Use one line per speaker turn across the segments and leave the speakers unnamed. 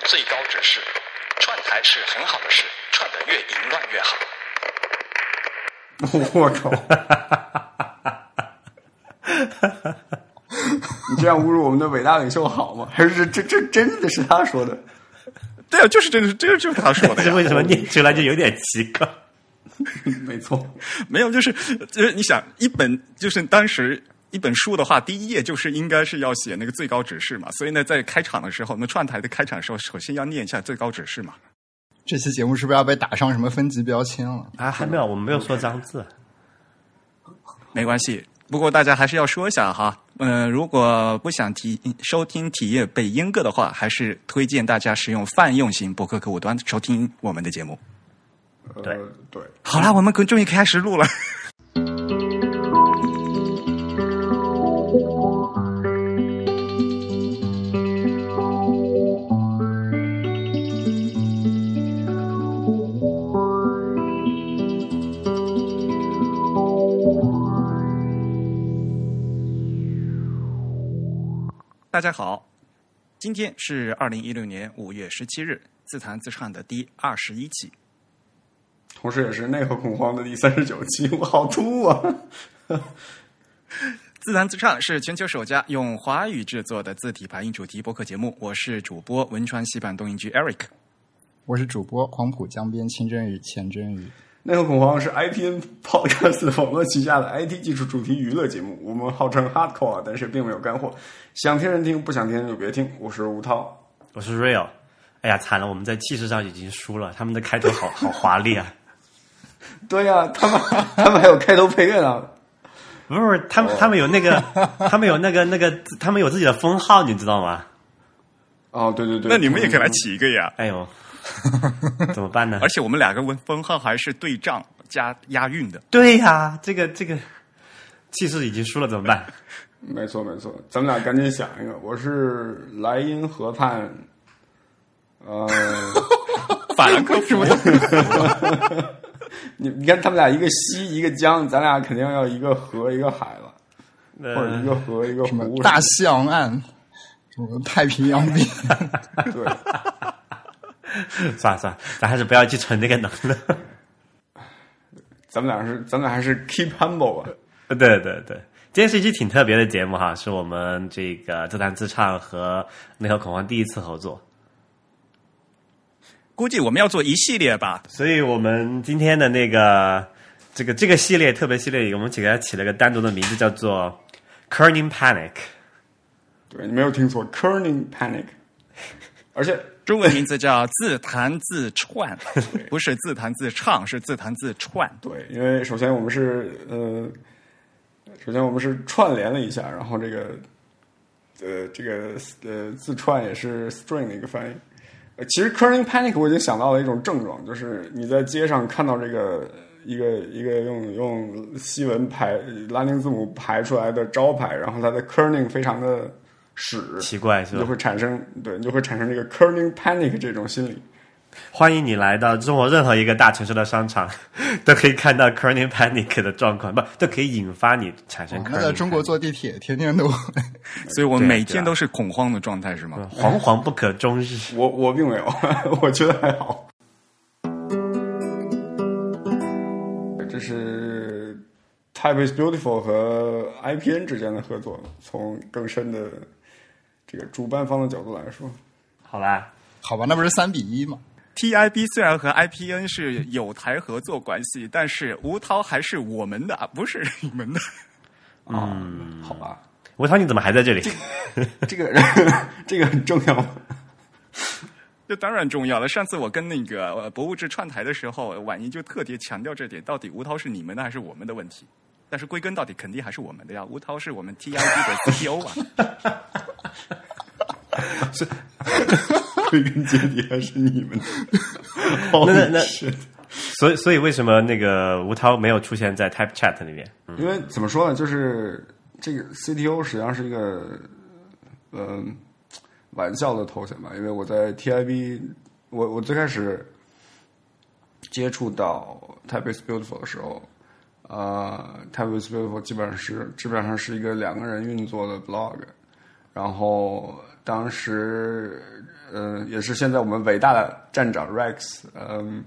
的事，串台是很好的事，串的越淫乱越好。
我靠！ 你这样侮辱我们的伟大领袖好吗？还是这这这真的是他说的？
对啊，就是这个，这个就是他 说的呀。
这为什么念出来就有点奇怪？
没错，
没有，就是就是你想一本就是当时一本书的话，第一页就是应该是要写那个最高指示嘛，所以呢，在开场的时候，那串台的开场的时候，首先要念一下最高指示嘛。
这期节目是不是要被打上什么分级标签了？
啊，还没有，我们没有说脏字。
没关系，不过大家还是要说一下哈。嗯、如果不想体收听体验被阉割的话，还是推荐大家使用泛用型博客客户端收听我们的节目。
呃
对
对，
好啦，我们终于开始录了。大家好，今天是二零一六年五月十七日，自弹自唱的第二十一期。
同时也是内核恐慌的第三十九期， 我好吐啊！
自弹自唱是全球首家用华语制作的字体排印主题播客节目，我是主播文川西坂东营居 Eric。
我是主播黄浦江边清蒸鱼钱蒸鱼，
内核恐慌是 IPN Podcast 网络旗下的 IT 技术主题娱乐节目，我们号称 Hardcore，但是并没有干货，想听人听，不想听就别听。我是吴涛，
我是 Real。哎呀，惨了，我们在气势上已经输了。他们的开头好好华丽啊！
对呀、他们 他们还有开头配乐呢。
不是不是，他们他们有那个，他们有那个那个，他们有自己的封号，你知道吗？
哦，对对对，
那你们也可以来起一个呀！
哎 呦，怎么办呢
而？且我们两个文封号还是对仗加押韵 的，
对呀、这个这个气势已经输了，怎么办？
没错没错，咱们俩赶紧想一个。我是莱茵河畔，呃，
法兰克福。
你你看他们俩一个溪一个江，咱俩肯定要一个河一个海了，或者一
呃，
个河一个
什么
湖。
大西洋岸，什么太平洋 边，
对，
算了算了，咱还是不要去存那个能了。
咱们俩是咱们俩还是 keep humble 吧。
对对对，今天是一期挺特别的节目哈，是我们这个自弹自唱和内核恐慌第一次合作，
估计我们要做一系列吧，
所以我们今天的那个这个这个系列特别系列，我们给它起了个单独的名字，叫做 “Kerning Panic”。
对你没有听错，Kerning Panic，而且
中文名字叫自弹自 串，不是自弹自唱，是自弹自串。
对，因为首先我们是呃，首先我们是串联了一下，然后这个呃这个呃自串也是 string 的一个翻译。呃，其实 kerning panic 我已经想到了一种症状，就是你在街上看到这个一个一个用用西文排拉丁字母排出来的招牌，然后它的 kerning 非常的屎，
奇怪是
你就
吧？
会产生对，你就会产生这个 kerning panic 这种心理。
欢迎你来到中国任何一个大城市的商场， 都可以看到 “Kerning Panic” 的状况，不，都可以引发你产生 kerning。
那在中国坐地铁天天都会
所以我
对啊
每
对啊
天都是恐慌的状态，是吗？
惶惶不可终日。
我我并没有， 我觉得还好。这是 Type is Beautiful 和 IPN 之间的合作，从更深的这个主办方的角度来说，
好啦，
好吧？那不是三比一嘛？
TIB 虽然和 IPN 是有台合作关系，但是吴涛还是我们的，啊，不是你们的。
嗯，好吧，
吴涛，你怎么还在这里？
这个这个很重要吗？
这当然重要了。上次我跟那个呃博物志串台的时候，婉莹就特别强调这点：到底吴涛是你们的还是我们的问题？但是归根到底，肯定还是我们的呀。吴涛是我们 TIB 的 CTO 啊。
归根结底还是你们的。
那那
Holy shit
所以，所以为什么那个吴涛没有出现在 Type Chat 里面？
因为怎么说呢，就是这个 CTO 实际上是一个呃玩笑的头衔吧。因为我在 TIB，我我最开始接触到 Type is Beautiful 的时候，呃，Type is Beautiful 基本上是基本上是一个两个人运作的 blog，然后当时呃也是现在我们伟大的站长 Rex，嗯、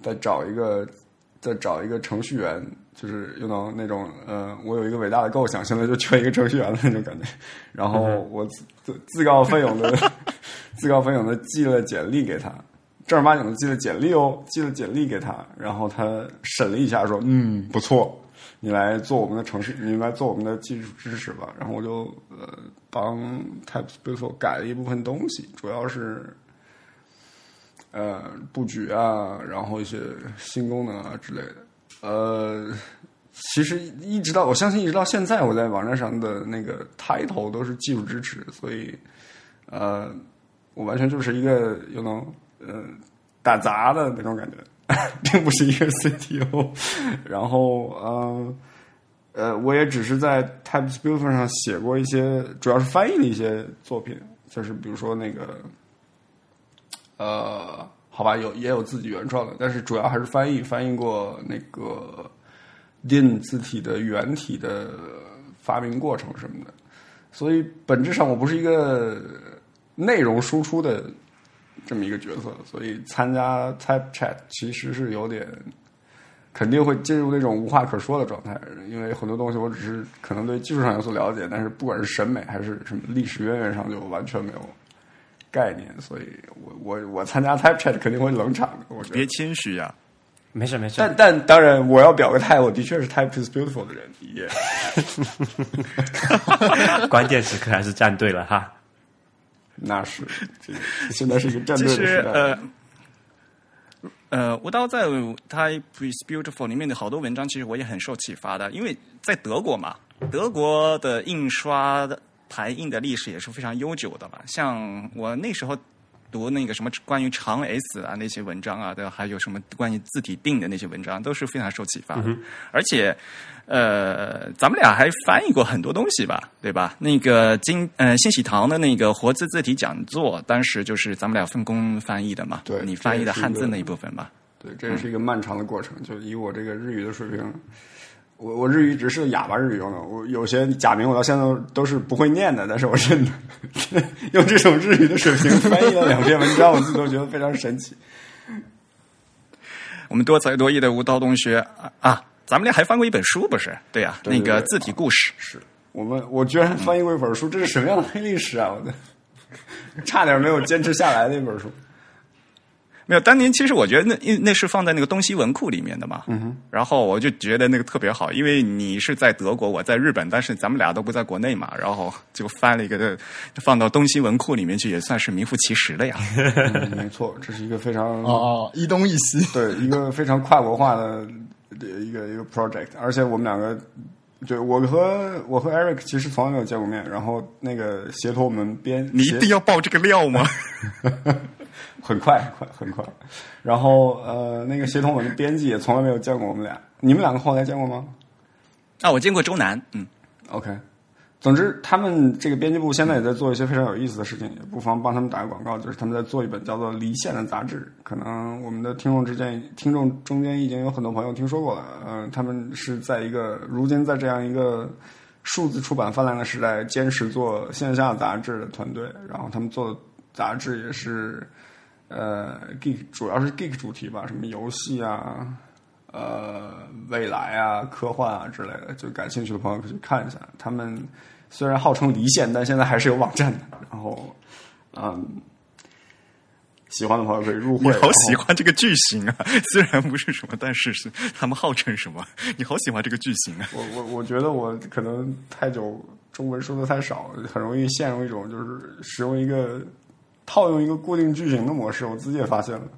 在找一个在找一个程序员，就是用到那种呃，我有一个伟大的构想，现在就缺一个程序员的那种感觉。 然后我自自自告奋勇的 自告奋勇的寄了简历给他，正儿八经的寄了简历哦，寄了简历给他，然后他审了一下说，嗯，不错。你来做我们的城市，你来做我们的技术支持吧。然后我就呃帮 Types Beautiful 改了一部分东西，主要是呃布局啊，然后一些新功能啊之类的。呃，其实一直到我相信一直到现在，我在网站上的那个 title 都是技术支持，所以呃，我完全就是一个有能呃打杂的那种感觉，并不是一个 CTO。然 后呃呃，我也只是在 Types Beautiful 上写过一些，主要是翻译的一些作品，就是比如说那个呃，好吧，有也有自己原创的，但是主要还是翻译，翻译过那个 DIN 字体的原体的发明过程什么的，所以本质上我不是一个内容输出的这么一个角色，所以参加 Type Chat 其实是有点。肯定会进入那种无话可说的状态，因为很多东西我只是可能对技术上有所了解，但是不管是审美还是什么历史渊源上，就完全没有概念，所以我我我参加 Type Chat 肯定会冷场的，我觉得
别。谦虚啊呀、
没事没事，
但但当然，我要表个态，我的确是 Type is beautiful 的人，也、
关键时刻还是站队了哈。
那是这个现在是一个战
其
队的
实
时代。
呃呃，吴刀在《Type is Beautiful》里面的好多文章，其实我也很受启发的，因为在德国嘛，德国的印刷的排印的历史也是非常悠久的嘛。像我那时候读那个什么关于长 S 啊那些文章啊，对吧，还有什么关于字体定的那些文章，都是非常受启
嗯
发的。而且，呃，咱们俩还翻译过很多东西吧，对吧？那个金呃信喜堂的那个活字字体讲座，当时就是咱们俩分工翻译的嘛，
对
你翻译的汉字那
这也是一
一
个
部分吧。
对，这也是一个漫长的过程。就以我这个日语的水平，我我日语只是哑巴日语用的，我有些假名我到现在都是不会念的，但是我认的。 用这种日语的水平翻译了两篇文章，我自己都觉得非常神奇。
我们多才多艺的吴涛同学啊啊，咱们俩还翻过一本书不是？对呀、
对对
那个
对
字体故事。
是我们，我居然翻译过一本书，这是什么样的黑历史啊！我的，差点没有坚持下来的一本书。
没有，当年其实我觉得那因那是放在那个东西文库里面的嘛，嗯、然后我就觉得那个特别好，因为你是在德国，我在日本，但是咱们俩都不在国内嘛，然后就翻了一个放到东西文库里面去，也算是名副其实了 呀。
嗯，没错，这是一个非常
哦哦，一东一西，
对，一个非常跨国化的呃一个一个 project，而且我们两个，对我和我和 Eric 其实从来没有见过面，然后那个协同我们编，
你一定要爆这个料吗？
很快很快很快，然后呃那个协同我们编辑也从来没有见过我们俩，你们两个后来见过吗
啊，我见过周南，嗯，
？OK，总之他们这个编辑部现在也在做一些非常有意思的事情，也不妨帮他们打个广告，就是他们在做一本叫做《离线》的杂志，可能我们的听众之间听众中间已经有很多朋友听说过了，嗯、他们是在一个如今在这样一个。数字出版泛滥的时代，坚持做线下杂志的团队，然后他们做的杂志也是，呃，geek 主要是 geek 主题吧，什么游戏啊，呃，未来啊，科幻啊之类的，就感兴趣的朋友可以去看一下。他们虽然号称离线，但现在还是有网站的。然后，嗯，喜欢的朋友可以入会。
你好喜
然后
欢这个句型啊！ 虽然不是什么，但是是他们号称什么？ 你好喜欢这个句型啊！
我我我觉得我可能太久中文说的太少，很容易陷入一种就是使用一个套用一个固定句型的模式，我自己也发现了。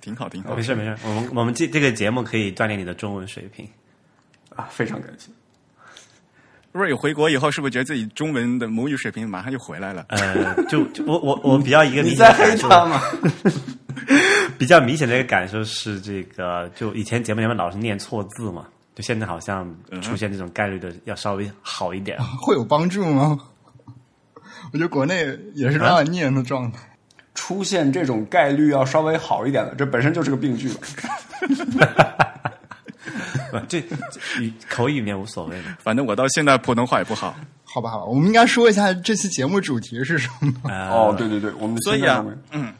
挺好，挺好
没。事没事，我们我们这这个节目可以锻炼你的中文水 平。
啊，非常感谢。
瑞回国以后，是不是觉得自己中文的母语水平马上就回来了？
呃，就就我我我比较一个
你
明显
在
的
黑
感受，
他吗？
比较明显的一个感受是这个，就以前节目里面老是念错字嘛，就现在好像出现这种概率的要稍微好一点。
哦
会有帮助吗？我觉得国内也是乱念的状态。
出现这种概率要稍微好一点的，这本身就是个病句了。
不，这这语口语里面无所谓嘛。
反正我到现在普通话也不好。
好吧，好吧，我们应该说一下这期节目主题是什么。
啊 呃
哦，对对对，我们
所以
现在
啊
上面，
嗯，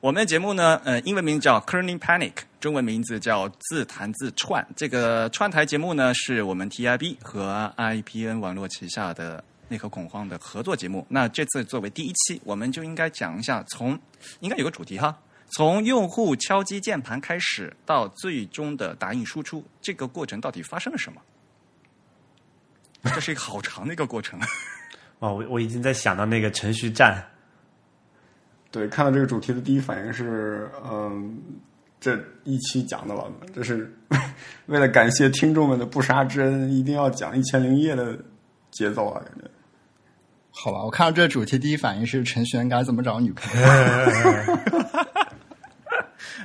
我们的节目呢，呃，英文名叫 Kerning Panic，中文名字叫自弹自串。这个串台节目呢，是我们 TIB 和 IPN 网络旗下的内核恐慌的合作节目。那这次作为第一期，我们就应该讲一下从应该有个主题哈。从用户敲击键盘开始，到最终的打印输出，这个过程到底发生了什么？这是一个好长的一个过程。
哇，我我已经在想到那个程序站，
对，看到这个主题的第一反应是，嗯，这一期讲的了，这是为了感谢听众们的不杀之恩，一定要讲一千零一夜的节奏啊，感觉。
好吧，我看到这主题，第一反应是程序员该怎么找女朋友。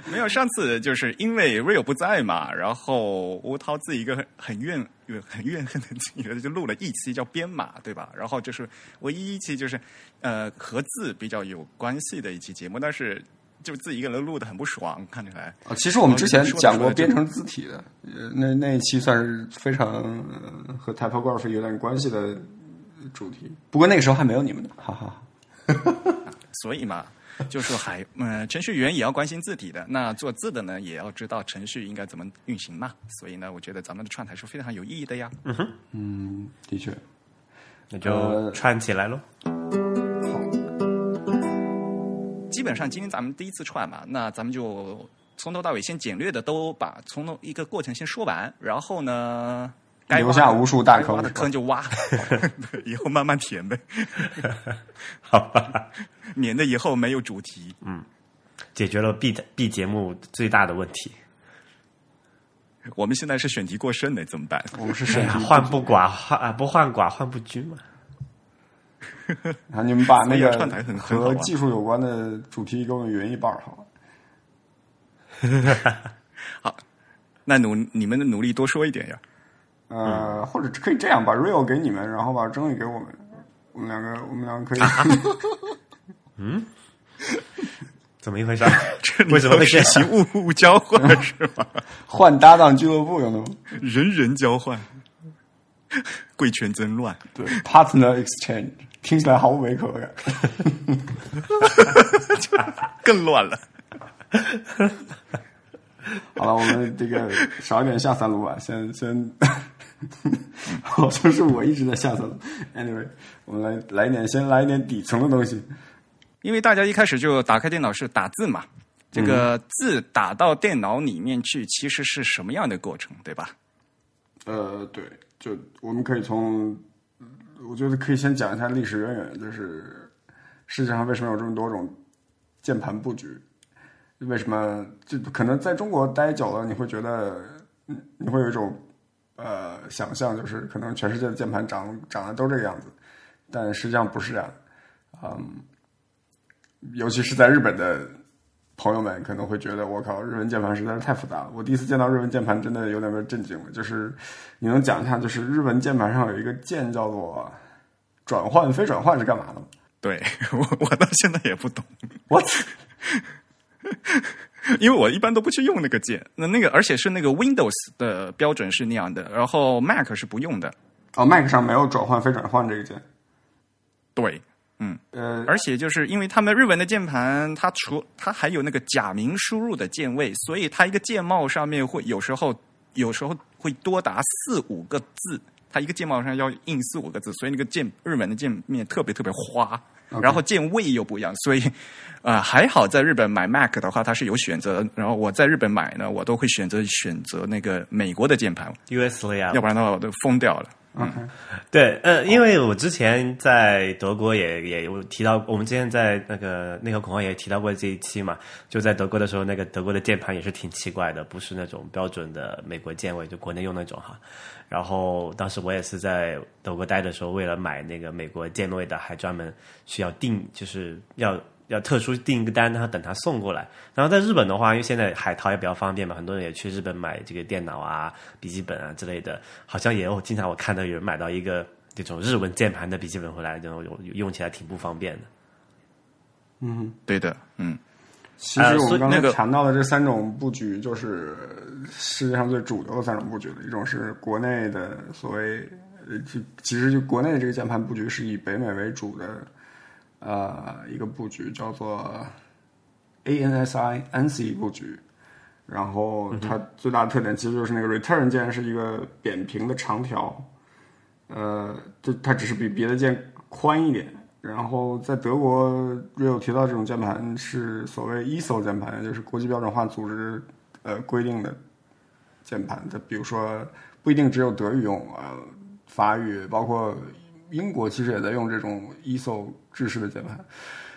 没有，上次就是因为 Rio 不在嘛，然后吴涛自己一个很很怨很怨恨的自己就录了一期叫《编码》，对吧？然后这是唯一一期就是呃和字比较有关系的一期节目，但是就自己一个人录的很不爽，看起来。
啊，其实我们之前讲过
说着说着就
编程字体的，呃，那那一期算是非常呃和 typography 有点关系的主题。不过那个时候还没有你们呢，哈哈。
所以嘛，就说还呃，程序员也要关心字体的，那做字的呢也要知道程序应该怎么运行嘛。所以呢，我觉得咱们的串台是非常有意义的呀。
嗯，的确。呃
那就串起来喽。
基本上今天咱们第一次串嘛，那咱们就从头到尾先简略的都把从头一个过程先说完，然后呢，该
留
挖
下
的
无数大
该挖
坑
的
是吧
坑就挖， 对以后慢慢填呗，
好吧，
免得以后没有主题。
解决了 B 的 B 节目最大的 问题，
我们现在是选题过剩的，怎么办？
我 们是审
啊
题
患不寡患啊，不患寡患不均嘛。
啊，你们把那
所以串台
个
很很好
和
玩
技术有关的主题给我们匀一半儿好了。
那努你们的努力多说 一点呀。
呃，或者可以这样，把 real 给你们，然后把争议给我们，我们两个，我们两个可以。
怎么一回 事？
你
为什么
都
会这
学
样？
习物物交换是吧？
换搭档俱乐部有吗？
人人交换， 贵圈真乱。
对，partner exchange 听起来毫无违和感。
更乱了。
好了，我们这个少一点下三路吧，先先， 好像是我一直在下三路。Anyway，我们来来一点，先来一点底层的东西。
因为大家一开始就打开电脑是打字嘛，这个字打到电脑里面去，其实是什么样的过程，对吧？
呃，对，就我们可以从，我觉得可以先讲一下历史渊源，就是世界上为什么有这么多种键盘布局？为什么就可能在中国待久了，你会觉得你你会有一种呃想象，就是可能全世界的键盘长长得都这个样子，但实际上不是这样的。嗯，尤其是在日本的朋友们可能会觉得，我靠，日文键盘实在是太复杂了。我第一次见到日文键盘，真的有点被震惊了。就是你能讲一下，就是日文键盘上有一个键叫做转换非转换是干嘛的吗？
对 我，我到现在也不懂，
我
因为我一般都不去用那个键。那那个，而且是那个 Windows 的标准是那样的，然后 Mac 是不用的。
哦，Mac 上没有转换非转换这个键。
对，
呃，
而且就是因为他们日文的键盘，它除它还有那个假名输入的键位，所以它一个键帽上面会有时候有时候会多达四五个字，它一个键帽上要印四五个字，所以那个键日文的键面特别特别花。然后键位又不一样，所以，呃，还好在日本买 Mac 的话，它是有选择。然后我在日本买呢，我都会选择选择那个美国的键盘，
US layout，
要不然的话我都疯掉了。
对，呃，因为我之前在德国也也有提到，我们之前在那个内核恐慌也提到过这一期嘛，就在德国的时候，那个德国的键盘也是挺奇怪的，不是那种标准的美国键位，就国内用那种哈。然后当时我也是在德国待的时候，为了买那个美国键位的，还专门需要订，就是要要特殊订一个单，然后等它送过来。然后在日本的话，因为现在海淘也比较方便嘛，很多人也去日本买这个电脑啊、笔记本啊之类的，好像也有经常我看到有人买到一个这种日文键盘的笔记本回来，然后有用起来挺不方便的。
对的，嗯，
其实我们
所以
刚才
那个
谈到的这三种布局，就是世界上最主流的三种布局了。一种是国内的所谓呃，就其实就国内这个键盘布局是以北美为主的，呃，一个布局叫做 ANSI ANSI 布局。然后它最大的特点其实就是那个 return 键是一个扁平的长条，呃，就它只是比别的键宽一点。然后在德国 Rio 提到这种键盘是所谓 ISO 键盘，就是国际标准化组织呃规定的键盘。它比如说不一定只有德语用，呃，法语包括英国其实也在用这种 ISO 制式的键盘。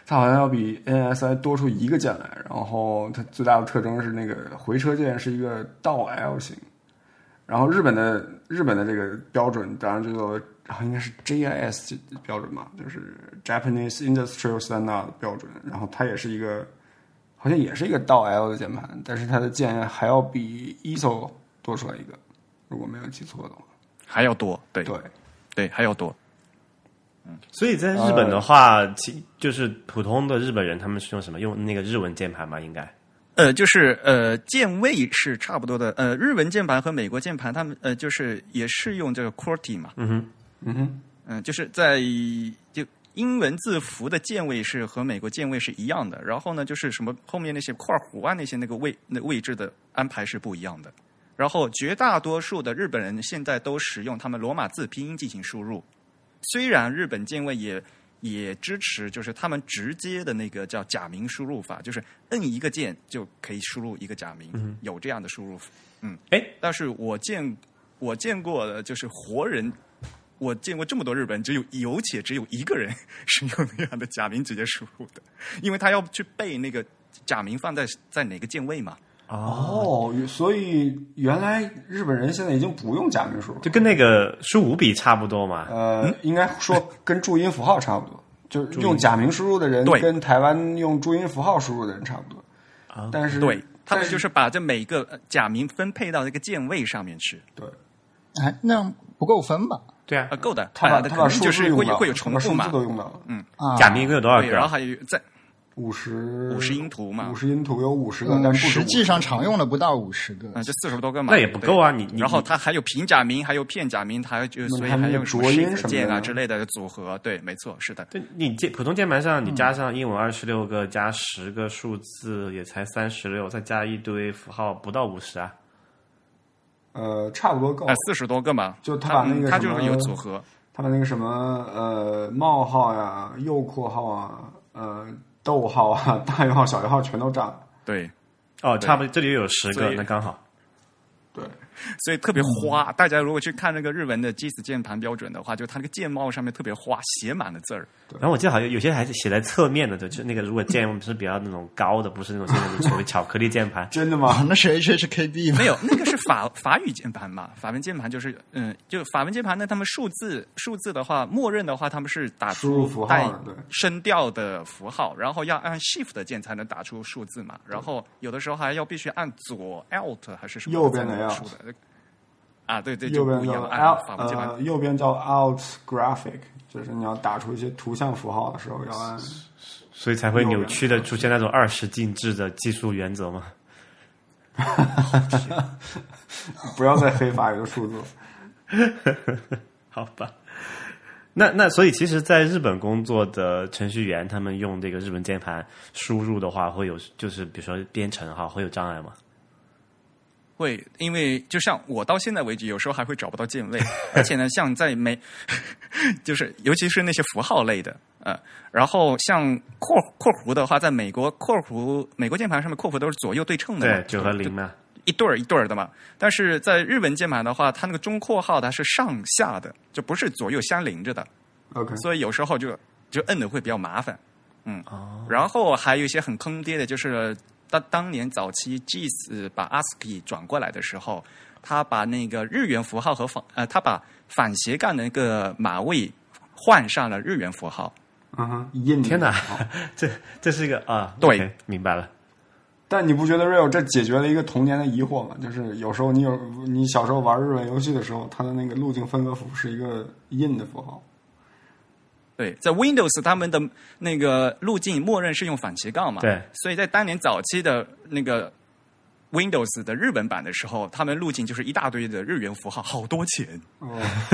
它好像要比 NSI 多出一个键来，然后它最大的特征是那个回车键是一个倒 L 型，然后日本的日本的这个标准当然就叫做啊应该是 JIS 标准吧，就是 Japanese Industrial Standard 标准，然后它也是一个好像也是一个倒 L 的键盘，但是它的键还要比 ISO 多出来一个，如果没有记错的话，
还要多，对
对。
对还要多。
所以在日本的话，其就是普通的日本人他们是用什么？用那个日文键盘吗？应该
呃，就是呃，键位是差不多的。呃，日文键盘和美国键盘，他们呃，就是也是用这个 QWERTY 嘛，嗯
嗯哼，
嗯，就是在就英文字符的键位是和美国键位是一样的。然后呢，就是什么后面那些括弧啊，那些那个位那位置的安排是不一样的。然后绝大多数的日本人现在都使用他们罗马字拼音进行输入，虽然日本键位也也支持，就是他们直接的那个叫假名输入法，就是摁一个键就可以输入一个假名，有这样的输入法。嗯，
哎，
但是我见我见过的就是活人，我见过这么多日本人，只有有且只有一个人是用那样的假名直接输入的，因为他要去背那个假名放在在哪个键位嘛。
哦，
哦，所以原来日本人现在已经不用假名数了，
就跟那个输五笔差不多嘛。
呃，应该说跟注音符号差不多，就是用假名输入的人
对
跟台湾用注音符号输入的人差不多。但是
啊对他
但
们
是
就是把这每个呃假名分配到那个键位上面去，
对，
哎，那样不够分吧？
对啊
啊，，够的，
他把
呃
他
可
把
能
数
就是
字
会
用到
会有
了
重
把
复
数
嘛嗯
字，都用到了，
啊，
假名一共有多少
对，
个
然后
啊？
还有在
五十
50音图嘛嗯
五十音图有五十个，但
呃
嗯不止
实际
50
上常用的不到五十个
啊，，这四十多个嘛，
那也不够啊！你
对。
你
然后它还有平假名，还有片假名，它还就
那
所以
他们
还
那
有什么
浊音
shift
什么
键
的
啊
呢
之类的组合，对，没错，是的，
对你键普通键盘上，你加上英文二十六个，加十个数字，也才三十六，再加一堆符号，不到五十啊。
呃差不多够
啊，。四十多个嘛，
就他
它
把那
嗯
个
它
什
就是
么
有组合，
他把那个什么呃冒号呀、右括号啊、呃逗号啊、 大于号、小于号全都占了。
对，
哦，差不多，这里有十
所
个，
以
那刚好。
对，
所以特别
嗯，
花。大家如果去看那个日文的 JIS 键盘标准的话，就它那个键帽上面特别花，写满了字儿。
然后我记得好像有些还是写在侧面的，就是那个如果键是比较那种高的，不是那种现在所谓巧克力键盘
真的吗？
啊，那是 HHKB 吧
没？有， 那个是法法语键盘嘛，法文键盘就是嗯，就法文键盘呢，他们数字数字的话，默认的话他们是打
输入符
出
号
带
对
声调的符号，然后要按 Shift 键才能打出数字嘛，然后有的时候还要必须按左 Alt 还是什么
右边的
才能
Alt
出的啊，对对，
右
就
边
不一
叫
样，按
out
法文键盘。
呃，右边叫 out graphic，就是你要打出一些图像符号的时候要按。
所以才会扭曲的出现那种二十进制的技术原则嘛。
不要再黑法语的数字了。
好吧。那那所以，其实，在日本工作的程序员，他们用这个日本键盘输入的话，会有就是比如说编程哈，会有障碍吗？
会，因为就像我到现在为止，有时候还会找不到键位，而且呢，像在美， 就是尤其是那些符号类的，呃，然后像括括弧的话，在美国括弧美国键盘上面括弧都是左右对称的嘛，
对，九和零嘛。
一对儿一对儿的嘛。但是在日文键盘的话，它那个中括号它是上下的，就不是左右相邻着的，
OK，
所以有时候就就摁的会比较麻烦，嗯，然后还有一些很坑爹的，就是当当年早期 GIS 把 ASCII 转过来的时候，他把那个日元符号和反呃，他把反斜杠的那个码位换上了日元符号，
嗯哼，印
天 哪，这这是一个啊，
对
OK，明白了。
但你不觉得 Real 这解决了一个童年的疑惑吗？就是有时候你有你小时候玩日文游戏的时候，它的那个路径分割符是一个印的符号。
对，在 Windows 他们的那个路径默认是用反斜杠嘛，
对
所以在当年早期的那个 Windows 的日文版的时候，他们路径就是一大堆的日元符号，好多钱。
哦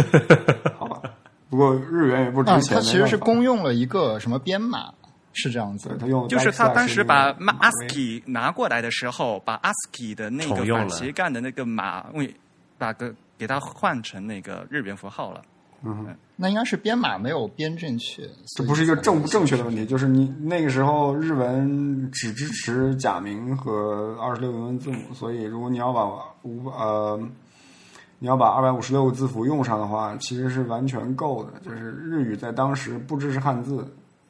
好吧。不过日元也不值
啊，
钱，
它其实是
没办法
公用了一个什么编码，是这样子
对
的
他。用的
就是他
backslash
当时把
那个
ma- ASCII 拿过来的时候，把 ASCII 的那个
重用了
反斜杠的那个码位，把个给它换成那个日元符号了。
嗯
那应该是编码没有编正确，
这
这
不是一个正不正确的问题，就是你那个时候日文只支持假名和二十六英文字母，所以如果你要把五呃你要把二百五十六个字符用上的话，其实是完全够的。就是日语在当时不支持汉字，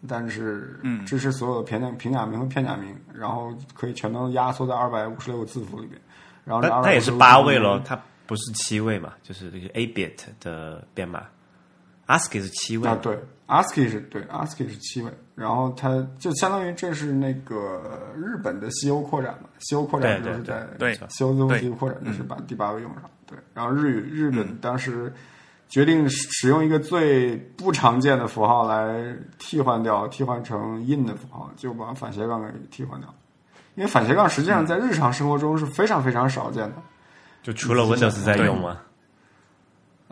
但是
嗯
支持所有的平假平假名和片假名，然后可以全都压缩在二百五十六个字符里面。然后这
但它也是
256
八位
字符
咯，它不是七位嘛，就是这个 A bit 的编码，ASCII 是七位
啊，对，ASCII 是对，ASCII 是七位，然后它就相当于这是那个日本的西欧扩展嘛，西欧扩展就
对对嗯
是在
对对
西欧字符
对
西欧扩展就是把第八位用上，对，然后日语日本当时决定使用一个最不常见的符号来替换掉，替换成印的符号，就把反斜杠给替换掉，因为反斜杠实际上
嗯
在日常生活中是非常非常少见的，
就除了 Windows 在用嘛，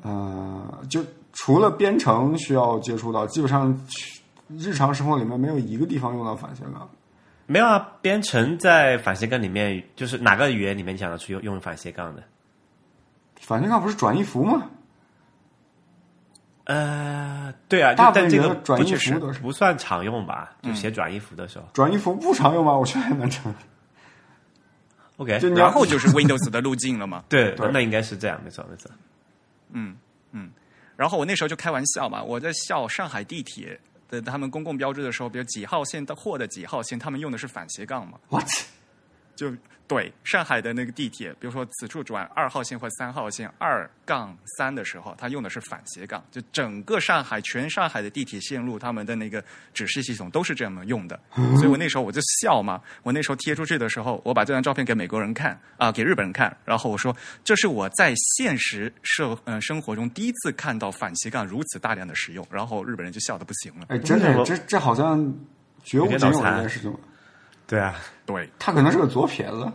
呃，就除了编程需要接触到，基本上日常生活里面没有一个地方用到反斜杠。
没有啊，编程在反斜杠里面，就是哪个语言里面讲的去用用反斜杠的？
反斜杠不是转译符吗？
呃，对啊，就
大部分
但这
人
个
的转
不
译
就是
符都是嗯
不算常用吧？就写转译符的时候、
转译符不常用吧？我觉得还蛮常用。
o k
就你要
然后就是 Windows 的路径了嘛。
对，
对
那应该是这样，没错没错。
然后我那时候就开玩笑嘛，我在笑上海地铁的他们公共标志的时候，比如几号线到货的几号线，他们用的是反斜杠嘛。
What？
就对上海的那个地铁，比如说此处转二号线或三号线二杠三的时候，它用的是反斜杠，就整个上海全上海的地铁线路，他们的那个指示系统都是这么用的。所以我那时候我就笑嘛，我那时候贴出去的时候，我把这张照片给美国人看啊、给日本人看，然后我说这是我在现实社嗯、生活中第一次看到反斜杠如此大量的使用，然后日本人就笑的不行了。
哎，真
为什
的，
么
这这好像绝无仅有的一件事情。
对啊，
对，
他可能是个左撇子。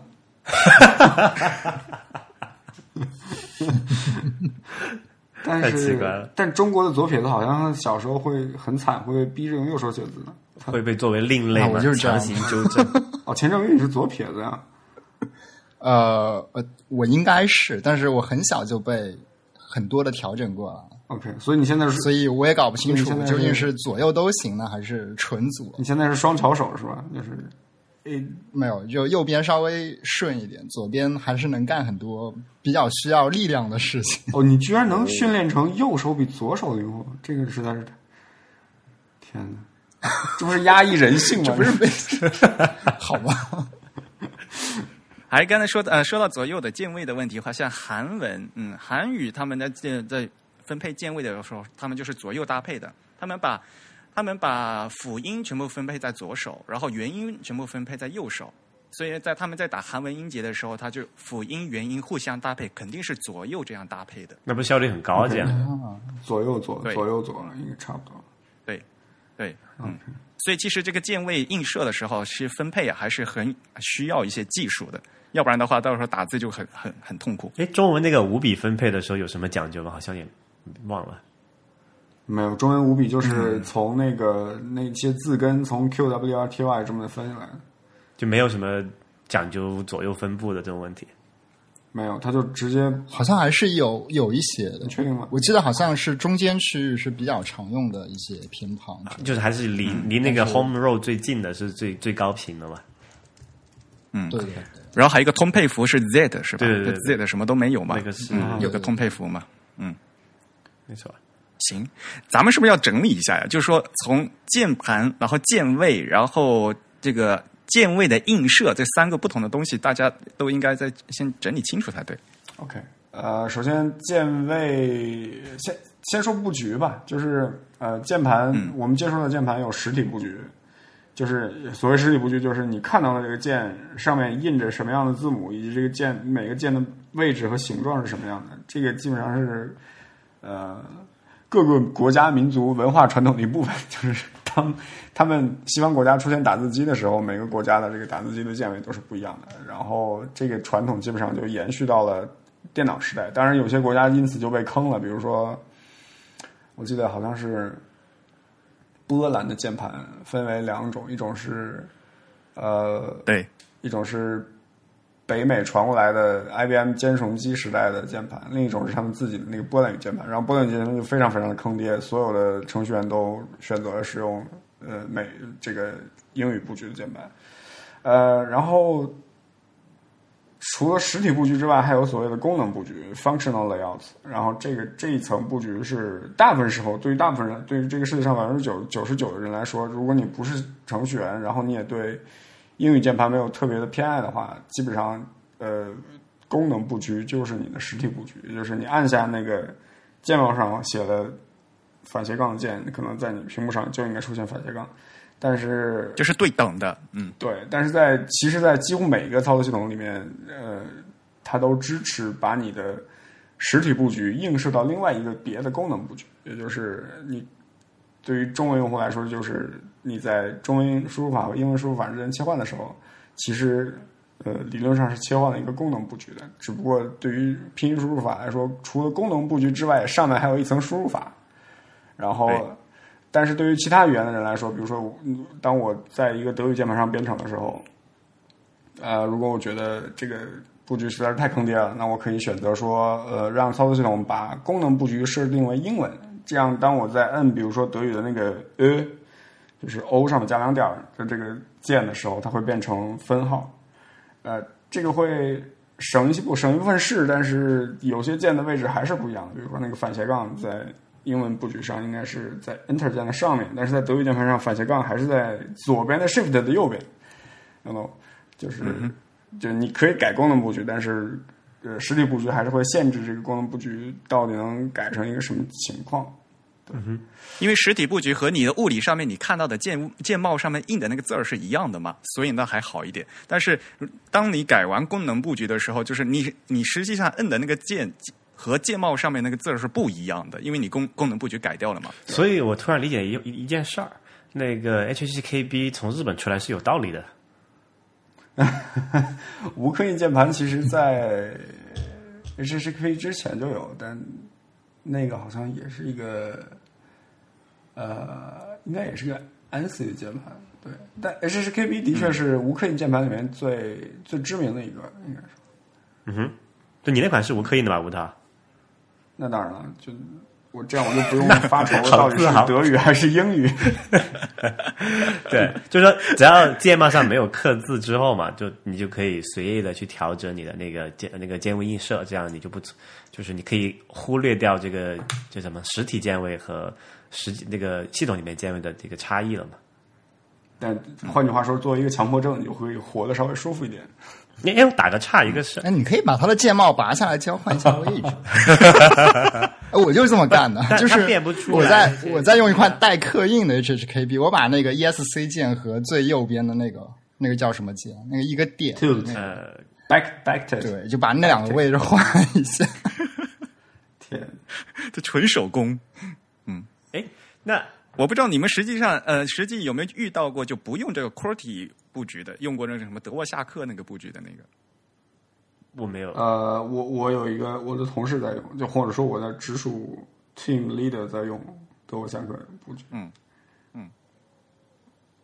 但
太奇怪
是
了，
但中国的左撇子好像小时候会很惨，会被逼着用右手写字的。
会被作为另类
啊
嘛，
我就是这样
强行纠 正。
哦，钱正宇你是左撇子呀、
呃呃，我应该是，但是我很小就被很多的调整过了，
OK，所以你现在是
所以我也搞不清
所以
楚
你现在是
究竟是左右都行呢，还是纯左？
你现在是双巧手是吧？就是，诶，
没有，就右边稍微顺一点，左边还是能干很多比较需要力量的事情。
哦，你居然能训练成右手比左手灵活，这个实在是，天哪，这不是压抑人性吗？这
不是被，好吧？
还刚才说的呃，说到左右的键位的问题，好像韩文，嗯，韩语他们在键在分配键位的时候，他们就是左右搭配的，他们把他们把辅音全部分配在左手，然后元音全部分配在右手，所以在他们在打韩文音节的时候，他就辅音元音互相搭配，肯定是左右这样搭配的。
那不效率很高啊，这样
左右左
对
左右左应该差不多。
对，对，嗯，所以其实这个键位映射的时候，是分配啊还是很需要一些技术的，要不然的话，到时候打字就很很很痛苦。
哎，中文那个五笔分配的时候有什么讲究吗？好像也忘了。
没有，中文五笔就是从那个、那些字根从 Q W R T Y 这么分下来的，
就没有什么讲究左右分布的这种问题。
没有，他就直接，
好像还是有有一些的
你，确定吗？
我记得好像是中间区域是比较常用的一些偏旁之类的。
就是还是离
嗯
离那个 home row 最近的是最最高频的嘛。
嗯
对对对，
然后还有一个通配符是 Z 是吧？
对对对对
z 什么都没有嘛，
那个是
嗯
嗯
有个通配符嘛。
没错，
行，咱们是不是要整理一下呀？就是说从键盘，然后键位，然后这个键位的映射这三个不同的东西，大家都应该再先整理清楚才对。
OK，呃，首先键位先先说布局吧，就是呃，键盘、我们接触的键盘有实体布局，就是所谓实体布局，就是你看到的这个键上面印着什么样的字母，以及这个键每个键的位置和形状是什么样的，这个基本上是呃各个国家民族文化传统的一部分，就是当他们西方国家出现打字机的时候，每个国家的这个打字机的键位都是不一样的。然后这个传统基本上就延续到了电脑时代。当然，有些国家因此就被坑了，比如说，我记得好像是波兰的键盘分为两种，一种是呃，
对，
一种是北美传过来的 IBM 兼容机时代的键盘，另一种是他们自己的那个波兰语键盘。然后波兰语键盘就非常非常的坑爹，所有的程序员都选择了使用呃美这个英语布局的键盘。呃，然后除了实体布局之外，还有所谓的功能布局 （functional layout）。然后这个这一层布局是大部分时候对于大部分人，对于这个世界上百分之九九十九的人来说，如果你不是程序员，然后你也对英语键盘没有特别的偏爱的话，基本上呃功能布局就是你的实体布局，也就是你按下那个键帽上写的反斜杠键，可能在你屏幕上就应该出现反斜杠，但是
就是对等的，嗯，
对，但是在其实，在几乎每一个操作系统里面，呃，它都支持把你的实体布局映射到另外一个别的功能布局，也就是你对于中文用户来说，就是你在中文输入法和英文输入法之间切换的时候，其实呃理论上是切换了一个功能布局的，只不过对于拼音输入法来说，除了功能布局之外，上面还有一层输入法，然后
对。
但是对于其他语言的人来说，比如说我，嗯当我在一个德语键盘上编程的时候，呃，如果我觉得这个布局实在是太坑爹了，那我可以选择说，呃，让操作系统把功能布局设定为英文，这样当我在摁，比如说德语的那个呃，就是 O 上面加两点儿的这个键的时候，它会变成分号，呃，这个会省一部省一部分事，但是有些键的位置还是不一样的。比如说那个反斜杠在英文布局上应该是在 Enter 键的上面，但是在德语键盘上反斜杠还是在左边的 Shift 的右边。那么就是、就你可以改功能布局，但是呃实体布局还是会限制这个功能布局到底能改成一个什么情况。
因为实体布局和你的物理上面你看到的键键帽上面印的那个字儿是一样的嘛，所以那还好一点。但是当你改完功能布局的时候，就是你你实际上摁的那个键和键帽上面那个字儿是不一样的，因为你功功能布局改掉了嘛。
所以我突然理解一一一件事儿，那个 HCKB 从日本出来是有道理的。
无刻印键盘其实在 HCP 之前就有，但那个好像也是一个，呃，应该也是个 ANSI 键盘。对，但 HCKB 的确是无刻印键盘里面最、最知名的一个，应该是。
嗯哼，就你那款是无刻印的吧，吴涛？
那当然了，就我这样我就不用发愁到底是德语还是英语。
对， 就是说只要键帽上没有刻字之后嘛，就你就可以随意的去调整你的那个键那个键位映射，这样你就不就是你可以忽略掉这个叫什么实体键位和实际那个系统里面键位的这个差异了嘛。
但换句话说，作为一个强迫症，你就会活得稍微舒服一点。
因为我打个岔，一个是
哎，你可以把他的键帽拔下来交换 一下位置。哎我就是这么干的，
但
就
他
是
变不出来
我在
这嗯
我在用一块带刻印的 HHKB，我把那个 ESC 键和最右边的那个那个叫什么键，那个一个点，
呃
Back back test，
对，就把那两个位置换一下。
天，
这纯手工，
哎那
我不知道你们实际上呃实际有没有遇到过就不用这个 QWERTY 布局的，用过那个什么德沃夏克那个布局的那个。
我没有，
呃，我我有一个我的同事在用，就或者说我的直属 team leader 在用德国香水布局。
嗯嗯，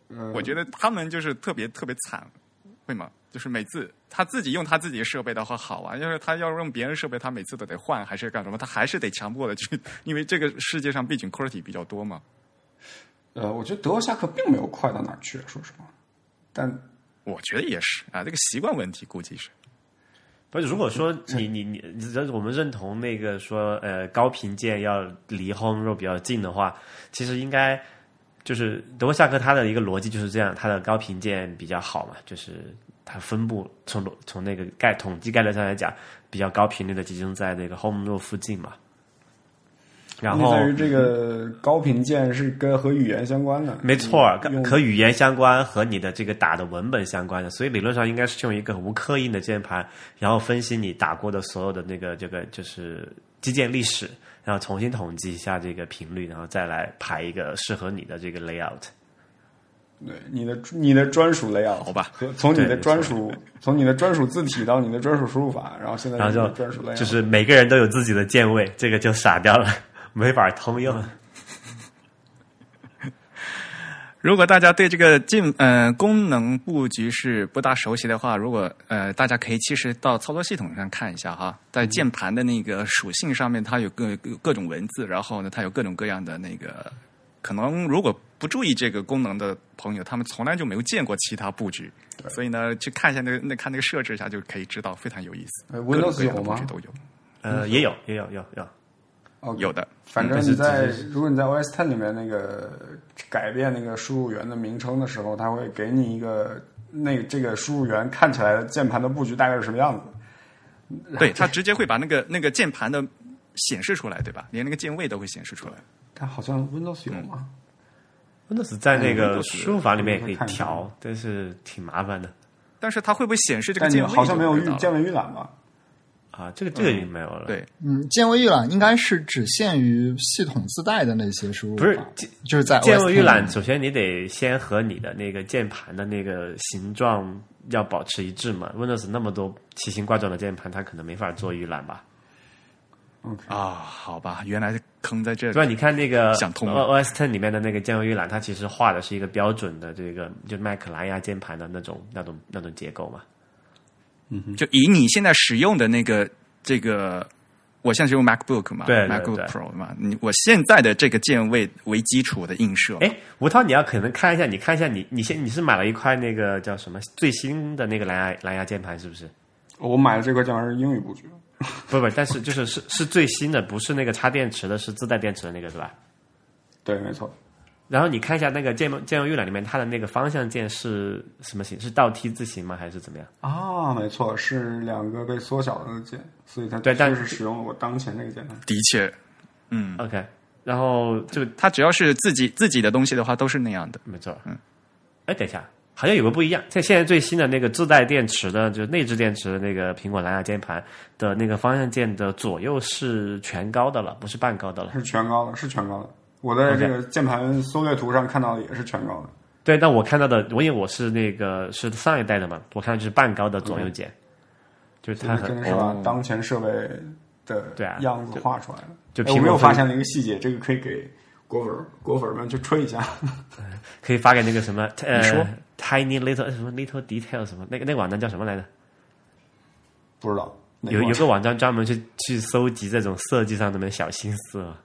呃，
我觉得他们就是特别特别惨，会吗？就是每次他自己用他自己的设备的话好啊，要是他要是用别人设备，他每次都得换还是干什么？他还是得强迫的去，因为这个世界上毕竟 QWERTY 比较多嘛。
呃，我觉得德国下课并没有快到哪儿去，说实话。但
我觉得也是啊，这个习惯问题估计是。
不是，如果说你你你，你只要我们认同那个说呃高频键要离 home row 比较近的话，其实应该就是德国夏克它的一个逻辑就是这样，它的高频键比较好嘛，就是它分布从逻从那个概统计概率上来讲，比较高频率的集中在那个 home row 附近嘛。然
问题
后
在于这个高频键是跟和语言相关的，
没错啊儿，
嗯用
跟和语言相关和你的这个打的文本相关的，所以理论上应该是用一个无刻印的键盘，然后分析你打过的所有的那个这个就是基建历史，然后重新统计一下这个频率，然后再来排一个适合你的这个 layout。
对你的你的专属 layout，
好吧
和从你的
对
专属从你的专属字体到你的专属输入法，然后现在
然后
是你的
就
哎专属 layout，
就是每个人都有自己的键位，这个就傻掉了，没法通用。
嗯
如果大家对这个进呃功能布局是不大熟悉的话，如果呃大家可以其实到操作系统上看一下哈，在键盘的那个属性上面，它有各各种文字，然后呢，它有各种各样的那个，可能如果不注意这个功能的朋友，他们从来就没有见过其他布局，所以呢，去看一下那个那看那个设置一下就可以知道，非常有意思。
呃
各种
Windows
各样的
有
布
吗
局都有，
嗯
呃，也有，也有，有有。
哦
有的。
反正
但是
你在
只是
如果你在 OS Ten 里面那个改变那个输入源的名称的时候，它会给你一个那这个输入源看起来的键盘的布局大概是什么样子。
对，它直接会把那个那个键盘的显示出来，对吧？连那个键位都会显示出来。
但好像 Windows 有吗？
Windows 在那
嗯
个
，Windows
输入法里面也可以
看一下
调，但是挺麻烦的
但是它会不会显示这个
但你
键位？
好像没有
遇
预键位预览吧？
啊。这个这个也没有了。
对，
嗯，键位预览应该是只限于系统自带的那些输入法，
不是
嗯
就是
啊
在
键
OS
位预览，
10
首先你得先和你的那个键盘的那个形状要保持一致嘛。Windows 那么多奇形怪状的键盘，它可能没法做预览吧。
嗯
啊，好吧，原来坑在这
对吧？
里。
你看那个
想通了
O S Ten 里面的那个键位预览，它其实画的是一个标准的这个就麦克蓝牙键盘的那种那种那种结构嘛。
就以你现在使用的那个这个，我现在是用 MacBook 嘛
对对
m a c b o o k
对
Pro 嘛，你我现在的这个键位为基础的映射，
哎，吴涛，你要可能看一下，你看一下你你先你是买了一块那个叫什么最新的那个蓝牙蓝牙啊键盘是不是？
我买的这块键盘是英语布局，
不不，但是就是是是最新的，不是那个插电池的，是自带电池的那个是吧？
对，没错。
然后你看一下那个键键位预览里面，它的那个方向键是什么形？是倒 T 字形吗？还是怎么样？
啊，没错，是两个被缩小的键，所以它
对但
就是使用了我当前这个键盘。
的确，嗯
OK，然后就
它只要是自己自己的东西的话，都是那样的。
没错，嗯，哎，等一下，好像有个不一样，在现在最新的那个自带电池的，就是内置电池的那个苹果蓝牙键盘的那个方向键的左右是全高的了，不是半高的了。
是全高的，是全高的。我在这个键盘缩略图上看到的也是全高的。
对，但我看到的，我因为我是那个是上一代的嘛，我看到就是半高的左右键，就是它
那
很哦
真的是把当前设备的
对啊
样子画出来了。
就
哎
苹
我
果
没有
分
发现了一个细节，这个可以给果粉儿果粉儿们去吹一下。
可以发给那个什么呃
你说
tiny little 呃什么 little detail 什么那个那个网站叫什么来着？
不知道 哪
有
个
有个网站专门去去搜集这种设计上的那种小心思啊。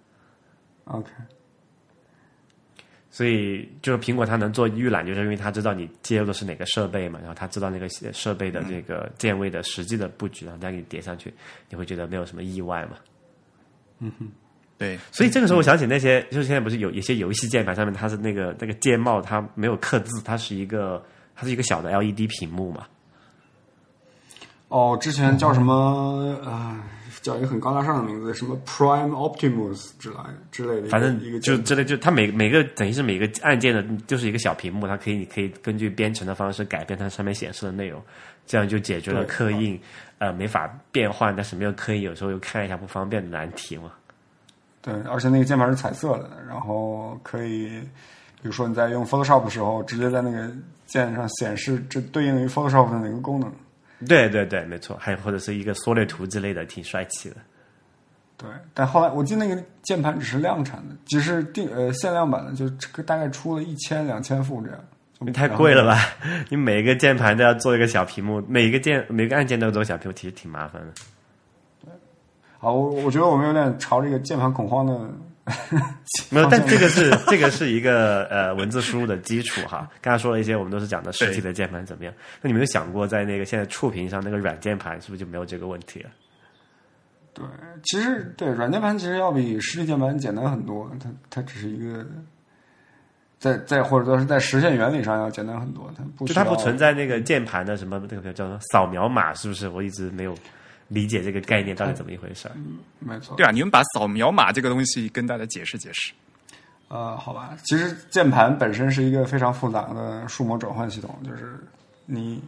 OK，
所以就是苹果它能做预览，就是因为它知道你接入的是哪个设备嘛，然后它知道那个呃设备的这个键位的实际的布局，然后再给你叠上去，你会觉得没有什么意外嘛。
对，
所以这个时候我想起那些，就是现在不是有一些游戏键盘上面它是那个那个键帽它没有刻字，它是一个它是一个小的 LED 屏幕嘛。
哦，之前叫什么啊、叫一个很高大上的名字，什么 Prime Optimus 之类之类的一个，
反正
一个
就
键
之类，就它每每个等于是每个按键的，就是一个小屏幕，它可以你可以根据编程的方式改变它上面显示的内容，这样就解决了
对
刻印呃没法变换，但是没有刻印，有时候又看一下不方便的难题嘛。
对，而且那个键盘是彩色的，然后可以，比如说你在用 Photoshop 的时候，直接在那个键上显示这对应于 Photoshop 的哪个功能。
对对对，没错，还有或者是一个缩略图之类的，挺帅气的。
对，但后来我记得那个键盘只是量产的，只是定呃限量版的，就这个大概出了一千两千副这样，就
因为太贵了吧？ 你每一个键盘都要做一个小屏幕，每一个键每个按键都要做小屏幕，其实挺麻烦的。
好，我我觉得我们有点朝这个键盘恐慌的
没有，但这个是 这个是一个呃文字输入的基础哈。刚才说了一些，我们都是讲的实体的键盘怎么样。那你们有想过，在那个现在触屏上那个软键盘是不是就没有这个问题了？
对，其实对软键盘其实要比实体键盘简单很多，它它只是一个在在或者说是在实现原理上要简单很多，它不
就它
需要
不存在那个键盘的什么那个叫什么扫描码，是不是？我一直没有理解这个概念到
哎
底怎么一回事儿。
没错
对啊，你们把扫描码这个东西跟大家解释解释。
呃，好吧，其实键盘本身是一个非常复杂的数模转换系统，就是你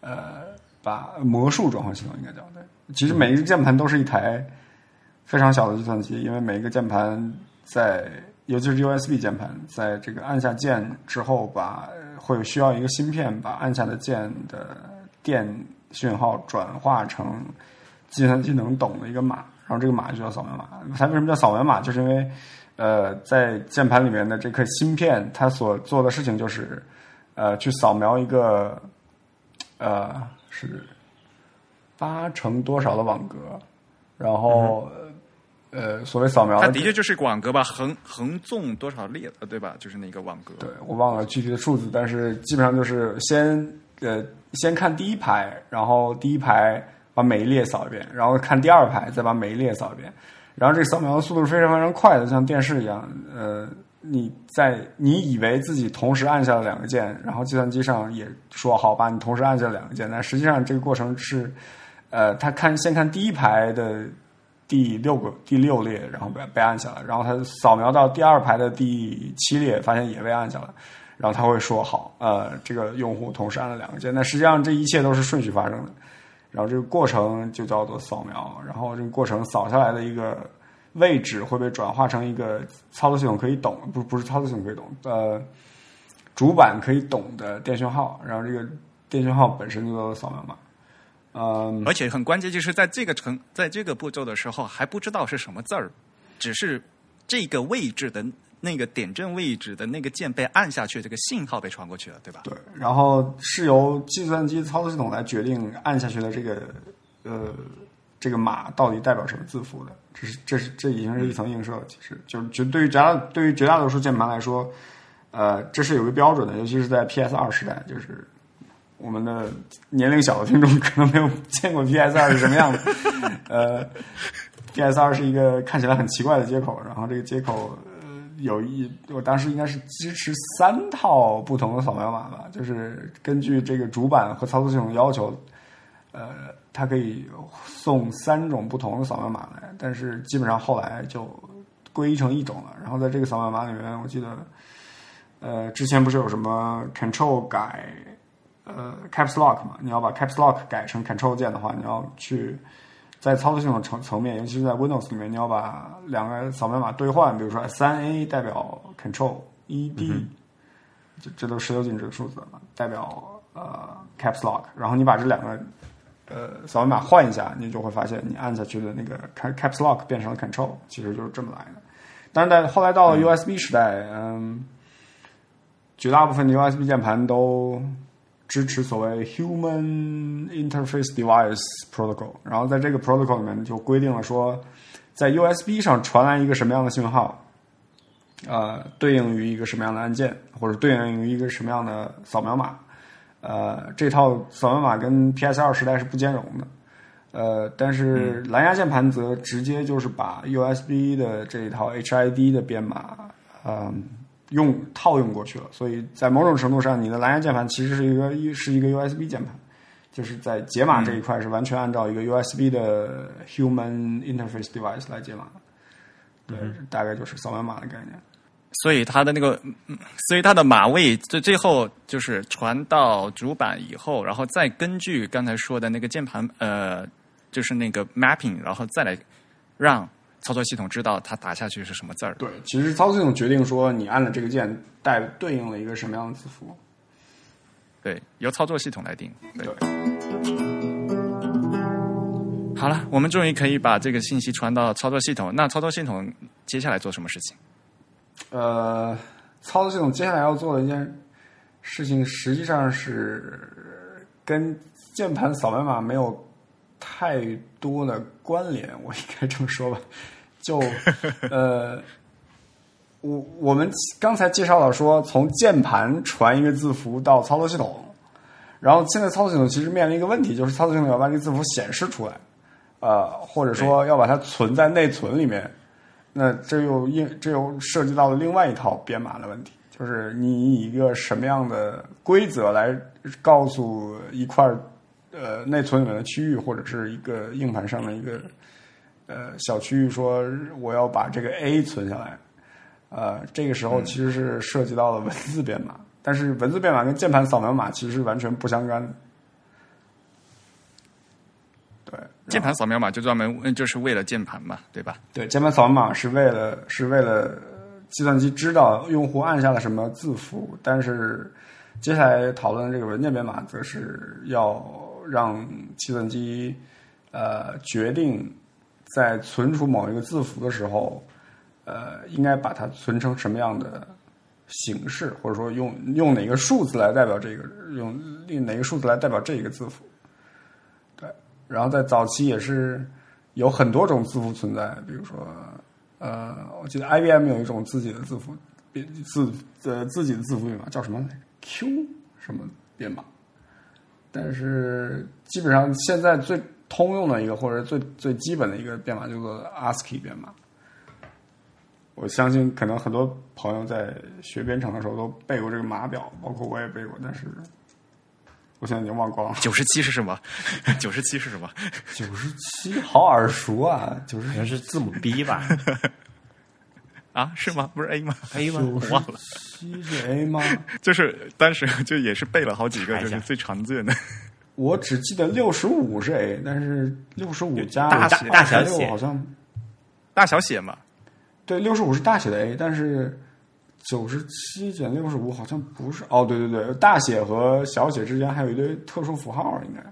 呃把魔术转换系统应该叫对。其实每一个键盘都是一台非常小的计算机，因为每一个键盘在，尤其是 USB 键盘，在这个按下键之后把，会需要一个芯片把按下的键的电讯号转化成计算机能懂的一个码，然后这个码就叫扫描码。它为什么叫扫描码？就是因为呃，在键盘里面的这颗芯片，它所做的事情就是呃去扫描一个呃是八乘多少的网格。然后，呃，所谓扫描
它
的
的确就是网格吧，横横纵多少列，呃对吧？就是那个网格。
对我忘了具体的数字，但是基本上就是先呃先看第一排，然后第一排把每一列扫一遍，然后看第二排，再把每一列扫一遍。然后这个扫描的速度是非常非常快的，像电视一样。呃，你在你以为自己同时按下了两个键，然后计算机上也说好吧，你同时按下了两个键，但实际上这个过程是，呃，他看先看第一排的第六个第六列，然后被被按下来，然后他扫描到第二排的第七列，发现也被按下来，然后他会说好，呃，这个用户同时按了两个键，但实际上这一切都是顺序发生的，然后这个过程就叫做扫描，然后这个过程扫下来的一个位置会被转化成一个操作系统可以懂，不不是操作系统可以懂，呃，主板可以懂的电讯号，然后这个电讯号本身就叫做扫描码，嗯，
而且很关键，就是在这个程，在这个步骤的时候，还不知道是什么字儿，只是这个位置的那个点阵位置的那个键被按下去，这个信号被传过去了，对吧？
对，然后是由计算机操作系统来决定按下去的这个呃这个码到底代表什么字符的，这是这是这已经是一层映射了。其实就是绝对于绝大对于绝大多数键盘来说，呃，这是有个标准的，尤其是在 PS 二时代，就是我们的年龄小的听众可能没有见过 PS 二是什么样的。呃，PS 二是一个看起来很奇怪的接口，然后这个接口呃有一，我当时应该是支持三套不同的扫描码吧，就是根据这个主板和操作系统要求，呃，它可以送三种不同的扫描码来，但是基本上后来就归一成一种了。然后在这个扫描码里面，我记得。呃，之前不是有什么 Control 改呃 Caps Lock 嘛？你要把 Caps Lock 改成 Control 键的话，你要去在操作系统层层面，尤其是在 Windows 里面，你要把两个扫描码兑换，比如说三 A 代表 Control，一 D，、这这都是十六进制的数字嘛，代表呃 Caps Lock，然后你把这两个呃扫描码换一下，你就会发现你按下去的那个 Ca- Caps Lock 变成了 Control，其实就是这么来的。但是在后来到了 USB 时代，嗯绝大部分的 USB 键盘都支持所谓 Human Interface Device Protocol，然后在这个 protocol 里面就规定了说，在 USB 上传来一个什么样的信号，呃，对应于一个什么样的按键，或者对应于一个什么样的扫描码，呃，这套扫描码跟 PS 二时代是不兼容的。呃，但是蓝牙键盘则直接就是把 USB 的这一套 HID 的编码，嗯，用套用过去了。所以在某种程度上，你的蓝牙键盘其实是一个一是一个 USB 键盘，就是在解码这一块是完全按照一个 USB 的 Human Interface Device 来解码的。对，大概就是扫描码的概念。
所以它的那个，嗯所以它的码位最最后就是传到主板以后，然后再根据刚才说的那个键盘，呃，就是那个 mapping，然后再来让操作系统知道它打下去是什么字儿。
对，其实操作系统决定说你按了这个键，带对应了一个什么样的字符。
对，由操作系统来定。对
对。
好了，我们终于可以把这个信息传到操作系统。那操作系统接下来做什么事情？
呃，操作系统接下来要做的一件事情，实际上是跟键盘扫描码没有太多的关联，我应该这么说吧。就呃，我我们刚才介绍了说，从键盘传一个字符到操作系统，然后现在操作系统其实面临一个问题，就是操作系统要把这个字符显示出来，呃，或者说要把它存在内存里面。那这又应这又涉及到了另外一套编码的问题，就是你以一个什么样的规则来告诉一块儿呃内存里面的区域或者是一个硬盘上的一个呃小区域，说我要把这个 A 存下来。呃，这个时候其实是涉及到了文字编码，但是文字编码跟键盘扫描码其实是完全不相干的。对，
键盘扫描码就专门嗯就是为了键盘嘛，对吧？
对，键盘扫码是为了是为了计算机知道用户按下了什么字符，但是接下来讨论这个文件编码，则是要让计算机呃决定在存储某一个字符的时候，呃，应该把它存成什么样的形式，或者说用用哪个数字来代表这个，用用哪个数字来代表这一个字符。然后在早期也是有很多种字符存在，比如说，呃，我记得 IBM 有一种自己的字符编自呃自己的字符编码叫什么来着？Q 什么编码？但是基本上现在最通用的一个或者最最基本的一个编码叫做 ASCII 编码。我相信可能很多朋友在学编程的时候都背过这个码表，包括我也背过，但是我现在已经忘光了。
九十七是什么？ 九十七是什么？
九十七，好耳熟啊！九十
好像是字母 B 吧
啊，是吗？不是 A 吗？
？A 吗？
九十七是 A 吗？
就是当时就也是背了好几个，
查
就
一下
是最常见的。
我只记得六十五是 A，但是六十五加
大
86
大小写
好像
大小写嘛，
对，六十五是大写的 A，但是九十七减六十五好像不是哦，对对对，大写和小写之间还有一堆特殊符号，应该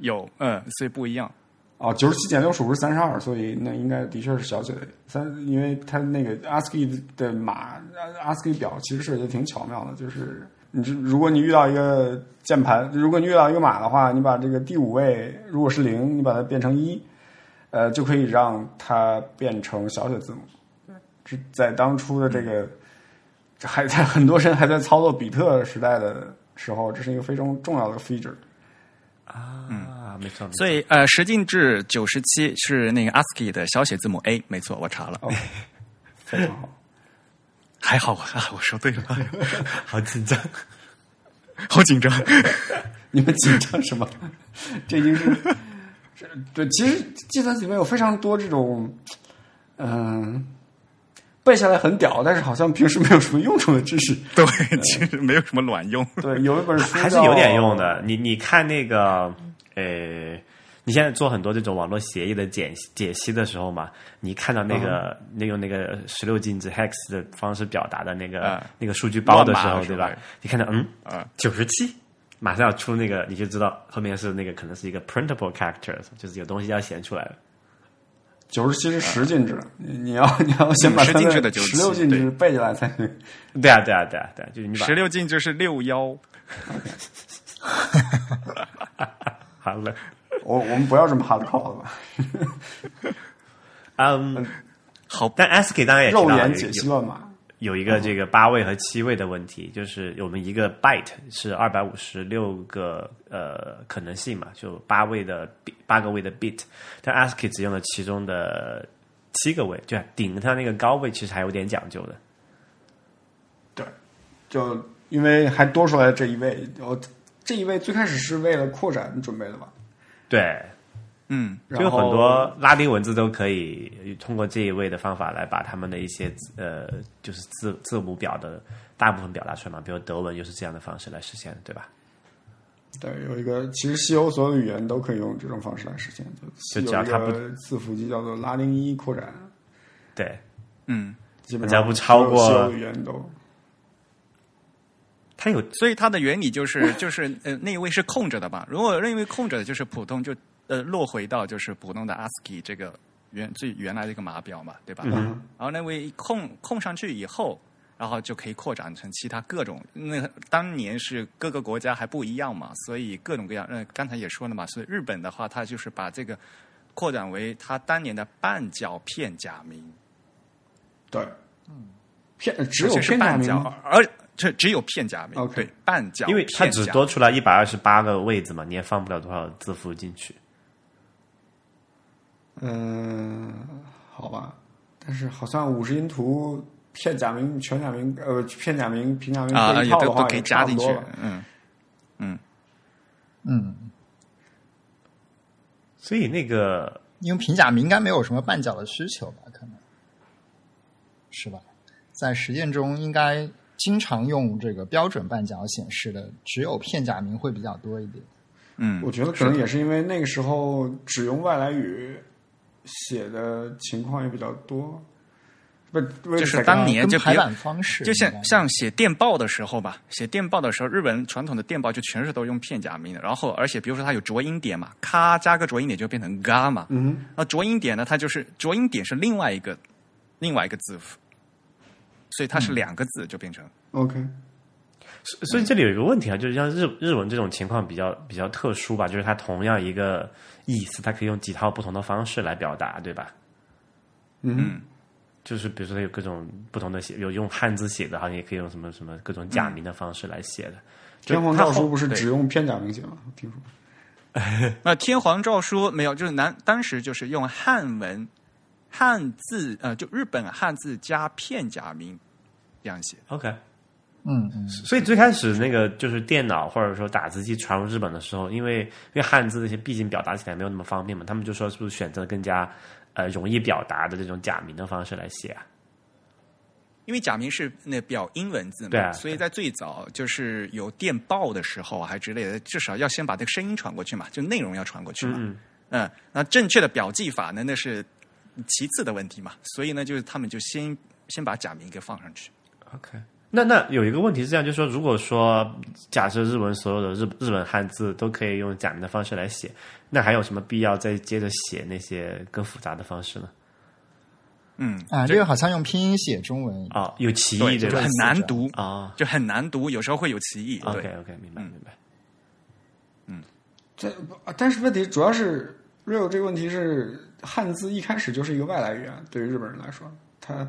有嗯，所以不一样。
哦，九十七减六十五是三十二，所以那应该的确是小写的 A 三，因为它那个 ASCII 的码 ASCII 表其实设计的挺巧妙的，就是你这如果你遇到一个键盘，如果你遇到一个码的话，你把这个第五位如果是零，你把它变成一，呃，就可以让它变成小写字母。这在当初的这个还在很多人还在操作比特时代的时候，这是一个非常重要的 feature。
啊，没错，没错
所以呃，十进制九十七是那个 ASCII 的小写字母 A，没错，我查
哦
了，
OK，非常好。
还好我、啊、我说对了，
好紧张。
好紧张。
你们紧张什么？ 这已经是，这对，其实计算机里面有非常多这种，嗯、背下来很屌，但是好像平时没有什么用处的知识。
对，其实没有什么卵用。
对，有一本书
还是有点用。的。你你看那个，呃，你现在做很多这种网络协议的解解析的时候嘛，你看到那个、那用那个十六进制 hex 的方式表达的那个、
啊
那个数据包的时
乱码
候，
的时
对
候
吧？你看到嗯
啊
九十七。马上要出那个，你就知道后面是那个可能是一个 printable characters，就是有东西要显出来了。
九十七是十进制，你你要你要先把
嗯10进制的
十六进制
对
背下来才行。
对啊，对啊，对啊，对啊，就是你把
十六进制是六幺，
好了，
我我们不要这么 hard call 了吧？
嗯，
好
但 ASCII 当然也知道
肉眼
有
解
有
析乱码。
有
嗯
一个这个八位和七位的问题，就是我们一个 byte 是二百五十六个呃可能性嘛，就八位的 bit- 八个位的 bit，但 ASCII 只用了其中的七个位，对、啊，顶它那个高位其实还有点讲究的。
对，就因为还多出来这一位，我这一位最开始是为了扩展准备的吧？
对，
嗯，
就
然
有
后
很多拉丁文字都可以通过这一位的方法来把他们的一些字呃就是字字母表的大部分表达出来嘛，比如德文就是这样的方式来实现的，对吧？
对，有一个，其实西欧所有语言都可以用这种方式来实现，就
就只要它不
有一个字符集叫做拉丁一扩展，
对，
嗯，
基本
只要
上
不超过
所有西欧语言都
它有
所以它的原理就是 就是呃那一位是空着的吧？如果那一位空着的，就是普通就呃落回到就是普通的 ASCII 这个原最原来的一个码表嘛，对吧？嗯、然后那位空空上去以后。然后就可以扩展成其他各种，那当年是各个国家还不一样嘛，所以各种各样。嗯、刚才也说了嘛，所以日本的话，它就是把这个扩展为它当年的半角片假名，
对，片只有
而且是
片假
半
名
角
吗，
而这只有片假名
OK
对，半角，
因为它只多出来一百二十八个位子嘛，你也放不了多少字符进去。
嗯、好吧，但是好像五十音图片假名、全假名，呃，片假名、平假名
啊，
这一
也
套的
都
话，
都可以加进去，嗯，
嗯，
所以那个
因为平假名应该没有什么绊脚的需求吧？可能是吧？在实践中，应该经常用这个标准绊脚显示的，只有片假名会比较多一点。
嗯，
我觉得可能也是因为那个时候只用外来语写的情况也比较多，不
就是当年就
呃跟
比
排
如
版方式
就像
应该
像写电报的时候吧，写电报的时候，日本传统的电报就全是都用片假名的，然后而且比如说它有浊音点嘛，咔加个浊音点就变成嘎嘛，嗯，那浊音点呢，它就是浊音点是另外一个另外一个字符，所以它是
嗯
两个字就变成、
OK，
所所以这里有一个问题啊，就是像日日文这种情况比较比较特殊吧，就是它同样一个意思，它可以用几套不同的方式来表达，对吧？
嗯
就是比如说它有各种不同的写，有用汉字写的，好像也可以用什么什么各种假名的方式来写的。就
天皇
它
诏
后
书不是
对
只用片假名写吗？我听说
那天皇诏书没有，就是南当时就是用汉文汉字呃，就日本汉字加片假名这样写，
OK，
嗯嗯
所以最开始那个就是电脑或者说打字机传入日本的时候，因为因为汉字那些毕竟表达起来没有那么方便嘛，他们就说是不是选择更加呃容易表达的这种假名的方式来写啊？
因为假名是那表音文字嘛，
对啊
所以在最早就是有电报的时候啊，还之类的，至少要先把这个声音传过去嘛，就内容要传过去嘛。
嗯
嗯那正确的表记法呢，那是其次的问题嘛。所以呢，就是他们就先先把假名给放上去。
，OK。那那有一个问题是这样，就是说，如果说假设日文所有的日日本汉字都可以用假名的方式来写，那还有什么必要再接着写那些更复杂的方式呢？
嗯，
啊，这个好像用拼音写中文
啊、有歧
对，
义
就是
吧？
很难读，
啊、
就很难读，有时候会有歧义。
o
对
k OK，明白明白。
这，但是问题主要是 real 这个问题是汉字一开始就是一个外来语啊，对于日本人来说，他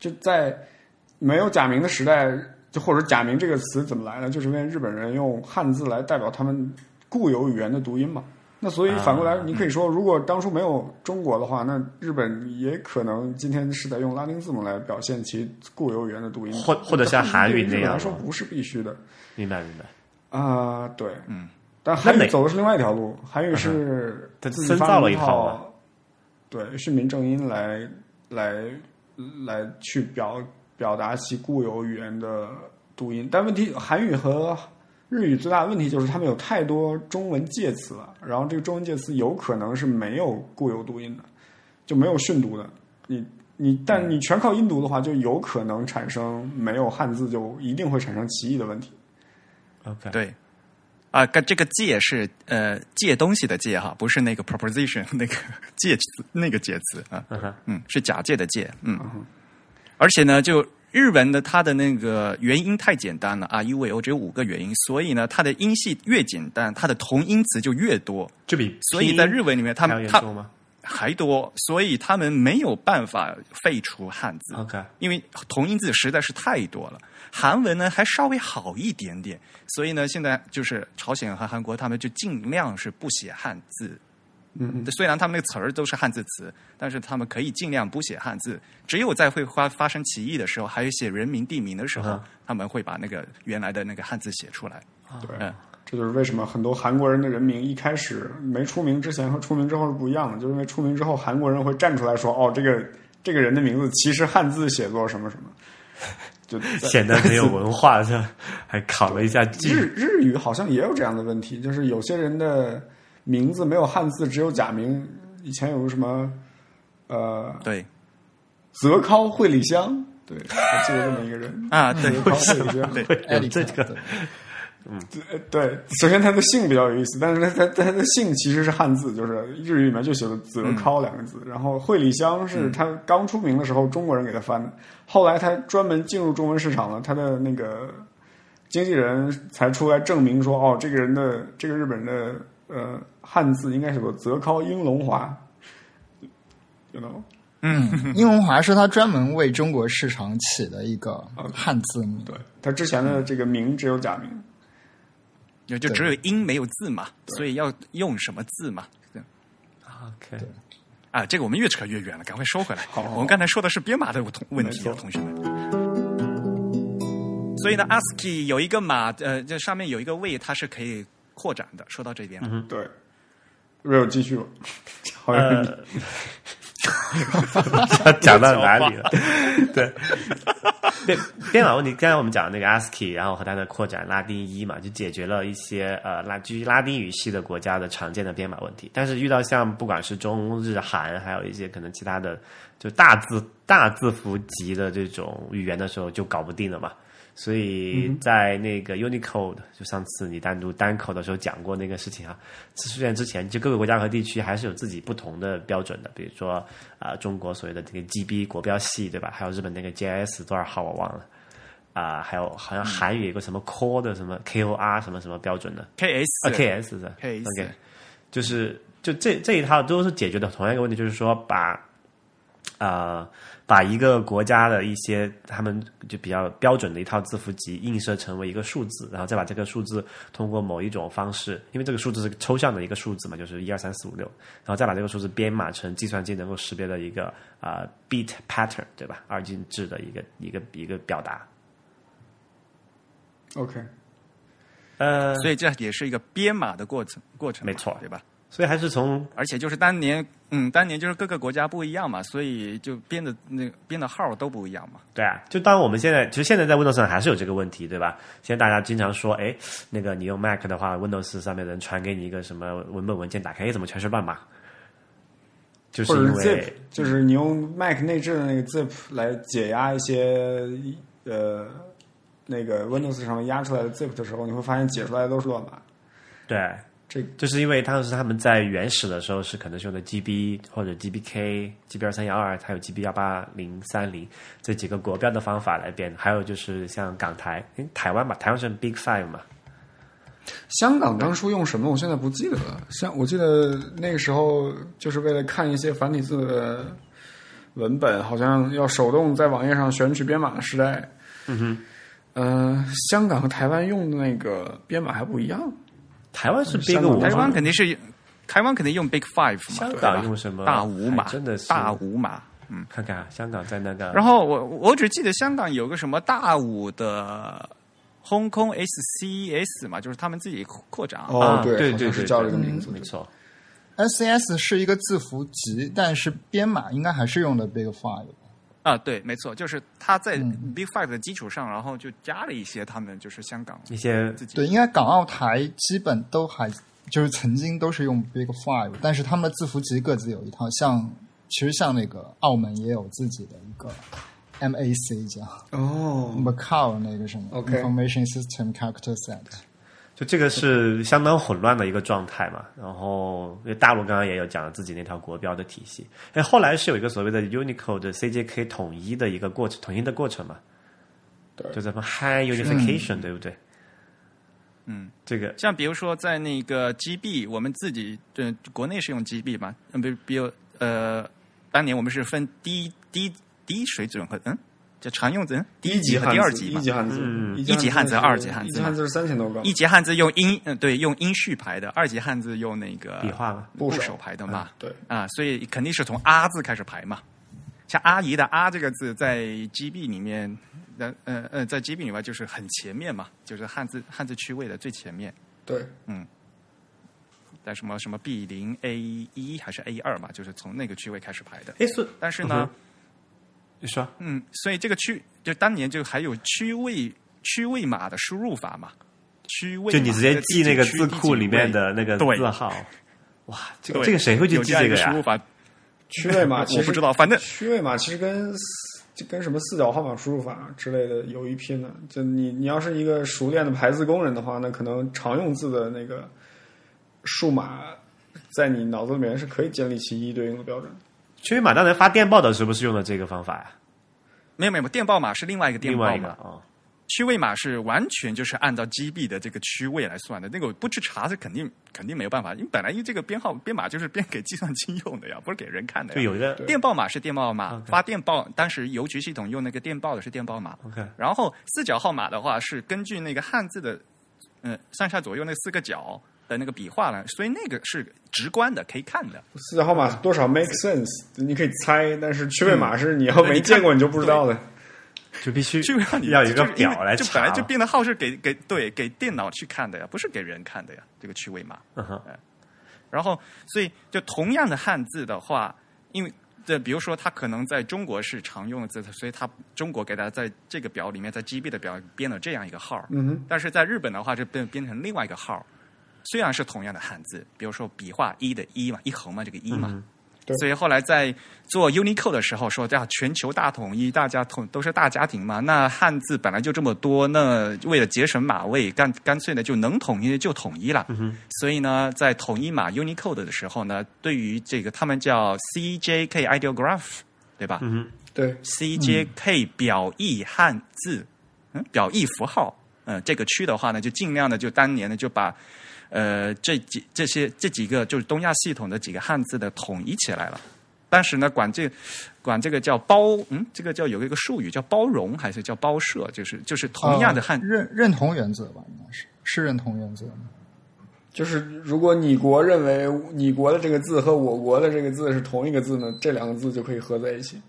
就在没有假名的时代，就或者假名这个词怎么来呢？就是因为日本人用汉字来代表他们固有语言的读音嘛。那所以反过来，你可以说，如果当初没有中国的话，那日本也可能今天是在用拉丁字母来表现其固有语言的读音，
或或者像韩语
对
那样
日本来说不是必须的。
明白明白，
啊、对，嗯，但韩
那
语
哪嗯
走的是另外一条路，韩语是
它
自己
深
发
造
明
了一套啊
套，对，是民正音来来来去表表达其固有语言的读音，但问题韩语和日语最大的问题就是他们有太多中文介词了，然后这个中文介词有可能是没有固有读音的，就没有训读的，你。你
嗯
但你全靠音读的话，就有可能产生没有汉字就一定会产生歧义的问题。
OK，
对。啊，跟这个借是呃借东西的借哈，不是那个 proposition 那个借词那个借词啊。
嗯哼，
嗯，是假借的借，嗯，而且呢，就日文的它的那个元音太简单了啊，u v o 只有五个元音，所以呢，它的音系越简单，它的同音词就越多，
就比
所以在日文里面，他
还要
们
严
他
重吗
还多，所以他们没有办法废除汉字，
？OK，
因为同音字实在是太多了。韩文呢还稍微好一点点，所以呢，现在就是朝鲜和韩国他们就尽量是不写汉字。嗯，虽然他们那个词儿都是汉字词，但是他们可以尽量不写汉字。只有在会发发生歧义的时候，还有写人名地名的时候，
嗯
他们会把那个原来的那个汉字写出来。
对，
嗯
这就是为什么很多韩国人的人名一开始没出名之前和出名之后是不一样的，就是因为出名之后韩国人会站出来说：“哦，这个这个人的名字其实汉字写作什么什么。”就在
显得很有文化， 是吧？还考了一下
日
剧，
日语好像也有这样的问题，就是有些人的名字没有汉字，只有假名。以前有个什么呃
对，
泽尻惠里香，对我记得这么一个人
啊， 对
泽尻惠里香，对。
e
有
d
这 个
呃，对，首先他的姓比较有意思，但是他他他的姓其实是汉字，就是日语里面就写了“泽尻”两个字。然后惠里香是他刚出名的时候中国人给他翻的，后来他专门进入中文市场了，他的那个经纪人才出来证明说，哦，这个人的这个日本人的呃汉字应该是个“泽尻英龙华 ”，you know。
殷文华是他专门为中国市场起的一个汉字名，
对他之前的这个名只有假名，
就就只有音没有字嘛，所以要用什么字嘛。对
OK，
啊，这个我们越扯越远了，赶快收回来。
好好好
我们刚才说的是编码的同问题啊
没错，
同学们。所以呢，ASCII 有一个码，呃，这上面有一个位，它是可以扩展的。
嗯
说到这边了，
呃对，real 继续吧，好像是你、
呃，讲 到哪里了？对，编编码问题，刚才我们讲那个 ASCII，然后和它的扩展拉丁一嘛，就解决了一些呃拉居拉丁语系的国家的常见的编码问题。但是遇到像不管是中日韩，还有一些可能其他的就大字大字符集的这种语言的时候，就搞不定了嘛。所以在那个 Unicode，、就上次你单独单口的时候讲过那个事情啊。虽然之前就各个国家和地区还是有自己不同的标准的，比如说啊、呃中国所谓的这个 GB 国标系，对吧？还有日本那个 JS 多少号我忘了啊、还有好像韩语有个什么 Core 的什么 KOR 什么什么标准的
KS
啊 KS 是吧
KS
OK，就是就这这一套都是解决的同样一个问题，就是说把呃，把一个国家的一些他们就比较标准的一套字符集映射成为一个数字，然后再把这个数字通过某一种方式，因为这个数字是抽象的一个数字嘛，就是一二三四五六，然后再把这个数字编码成计算机能够识别的一个啊、呃 bit pattern，对吧？二进制的一个一个一个表达。
OK，
呃，
所以这也是一个编码的过程过程嘛，
没错
对吧？
所以还是从
而且就是当年，嗯，当年就是各个国家不一样嘛，所以就编的那编的号都不一样嘛。
对啊，就当我们现在其实现在在 Windows 上还是有这个问题，对吧？现在大家经常说，哎，那个你用 Mac 的话，Windows 上面的人传给你一个什么文本文件，打开，哎，怎么全是乱码？就是
或者
因
是
为
Zip，就是你用 Mac 内置的那个 Zip 来解压一些呃那个 Windows 上面压出来的 Zip 的时候，你会发现解出来的都是乱码。
对，
这
就是因为当时他们在原始的时候是可能是用的 GB 或者 GBK、GB 二三幺二，还有 GB 幺八零三零这几个国标的方法来编，还有就是像港台、诶台湾吧，台湾是 Big Five 嘛，
香港当初用什么，我现在不记得了。像我记得那个时候，就是为了看一些繁体字的文本，好像要手动在网页上选取编码的时代。嗯哼，呃，香港和台湾用的那个编码还不一样。
台湾是 Big
香港
五嘛，
台湾肯定是台湾肯定用 Big Five 嘛，
香
对吧
港用什么
大五码，
还真的是
大五码。嗯，
看看啊，香港在那个
然后我我只记得香港有个什么大五的 Hong Kong SCS E 嘛，就是他们自己扩展啊。
哦
啊，
对，
对
好
对
像是
对
叫
对嗯
这个名字。
没错，
SCS 是一个字符集，但是编码应该还是用的 Big Five。
啊，对，没错，就是他在
嗯
Big Five 的基础上，然后就加了一些他们就是香港
一些
自己
对，应该港澳台基本都还就是曾经都是用 Big Five，但是他们的字符集各自有一套，像其实像那个澳门也有自己的一个 MAC 叫
哦
Macau 那个什么
OK
Information System Character Set。
就这个是相当混乱的一个状态嘛。然后因为大陆刚刚也有讲了自己那套国标的体系，哎，后来是有一个所谓的 Unicode CJK 统一的一个过程，统一的过程嘛，
对
就咱们 High Unification 对不对？
嗯，
这个
像比如说在那个 GB，我们自己呃国内是用 GB 嘛，嗯，比比如呃，当年我们是分低低低水准和嗯，就常用的嗯第一级和第二级
一
嘛。
级汉字，
嗯
一级
一级汉字
是
二级汉字
一级汉字是三千多个，
一级汉字用音嗯对用音序排的，二级汉字用那个
笔画嘛
部首排的嘛，
对，
啊，所以肯定是从阿字开始排嘛。像阿姨的阿这个字在 GB 里面，呃呃呃，在 GB 里面就是很前面嘛，就是汉字汉字区位的最前面。
对，
在什么什么 B 零 A 一还是 A 二嘛，就是从那个区位开始排的。
哎，所以
但是呢，
你说
嗯，所以这个区就当年就还有区位区位码的输入法嘛，区位
就你
码
直接
在第
记
几
那个
区
字
第
库
几
里面
位
的那个
对
字号，哇，这个
对
这个谁会去
有
记
样
这
一
个
个
呀
输？入法
区位码其实
我不知道，反正
区位码其实跟四就跟什么四角号码输入法之类的有一拼的。就你你要是一个熟练的排字工人的话，那可能常用字的那个数码，在你脑子里面是可以建立起一一对应的标准。
缺码当年发电报的时候不是用的这个方法呀？
没有没有电报码是另外一个电
另
报
外一个
码，
啊，
区位码是完全就是按照 GB 的这个区位来算的，那个我不去查是肯定肯定没有办法，因为本来因为这个编号编码就是编给计算机用的呀，不是给人看的呀。
就有一个
电报码是电报码
OK，
发电报当时邮局系统用那个电报的是电报码。
OK
然后四角号码的话是根据那个汉字的，嗯，上下左右那四个角的那个笔画来，所以那个是直观的，可以看的。
四角号码多少 make sense，你可以猜，但是区位码是你要
嗯对
没
你看
见过你就不知道的。
就必须
就让你
要有一个
就是因为
表来
就
查哦
本来就
了
编的号是给给对给电脑去看的呀，不是给人看的呀，这个区位码。
嗯哼
然后，所以就同样的汉字的话，因为这比如说，它可能在中国是常用的字，所以它中国给它在这个表里面，在 GB 的表编了这样一个号。
嗯哼，
但是在日本的话，就变变成另外一个号，虽然是同样的汉字，比如说笔画一的一嘛，一横嘛，这个一
嗯
嘛。
对
所以后来在做 Unicode 的时候说，这样全球大统一，大家统都是大家庭嘛。那汉字本来就这么多，那为了节省码位，干干脆呢就能统一就统一了。所以呢，在统一码 Unicode 的时候呢，对于这个他们叫 CJK ideograph，对吧？
对，
CJK 表意汉字，嗯，表意符号，嗯、这个区的话呢，就尽量的就当年呢就把，呃，这几这些这几个就是东亚系统的几个汉字的统一起来了。当时呢，管这管这个叫包，嗯，这个叫有一个术语叫包容还是叫包摄，就是就是同样的汉，
呃认认同原则吧，应该是是认同原则吗？
就是如果你国认为你国的这个字和我国的这个字是同一个字呢，这两个字就可以合在一起。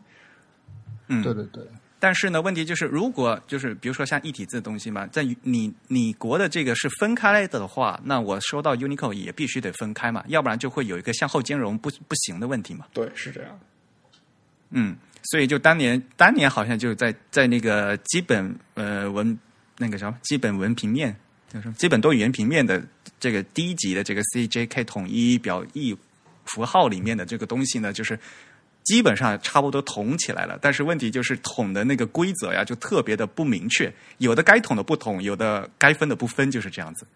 嗯，
对对对，
但是呢，问题就是，如果就是比如说像一体字的东西嘛，在于你你国的这个是分开来的话，那我收到 Unicode 也必须得分开嘛，要不然就会有一个向后兼容不不行的问题嘛。
对，是这样。
嗯，所以就当年当年好像就在在那个基本呃文那个什么基本文平面，叫什么基本多语言平面的这个第一级的这个 CJK 统一表意符号里面的这个东西呢，就是基本上差不多统起来了。但是问题就是统的那个规则呀，就特别的不明确，有的该统的不统，有的该分的不分，就是这样子。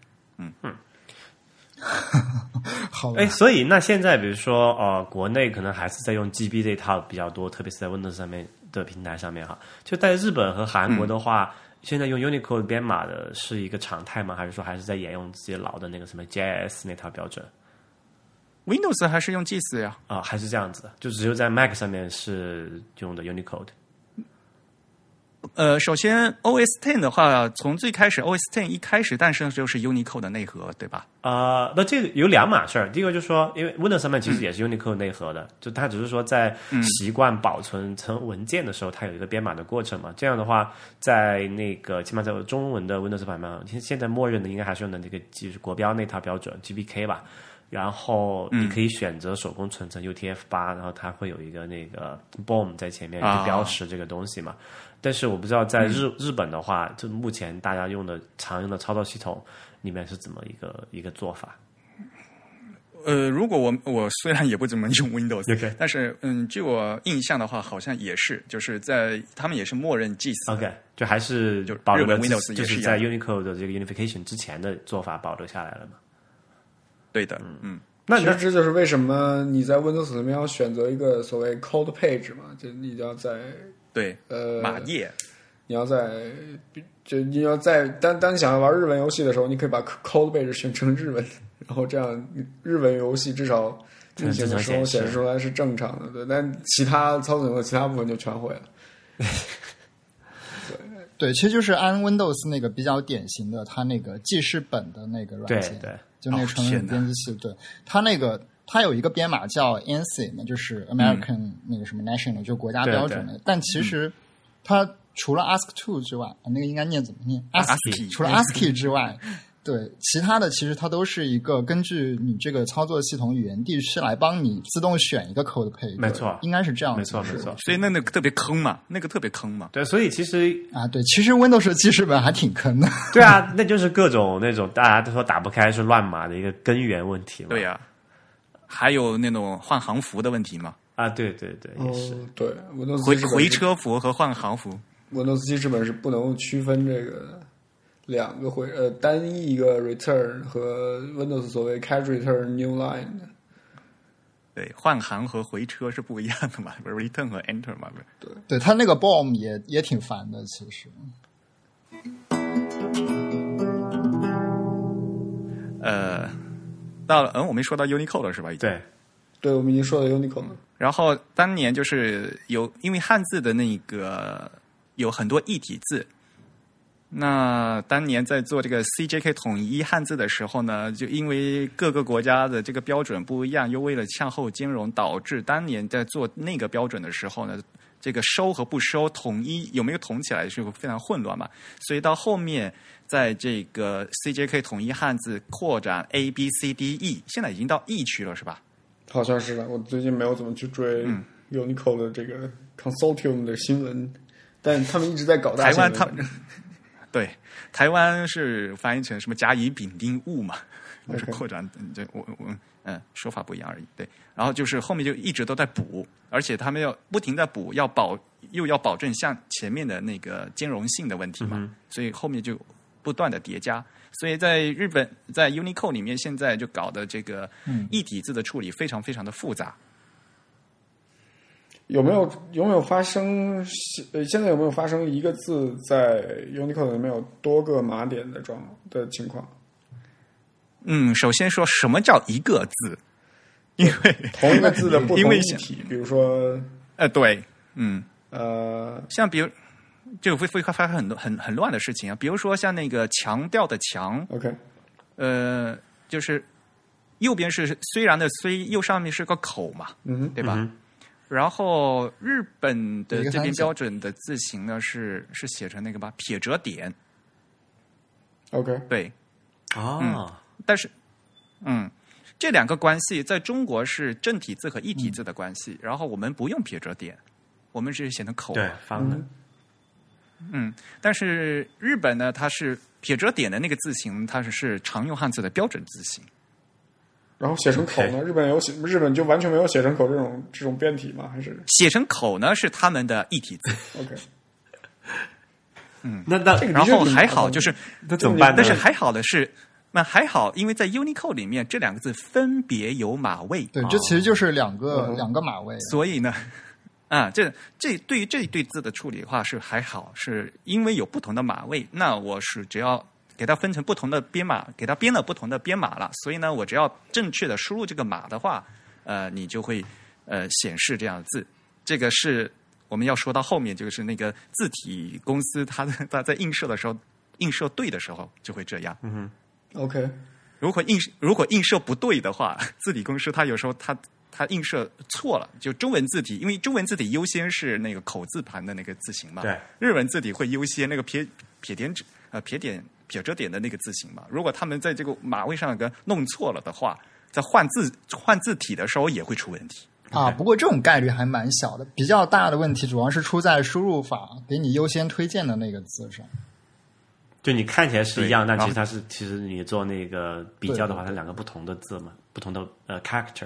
好吧
哎，，所以那现在比如说，呃，国内可能还是在用 GB 这一套比较多，特别是在 Windows 上面的平台上面哈。就在日本和韩国的话，现在用 Unicode 编码的是一个常态吗？还是说还是在沿用自己老的那个什么 JS 那套标准
Windows 还是用 GIS 呀？
啊、还是这样子？就只有在 Mac 上面是用的 Unicode。
呃，首先 OS Ten 的话，从最开始 OS Ten 一开始诞生的时候是 Unicode 的内核，对吧？
啊，那这个有两码事儿。第一个就是说，因为 Windows 上面其实也是 Unicode 内核的，就它只是说在习惯保存成文件的时候，它有一个编码的过程嘛。这样的话，在那个起码在中文的 Windows 版本，其实现在默认的应该还是用的那个就是国标那套标准 GBK 吧。然后你可以选择手工存成 UTF 八、然后它会有一个那个 BOM 在前面，
啊
就标识这个东西嘛。但是我不知道在日、日本的话，就目前大家用的常用的操作系统里面是怎么一个一个做法？
呃，如果我我虽然也不怎么用 Windows，、
OK
但是嗯，据我印象的话，好像也是，就是在他们也是默认 GIS 的。
OK，就还是
就
保留
日本
了自
Windows
就
也是
是
一
在
样
Unicode 的这个 unification 之前的做法保留下来了嘛？
对的，嗯，
那
其实这就是为什么你在 Windows 里面要选择一个所谓 Code Page 嘛，就你要在
对，
呃
马页，
你要在就你要在当当你想要玩日文游戏的时候，你可以把 Code Page 选成日文，然后这样日文游戏至少运行的时候显示出来是正常的，对。但其他操作系统的其他部分就全毁了。
对，其实就是按 Windows 那个比较典型的，它那个记事本的那个软
对
件，
对
就那
哦
个成人
天哪
编辑器，对它那个它有一个编码叫 ANSI 嘛，就是
嗯
American 那个什么 National，、就国家标准的。但其
嗯
实它除了 ASC Two 之外，啊那个应该念怎么念
ASCII
除了 ASCII 之外，对其他的其实它都是一个根据你这个操作系统语言地区来帮你自动选一个 code page，
没错
应该是
哦
这样
没
子
错
是
没错，
所以那那个特别坑嘛，那个特别坑嘛。
对，所以其实
啊，对，其实 Windows 的记事本还挺坑的。
对啊，那就是各种那种大家都说打不开是乱码的一个根源问题嘛。
对呀、还有那种换行符的问题嘛，
啊，对对对，也是。
嗯，对，Windows
回
记事本是
回车符和换行符。
Windows 记事本是不能区分这个两个回呃单一一个 return 和 Windows 所谓 catch return new line 的。
对，换行和回车是不一样的嘛，不是 return 和 enter 嘛，不是。
对他那个 bomb 也也挺烦的，其实。
呃，到了，嗯，我没说到 Unicode 了是吧？已经。
对，
对，我们已经说了 Unicode 了。
然后当年就是有，因为汉字的那个有很多异体字。那当年在做这个 CJK 统一汉字的时候呢，就因为各个国家的这个标准不一样，又为了向后兼容，导致当年在做那个标准的时候呢，这个收和不收统一有没有统起来是非常混乱嘛。所以到后面，在这个 CJK 统一汉字扩展 A B C D E，现在已经到 E 区了，是吧？
好像是的，我最近没有怎么去追 Uniqlo 的这个 consortium 的新闻，但他们一直在搞大
台
新
湾
闻。
他们 对台湾是翻译成什么甲乙丙丁戊嘛，就是扩展，嗯这我我嗯说法不一样而已。对，然后就是后面就一直都在补，而且他们要不停在补，要保又要保证像前面的那个兼容性的问题嘛，所以后面就不断的叠加。所以在日本，在 Unicode 里面，现在就搞的这个异体字的处理非常非常的复杂。
有没有有没有发生？呃，现在有没有发生一个字在 Unicode 里面有多个码点的状的情况？
嗯，首先说什么叫一个字，因为
同一个字 的不
因
同
为
义
想
体，比如说
呃对，嗯，
呃，
像比如，就会会发生很多很很乱的事情啊，比如说像那个强调的强，
OK，
呃，就是右边是虽然的虽，右上面是个口嘛，
嗯哼
对吧？然后日本的
一个
这边
三角
标准的字形呢是是写成那个吧撇折点，
，OK，
对，嗯
哦，
但是，嗯，这两个关系在中国是正体字和异体字的关系，然后我们不用撇折点，我们是写成口嘛，
对，方的，
嗯，但是日本呢，它是撇折点的那个字形，它是是常用汉字的标准字形。
然后写成口 呢？日本有写，日本就完全没有写成口这种这种变体吗？还是
写成口呢是他们的异体字，
哎
OK？
那那
这个
然
的确
后
挺
还
麻
好
烦
就是，
嗯那怎么办呢？
但是还好的是，那还好，因为在 Unicode 里面这两个字分别有码位，
对，这其实就是两个、
嗯
两个马位。
所以呢， 啊，这这对于这一对字的处理的话是还好，是因为有不同的码位，那我是只要给它分成不同的编码，给它编了不同的编码了，所以呢，我只要正确的输入这个码的话，呃，你就会呃显示这样的字。这个是我们要说到后面，就是那个字体公司它的它在映射的时候，映射对的时候就会这样。
OK，
如果映如果映射不对的话， 字体公司它有时候它它映射错了，就中文字体，因为中文字体优先是那个口字旁的那个字形嘛，
对，
日文字体会优先那个撇撇点指呃撇点撇折点的那个字形嘛。如果他们在这个码位上给弄错了的话，在换字换字体的时候也会出问题。
啊，不过这种概率还蛮小的，比较大的问题主要是出在输入法给你优先推荐的那个字上。
就你看起来是一样，
对
但
然后
其实它是其实你做那个比较的话，
对对
它两个不同的字嘛，不同的呃 character。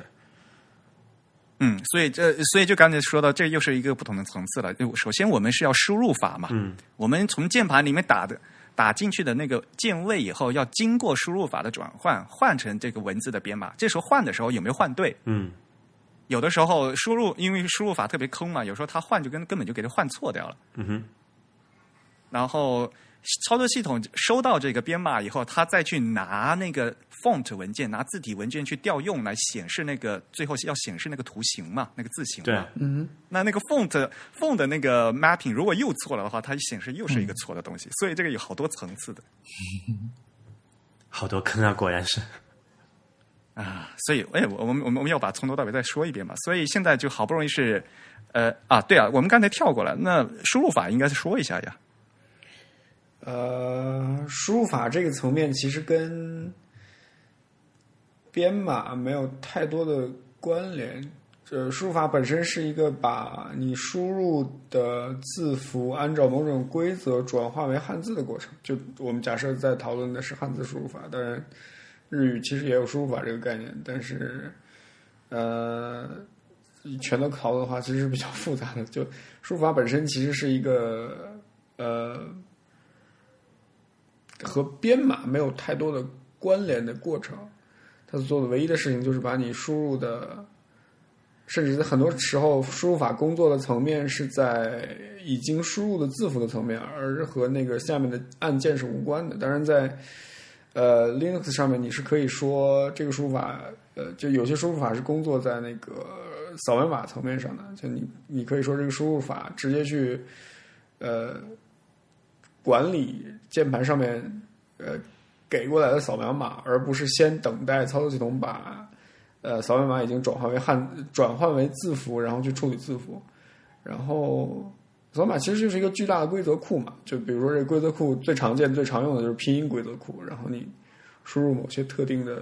嗯，所以这所以就刚才说到，这又是一个不同的层次了。就首先我们是要输入法嘛，嗯，我们从键盘里面打的打进去的那个键位以后，要经过输入法的转换，换成这个文字的编码。这时候换的时候有没有换对？
嗯，
有的时候输入因为输入法特别坑嘛，有时候它换就跟根本就给它换错掉了。
嗯哼，
然后操作系统收到这个编码以后，它再去拿那个 font 文件、拿字体文件去调用来显示那个最后要显示那个图形嘛，那个字形嘛。
对，啊
那那个 font font 的那个 mapping 如果又错了的话，它显示又是一个错的东西，所以这个有好多层次的
好多坑啊，果然是。
啊。所以，哎，我我们我们我们要把从头到尾再说一遍嘛。所以现在就好不容易是，呃啊，对啊，我们刚才跳过了，那输入法应该是说一下呀。
呃，输入法这个层面其实跟编码没有太多的关联。呃，输入法本身是一个把你输入的字符按照某种规则转化为汉字的过程。就我们假设在讨论的是汉字输入法，当然日语其实也有输入法这个概念，但是呃，全都讨论的话，其实是比较复杂的。就输入法本身其实是一个呃和编码没有太多的关联的过程。它做的唯一的事情就是把你输入的，甚至在很多时候输入法工作的层面是在已经输入的字符的层面，而和那个下面的按键是无关的。当然在，呃 Linux 上面，你是可以说这个输入法，呃，就有些输入法是工作在那个扫描码层面上的，就你你可以说这个输入法直接去，呃，管理键盘上面呃给过来的扫描码，而不是先等待操作系统把呃扫描码已经转换为汉转换为字符，然后去处理字符。然后扫码其实就是一个巨大的规则库嘛，就比如说这个规则库最常见、最常用的就是拼音规则库，然后你输入某些特定的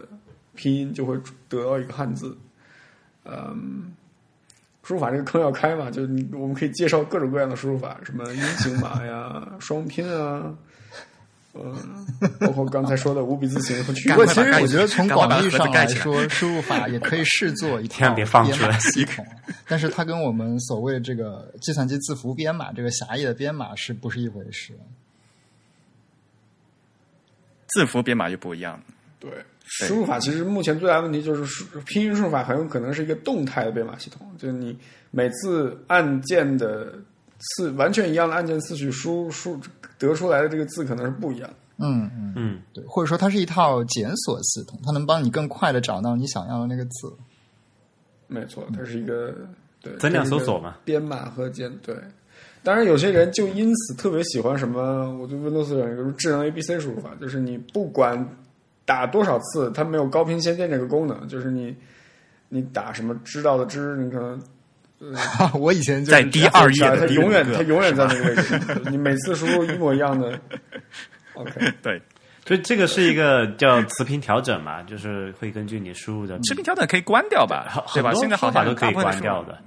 拼音就会得到一个汉字。嗯，输入法这个坑要开嘛，就你我们可以介绍各种各样的输入法，什么阴形码呀、双拼啊，呃，包括刚才说的五笔字形和去
不
赶
过
快
其实
把盖
我觉得从广义上来
赶快
说，输入法也可以视 作一
千
套
万别放出来
编码系统，但是它跟我们所谓这个计算机字符编码这个狭义的编码是不是一回事？
字符编码又不一 样。
对，输入法其实目前最大的问题就是输拼音输入法很有可能是一个动态的编码系统，就是你每次按键的次完全一样的按键次序输输得出来的这个字可能是不一样的。
嗯嗯，
嗯，
对，或者说它是一套检索系统，它能帮你更快的找到你想要的那个字。
没错，它是一个对
增量搜索嘛，
它是一个编码和检对。当然，有些人就因此特别喜欢什么，我对 Windows 有一个智能 ABC 输入法，就是你不管打多少次，它没有高频先见这个功能，就是你你打什么知道的知，你可能
我以前就
在
是
第二页
它
的第五
啊永远
个
它永远在那个位置，你每次输入一模一样 的。OK，
对，
所以这个是一个叫词频调整嘛，就是会根据你输入的
视频调整可以关掉吧，嗯对吧？
很多
现在好
方法
像
都可以
大部分
关掉
是
的。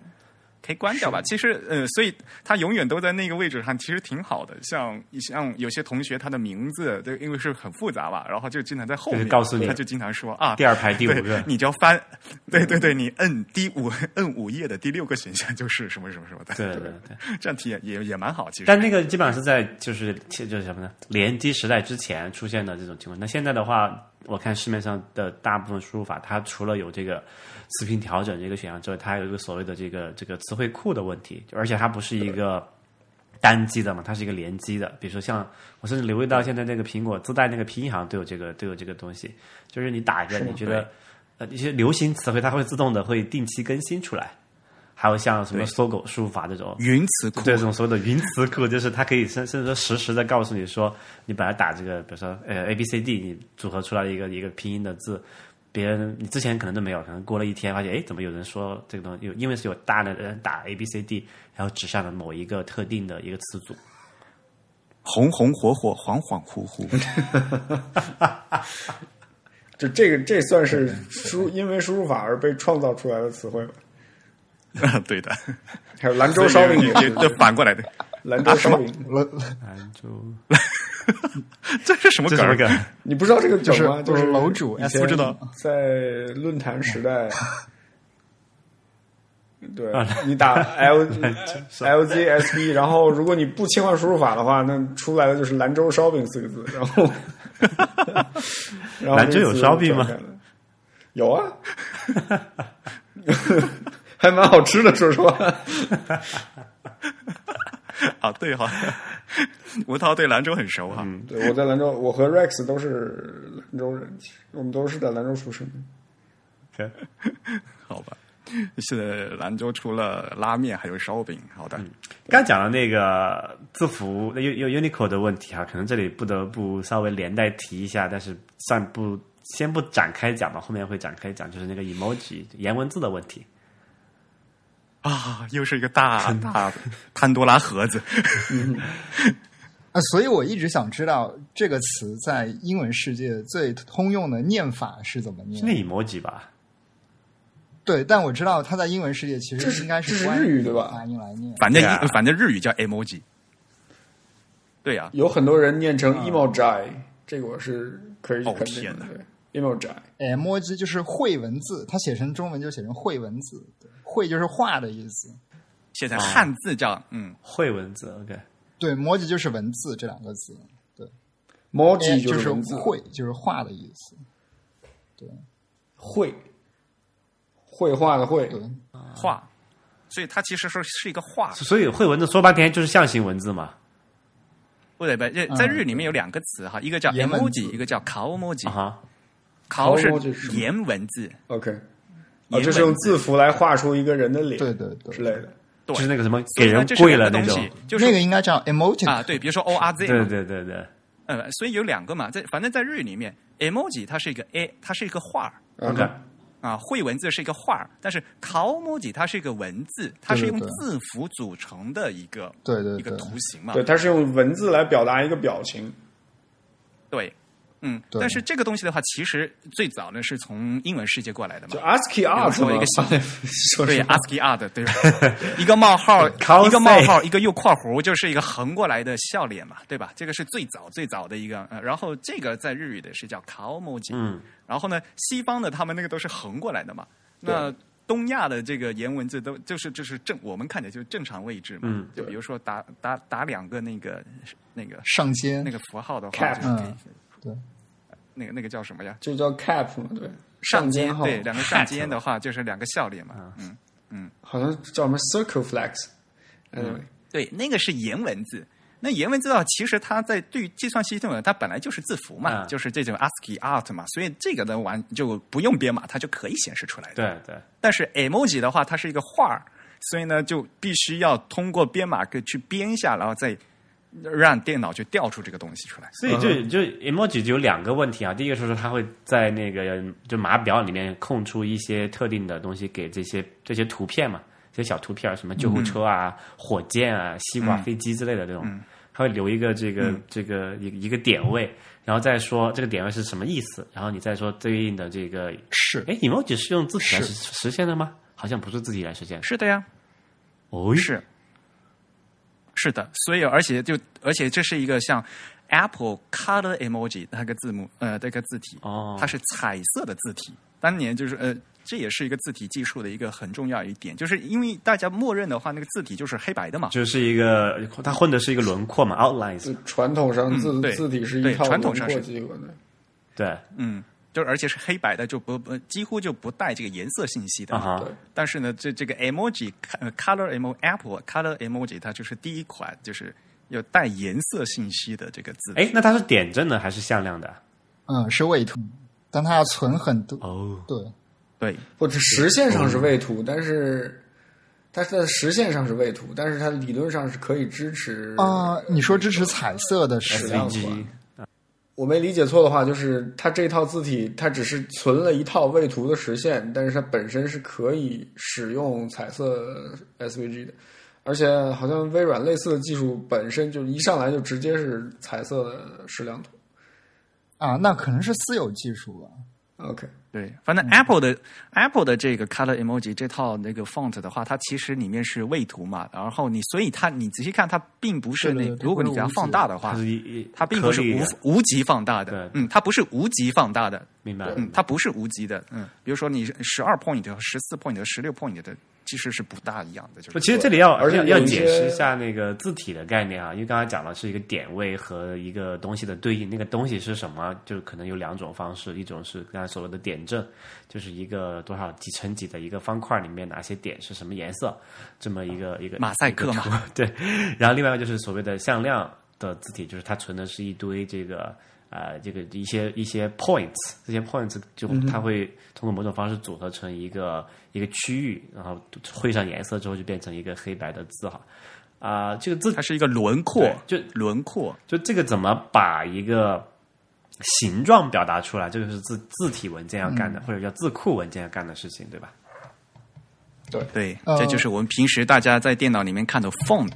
可以关掉吧。其实，呃，所以它永远都在那个位置上，其实挺好的。像像有些同学，他的名字对，因为是很复杂嘛，然后就经常在后面
就是告诉你
他就经常说啊，
第二排第五
对
个
你就要翻， 对对对，你摁第五 摁五页的第六个选项就是什么什么什么的，
对对对，
这样体验也也蛮好。其实，
但那个基本上是在就是就是什么呢？联机时代之前出现的这种情况。那现在的话，我看市面上的大部分输入法，它除了有这个词频调整这个选项之外，它还有一个所谓的这个这个词汇库的问题，而且它不是一个单机的嘛，它是一个连机的。比如说像我甚至留意到现在那个苹果自带那个拼音好像都有这个都有这个东西，就是你打一个你觉得呃一些流行词汇，它会自动的会定期更新出来。还有像什么
对
搜狗输入法这种，
云词库
对这种所谓的云词库，就是它可以甚甚至说实时的告诉你说，你本来打这个，比如说呃 A B C D，你组合出来一个一个拼音的字，别人你之前可能都没有，可能过了一天发现，哎，怎么有人说这个东西？有因为是有大量的人打 A B C D，然后指向了某一个特定的一个词组。
红红火火，恍恍惚惚。
就这个这算是输因为输入法而被创造出来的词汇吧？
啊 对的，
还有兰州烧饼
也
也
也
是，
也反过来的，
兰州烧饼，
我
啊，就
这是什么
这
梗
是
儿？
那个
你不知道这个梗
就是
吗？就是
楼主
以前
SM 不知道
在论坛时代，对你打 L L Z S B，然后如果你不切换输入法的话，那出来的就是兰州烧饼四个字，然后然后
兰州有
这个词
烧饼吗
就展开了？有啊， 还蛮好吃的，说实话。
啊，对哈， 吴涛对兰州很熟哈。
嗯
对，我在兰州，我和 Rex 都是兰州人，其实我们都是在兰州出生的。
好吧，是兰州除了拉面还有烧饼。好
嗯
的，
刚讲了那个字符 U U Unicode 的问题哈、可能这里不得不稍微连带提一下，但是暂不先不展开讲吧，后面会展开讲，就是那个 emoji 颜文字的问题。
啊，又是一个大大潘多拉盒子。
啊，所以我一直想知道这个词在英文世界最通用的念法是怎么
是那
念。
emoji 吧？
对，但我知道它在英文世界其
这
实
是
应该
这是
关
日语
于
对吧
发音来念。
反正一、
对啊
反正日语叫 emoji。对呀、
有很多人念成
啊
emoji，、这个我是可以
哦
肯定
天
的
哪。
对 emoji，
emoji 就是绘文字，它写成中文就写成绘文字，对绘就是画的意思。
写成汉字叫、嗯，
会文字，OK。
对，emoji 就是文字这两个字，
m o j i
就是是
文字，
绘就是画的意思。
绘绘画的绘，
对，
画，所以它其实说是一个画。
所以会文字说半天就是象形文字嘛？
不对不对，在日语里面有两个词哈，一个叫
颜文字
emoji，一个叫 kao
啊
emoji。
哈，
kao 是
emoji 是什么
颜文字，
OK，
颜
哦，
文
就是用字符来画出一个人的脸，
对对对
之类的。
对
就是那个什么
所
给
以呢
人
这是
跪
两
了
个
那
东
种
西。，就是
那个应该叫 emoji
啊，对，比如说 o r z，
对对对对，
呃，所以有两个嘛，在反正在日语里面，emoji 它是一个 a，它是一个画儿
嗯
OK
啊，绘文字是一个画儿，但是 kaomoji 它是一个文字，它是用
对对对
字符组成的一个
对对
一个
对
图形嘛，
对，它是用文字来表达一个表情。
对，嗯，
对
但是这个东西的话，其实最早呢是从英文世界过来的嘛
就，ASCII
比如
art
说一个小
嘛 说啊
对
是啊
ASCII art，对吧？一个冒号，
cosine
一个冒号，一个右括弧，就是一个横过来的笑脸嘛，对吧？这个是最早最早的一个，呃，然后这个在日语的是叫 kao moji，
嗯，
然后呢，西方的他们那个都是横过来的嘛，那。东亚的这个颜文字都就是就是正我们看起来就是正常位置嘛，
嗯
就比如说打打打两个那个那个
上街
那个符号的话
Cap
就是可以，
对，
那个那个叫什么呀？
就叫 cap 嘛，对，
上
肩
肩
号，
对，两个上肩的话就是两个笑脸嘛，嗯。
好像叫什么 circumflex。Anyway，
嗯对，那个是颜文字。那颜文字的话，其实它在对于计算系统呢，它本来就是字符嘛，
嗯
就是这种 ASCII art 嘛，所以这个的完就不用编码，它就可以显示出来的。
对对，
但是 emoji 的话，它是一个画儿，所以呢，就必须要通过编码给去编一下，然后再让电脑去调出这个东西出来。
所以就就 emoji 就有两个问题啊，第一个就是它会在那个就码表里面空出一些特定的东西给这些这些图片嘛，这些小图片儿，什么救护车啊、火箭啊、西瓜、飞机之类的这种，它会留一个这个、这个一个一个点位，然后再说这个点位是什么意思，然后你再说对应的这个，
是
哎，emoji 是用字体来
是
实实现的吗？好像不是自己来实现的，
是的呀，
哦，
是，是的，所以而且就而且这是一个像 Apple Color Emoji 那个字母呃这个字体
哦
它是彩色的字体。当年就是呃，这也是一个字体技术的一个很重要一点，就是因为大家默认的话，那个字体就是黑白的嘛。
就是一个它混的是一个轮廓嘛
就
，outlines，
传统上字
嗯对
字体是一
对
套轮
传统
廓
上是
结构的，
对
嗯，就是而且是黑白的，就不不几乎就不带这个颜色信息的
啊
嘛。
哈
对，
但是呢，这这个 emoji 呃 color emo Apple color emoji 它就是第一款就是有带颜色信息的这个字体。
哎，那它是点阵的还是向量的？啊
嗯，是位图，但它要存很多。
哦，
对，
对，
或者实现上是位图，但是它在实现上是位图，但是它理论上是可以支持
啊、你说支持彩色的是
矢量
，SVG
款。我没理解错的话，就是它这套字体，它只是存了一套位图的实现，但是它本身是可以使用彩色 SVG 的，而且好像微软类似的技术本身就一上来就直接是彩色的矢量图。
啊，那可能是私有技术吧。
OK，
对，反
嗯
正 Apple 的、Apple 的这个 Color Emoji 这套那个 font 的话，它其实里面是位图嘛，然后你所以它你仔细看，它并不是那
对对对
如果你给它放大的话
它，是一一
它并不是
颗粒
无
的
无极放大的
对，
嗯，它不是无极放大的，
明白了，
嗯，它不是无极的，嗯，比如说你十二 point 和十四 point 和十六 point 的其实是不大一样的，就
不，
是
其实这里要
而且
要
有
要
一些
解释一下那个字体的概念啊，因为刚才讲了是一个点位和一个东西的对应，那个东西是什么，啊就可能有两种方式，一种是刚才所谓的点阵，就是一个多少几乘几的一个方块里面哪些点是什么颜色，这么一个一个
马赛克嘛，
对，然后另外一个就是所谓的向量的字体，就是它存的是一堆这个呃这个一些一些 points，这些 points
嗯
就它会通过某种方式组合成一个一个区域，然后绘上颜色之后就变成一个黑白的字哈。啊、这个字
它是一个轮廓，
对就
轮廓，
就这个怎么把一个形状表达出来，这个是字字体文件要干
嗯
的，或者叫字库文件要干的事情，对吧？
对，
哦
呃
这就是我们平时大家在电脑里面看的 font，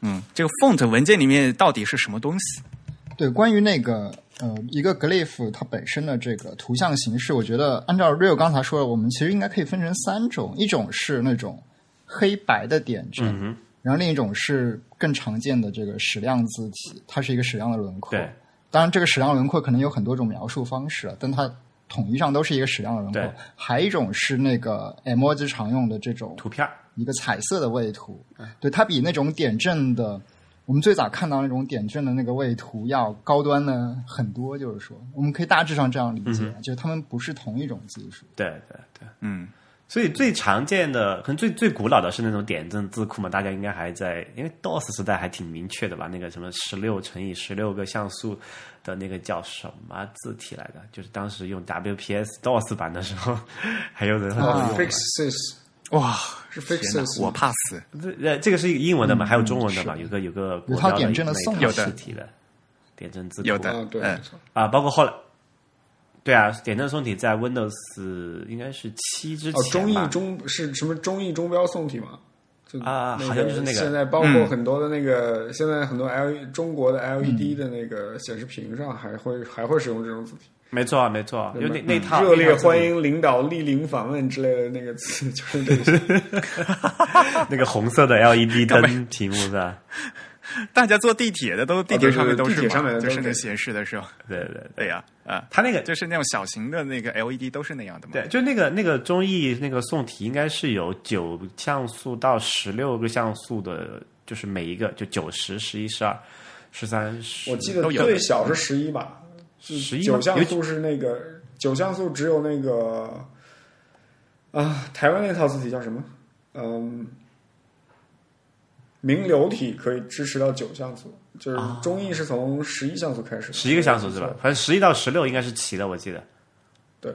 嗯，这个 font 文件里面到底是什么东西？
对，关于那个呃，一个 glyph 它本身的这个图像形式，我觉得按照 Real 刚才说的，我们其实应该可以分成三种，一种是那种黑白的点阵，
嗯
然后另一种是更常见的这个矢量字体，它是一个矢量的轮廓
对。
当然，这个矢量轮廓可能有很多种描述方式，但它统一上都是一个矢量的轮
对
廓。还有一种是那个 emoji 常用的这种
图片儿
一个彩色的位图，对它比那种点阵的，我们最早看到那种点阵的那个位图要高端的很多。就是说，我们可以大致上这样理解，就是他们不是同一种技术。
对对对。
嗯。
所以最常见的，可能最最古老的是那种点阵字库嘛，大家应该还在，因为 DOS 时代还挺明确的吧？那个什么十六乘以十六个像素的那个叫什么字体来的？就是当时用 WPS DOS 版的时候，还哦有人会用。
fixes
哇，
啊是
天哪
fixes，
我怕死。
这呃，这个是英文的嘛？还有中文的嘛？有个有个国
嗯有套
标
点阵的送
那
的
个
有
实
的
体的点阵字库，
有的
啊，对，
哎
没错
啊，包括后来。对啊，点阵宋体在
哦
Windows 应该是七之前吧
哦，中译中是什么中译中标宋体吗？就
啊
那
好像就是那个嗯
现在包括很多的那个，现在很多 L 中国的
嗯
LED 的那个显示屏上还会还会使用这种字体，
没错啊，没错啊，有那那套
嗯热烈欢，
那套
迎领导莅临访问之类的那个词，就是 这些。
字体那个红色的 LED 灯题目是 吧？
大家坐地铁的都地铁上面都
地
是
铁
嘛
上面的都
就是是那显示的时候，
对对对，
对呀啊，
他那个
就是那种小型的那个 LED 都是那样的嘛。
对，就那个那个综艺那个宋题应该是有九像素到十六个像素的，就是每一个就九十、十一、十二、十三、十，
我记得
都有
最小是十一吧，
十一
九
吗
像
有
素是那个九像素只有那个啊，台湾那套字体叫什么？嗯，名流体可以支持到九像素，就是中译是从十一像素开始的，
啊十一个像素是吧？反正十一到十六应该是齐的，我记得。
对，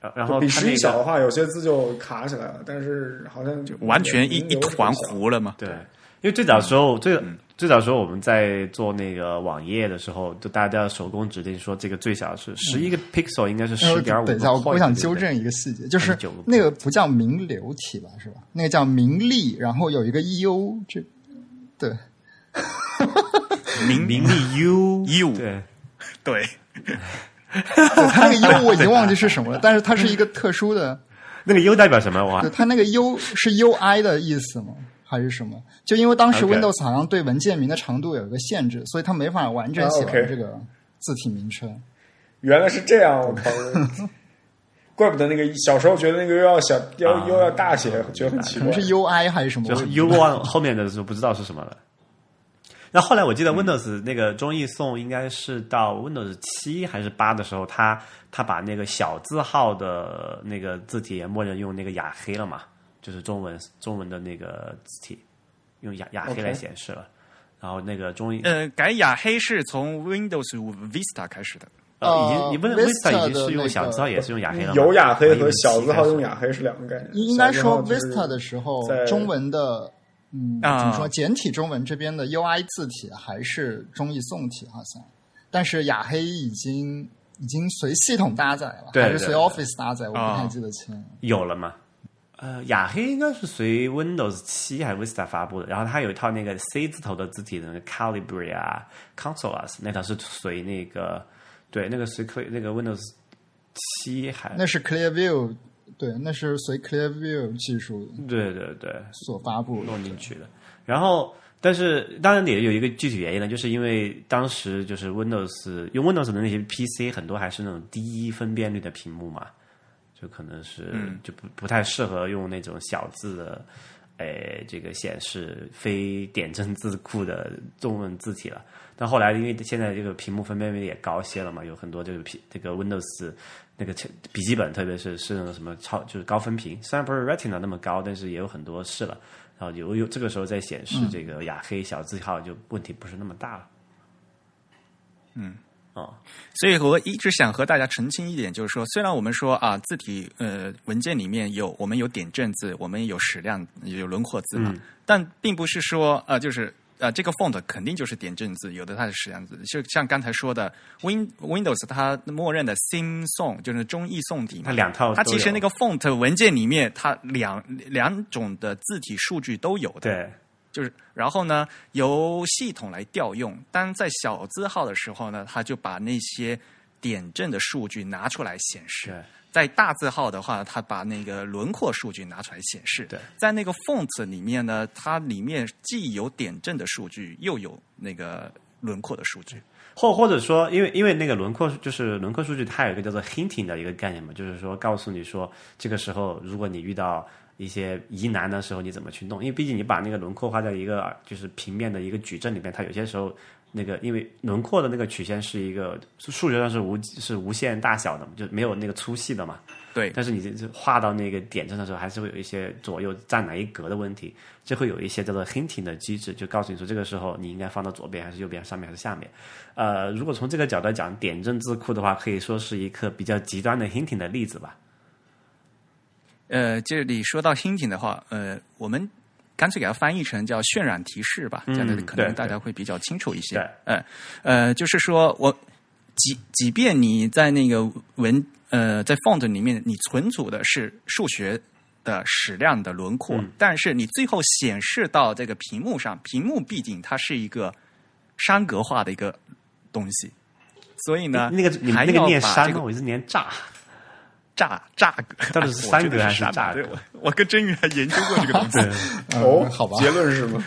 然然
就
后
比
它
十
那
一小的
个
话，有些字就卡起来了，但是好像就
完全一一团糊了嘛。
对，嗯因为最早时候最最早时候我们在做那个网页的时候，就大家都要手工指定说这个最小是十一个 pixel 应该是十点五。
等一下，呃我我想纠正一个细节，就是
29个
那个不叫名流体吧，是吧？那个叫名利，然后有一个 EU，这对
明
名利 U
U
对。
对，
对，它那个 U 我已经忘记是什么了，但是它是一个特殊的，
那个 U 代表什么？我还
对，它那个 U 是 UI 的意思吗？还是什么？就因为当时
OK
Windows 好像对文件名的长度有一个限制，所以它没法完整
啊
写
，OK
完这个字体名称。
原来是这样，我 靠！怪不得那个小时候觉得那个又要小要、
啊
又要大写，觉得很奇
可
怪。
能是 UI 还是什 么
就？是 U one 后面的时候不知道是什么了。那后来我
嗯
记得 Windows 那个中译送应该是到 Windows 七还是八的时候，它它把那个小字号的那个字体也默认用那个雅黑了嘛，就是中文中文的那个字体用雅雅黑
OK
来显示了。然后那个中译
呃，改雅黑是从 Windows Vista 开始的，
呃已经
呃
你不能
Vista
Vista 已经是
的那
用
个
小字号也是用雅黑了嘛，
有雅黑
然后
和小字号用雅
黑。
黑是两个概念。
应该
小
说
字号就是
Vista 的时候
在，
中文的嗯，怎
啊
么说？简体中文这边的 UI 字体还是中译宋体好像，但是雅黑已经已经随系统搭载了，
对
还是随
对
Office 搭载，我不太
啊
记得清。
有了嘛？呃，雅黑应该是随 Windows 七还是 Vista 发布的，然后它有一套那个 C 字头的字体的那个 Calibri 啊、Consolas 那套是随那个对那个随 Cle- 那个 Windows 七还
那是 Clearview，对，那是随 Clearview 技术
对对对
所发布的。
哦
弄进去的。然后，但是当然也有一个具体原因呢，就是因为当时就是 Windows 用 Windows 的那些 PC 很多还是那种低分辨率的屏幕嘛，就可能是、就不不太适合用那种小字的，诶、这个显示非点阵字库的中文字体了。但后来因为现在这个屏幕分辨率也高些了嘛，有很多这个屏这个 Windows 那个笔记本，特别是是那种什么超就是高分屏，虽然不是 Retina 那么高，但是也有很多是了。然后有有这个时候再显示这个雅黑小字号，就问题不是那么大了。
所以我一直想和大家澄清一点，就是说，虽然我们说啊，字体呃文件里面有我们有点阵字，我们有矢量，也有轮廓字
嗯
嘛，但并不是说啊、呃就是啊、呃这个 font 肯定就是点阵字，有的它是矢量字，就像刚才说的 Win Windows 它默认的 Sim Song 就是中译宋体嘛，
它两套都
它其实
有
那个 font 文件里面它两两种的字体数据都有的，
对，
就是然后呢，由系统来调用。当在小字号的时候呢，它就把那些点阵的数据拿出来显示
对；
在大字号的话，它把那个轮廓数据拿出来显示
对；
在那个 font 里面呢，它里面既有点阵的数据，又有那个轮廓的数据。
或或者说，因为因为那个轮廓就是轮廓数据，它有一个叫做 hinting 的一个概念嘛，就是说告诉你说，这个时候如果你遇到一些疑难的时候，你怎么去弄？因为毕竟你把那个轮廓画在一个就是平面的一个矩阵里面，它有些时候那个因为轮廓的那个曲线是一个数数学上是无是无限大小的嘛，就没有那个粗细的嘛。
对，
但是你这这画到那个点上的时候，还是会有一些左右站哪一格的问题，这会有一些叫做 hinting 的机制，就告诉你说这个时候你应该放到左边还是右边，上面还是下面。呃，如果从这个角度来讲，点阵字库的话，可以说是一个比较极端的 hinting 的例子吧。
呃，这里说到 hinting 的话，呃，我们干脆给它翻译成叫渲染提示吧，这样的
嗯
可能
对
大家会比较清楚一些
对。
呃，呃，就是说我即即便你在那个文呃在 font 里面你存储的是数学的矢量的轮廓，
嗯
但是你最后显示到这个屏幕上，屏幕毕竟它是一个栅格化的一个东西，所以呢，
那个你
还
们那个
要
念
把
山
这
吗？
个
我一直念炸。
栅栅格，
到底是
哎我
栅
觉
格
得
还是
是栅
栅
对
格
我我跟真宇还研究过这个东西。
哦，
呃好吧
结论是什 么？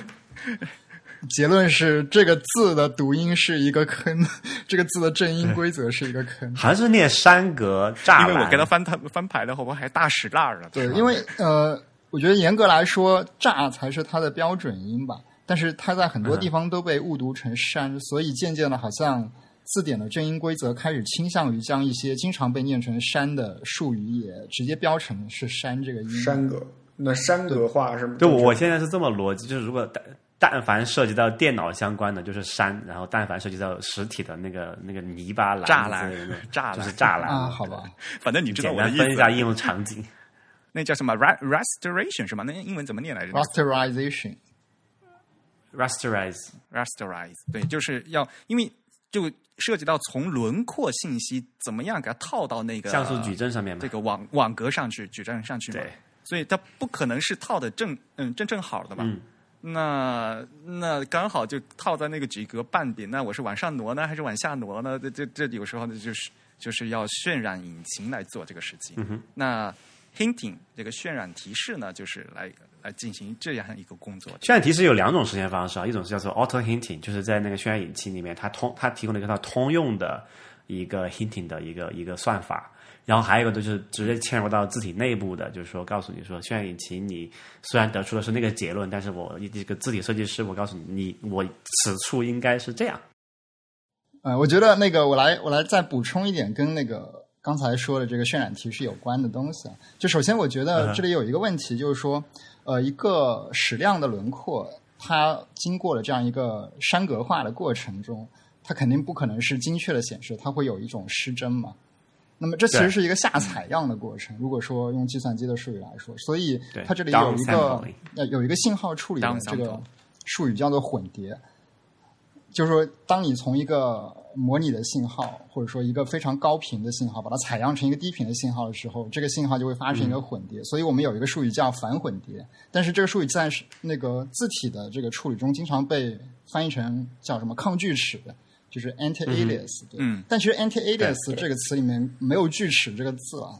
结论是这个字的读音是一个坑，这个字的正音规则是一个坑。
好像是念山格栅栏，
因为我跟他翻他翻牌的话，我还大使蜡了。
对
是，吧
因为呃，我觉得严格来说，炸才是它的标准音吧，但是它在很多
嗯
地方都被误读成山，所以渐渐的，好像字典的正音规则开始倾向于将一些经常被念成山的术语也直接标成是山这个音。
山格，那山格化是吗？
对，我我现在是这么逻辑，就是如果但但凡涉及到电脑相关的，就是山，然后但凡涉及到实体的那个那个泥巴栏
栅栏
之类的
栅栏
就是栅栏
啊，好吧，
反正你知道
简
我的
单
意
分一下
思。
应用场景，
那叫什么 ra- restoration 是吗？那英文怎么念来着
r a s t e r i z a t i o n
rasterize
？rasterize 对，就是要因为就涉及到从轮廓信息怎么样给它套到那个
像素矩阵上面嘛，
这个网网格上去矩阵上去嘛
对，
所以它不可能是套的正嗯正正好的吧？
嗯
那那刚好就套在那个几格半边，那我是往上挪呢，还是往下挪呢？这这这有时候呢，就是就是要渲染引擎来做这个事情。
嗯哼
那 hinting 这个渲染提示呢，就是来来进行这样一个工作的。
渲染提示有两种实现方式啊，一种是叫做 auto hinting，就是在那个渲染引擎里面，它通它提供了一个它通用的一个 hinting 的一个一个算法。然后还有一个就是直接嵌入到字体内部的，就是说告诉你说渲染引擎你虽然得出的是那个结论，但是我这个字体设计师我告诉你，你我此处应该是这样。
呃，我觉得那个我来我来再补充一点跟那个刚才说的这个渲染提示有关的东西啊。就首先我觉
嗯
得
哼
这里有一个问题，就是说，呃，一个矢量的轮廓，它经过了这样一个栅格化的过程中，它肯定不可能是精确的显示，它会有一种失真嘛。那么这其
对
实是一个下采样的过程，如果说用计算机的术语来说，所以
对
它这里有一个
downsampling
呃有一个信号处理的这个
downsampling
术语叫做混叠，就是说，当你从一个模拟的信号，或者说一个非常高频的信号，把它采样成一个低频的信号的时候，这个信号就会发生一个混叠。所以我们有一个术语叫反混叠，但是这个术语在是那个字体的这个处理中，经常被翻译成叫什么抗锯齿的，就是 anti-alias、对，
嗯
但其实 anti-alias 这个词里面没有锯齿这个字啊，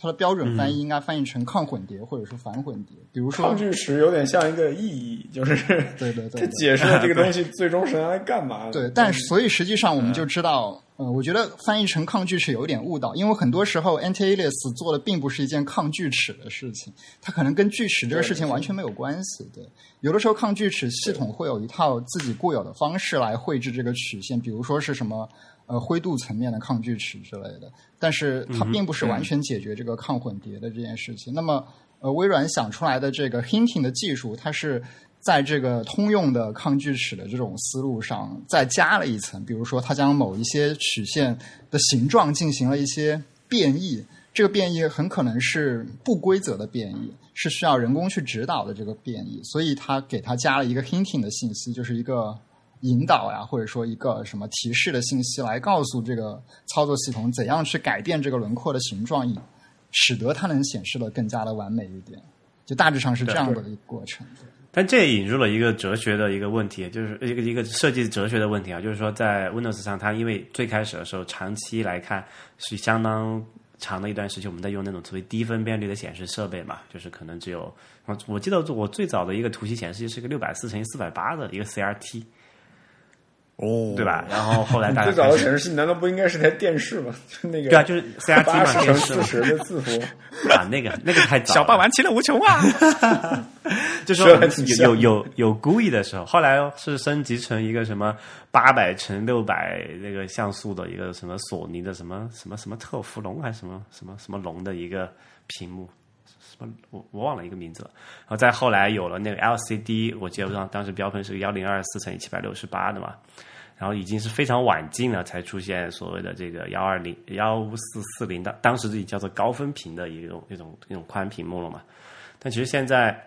它的标准翻译应该翻译成抗混叠或者说反混叠。比如说
抗，拒时有点像一个意义，就是
对对对对
它解释了这个 东西最终是拿来干嘛的。
对，但是所以实际上我们就知道，呃，我觉得翻译成抗锯齿有一点误导，因为很多时候 anti-alias 做的并不是一件抗锯齿的事情，它可能跟锯齿这个事情完全没有关系。对，有的时候抗锯齿系统会有一套自己固有的方式来绘制这个曲线，比如说是什么呃灰度层面的抗锯齿之类的，但是它并不是完全解决这个抗混叠的这件事情。那么呃，微软想出来的这个 hinting 的技术，它是在这个通用的抗锯齿的这种思路上再加了一层，比如说它将某一些曲线的形状进行了一些变异，这个变异很可能是不规则的变异，是需要人工去指导的这个变异，所以它给它加了一个 hinting 的信息，就是一个。引导呀、或者说一个什么提示的信息来告诉这个操作系统怎样去改变这个轮廓的形状，以使得它能显示的更加的完美一点。就大致上是这样的一个过程。
但这也引入了一个哲学的一个问题，就是一个一个设计哲学的问题啊，就是说在 Windows 上，它因为最开始的时候长期来看是相当长的一段时期，我们在用那种特别低分辨率的显示设备嘛，就是可能只有我我记得我最早的一个图形显示器是个六百四乘以四百八的一个 CRT，
哦
对吧？？然后 后来大家
最早的
开始
显示器难道不应该是台电视吗？就那个
对啊，就是
八
CRT 嘛，
十乘
电视
四
嘛
十的字 符，
啊，那个那个太早了，
小霸王其乐无穷 啊！
就说我们
是
有有有有故意的时候，后来是升级成一个什么八百乘六百那个像素的一个什么索尼的什么什么什么特氟龙还是什么什么什么龙的一个屏幕，什么我我忘了一个名字了。然后再后来有了那个 LCD，我记得当当时标分是幺零二四乘以七百六十八的嘛。然后已经是非常晚近了，才出现所谓的这个幺二零幺四四零的，当时自己叫做高分屏的一种一种一种宽屏幕了嘛。但其实现在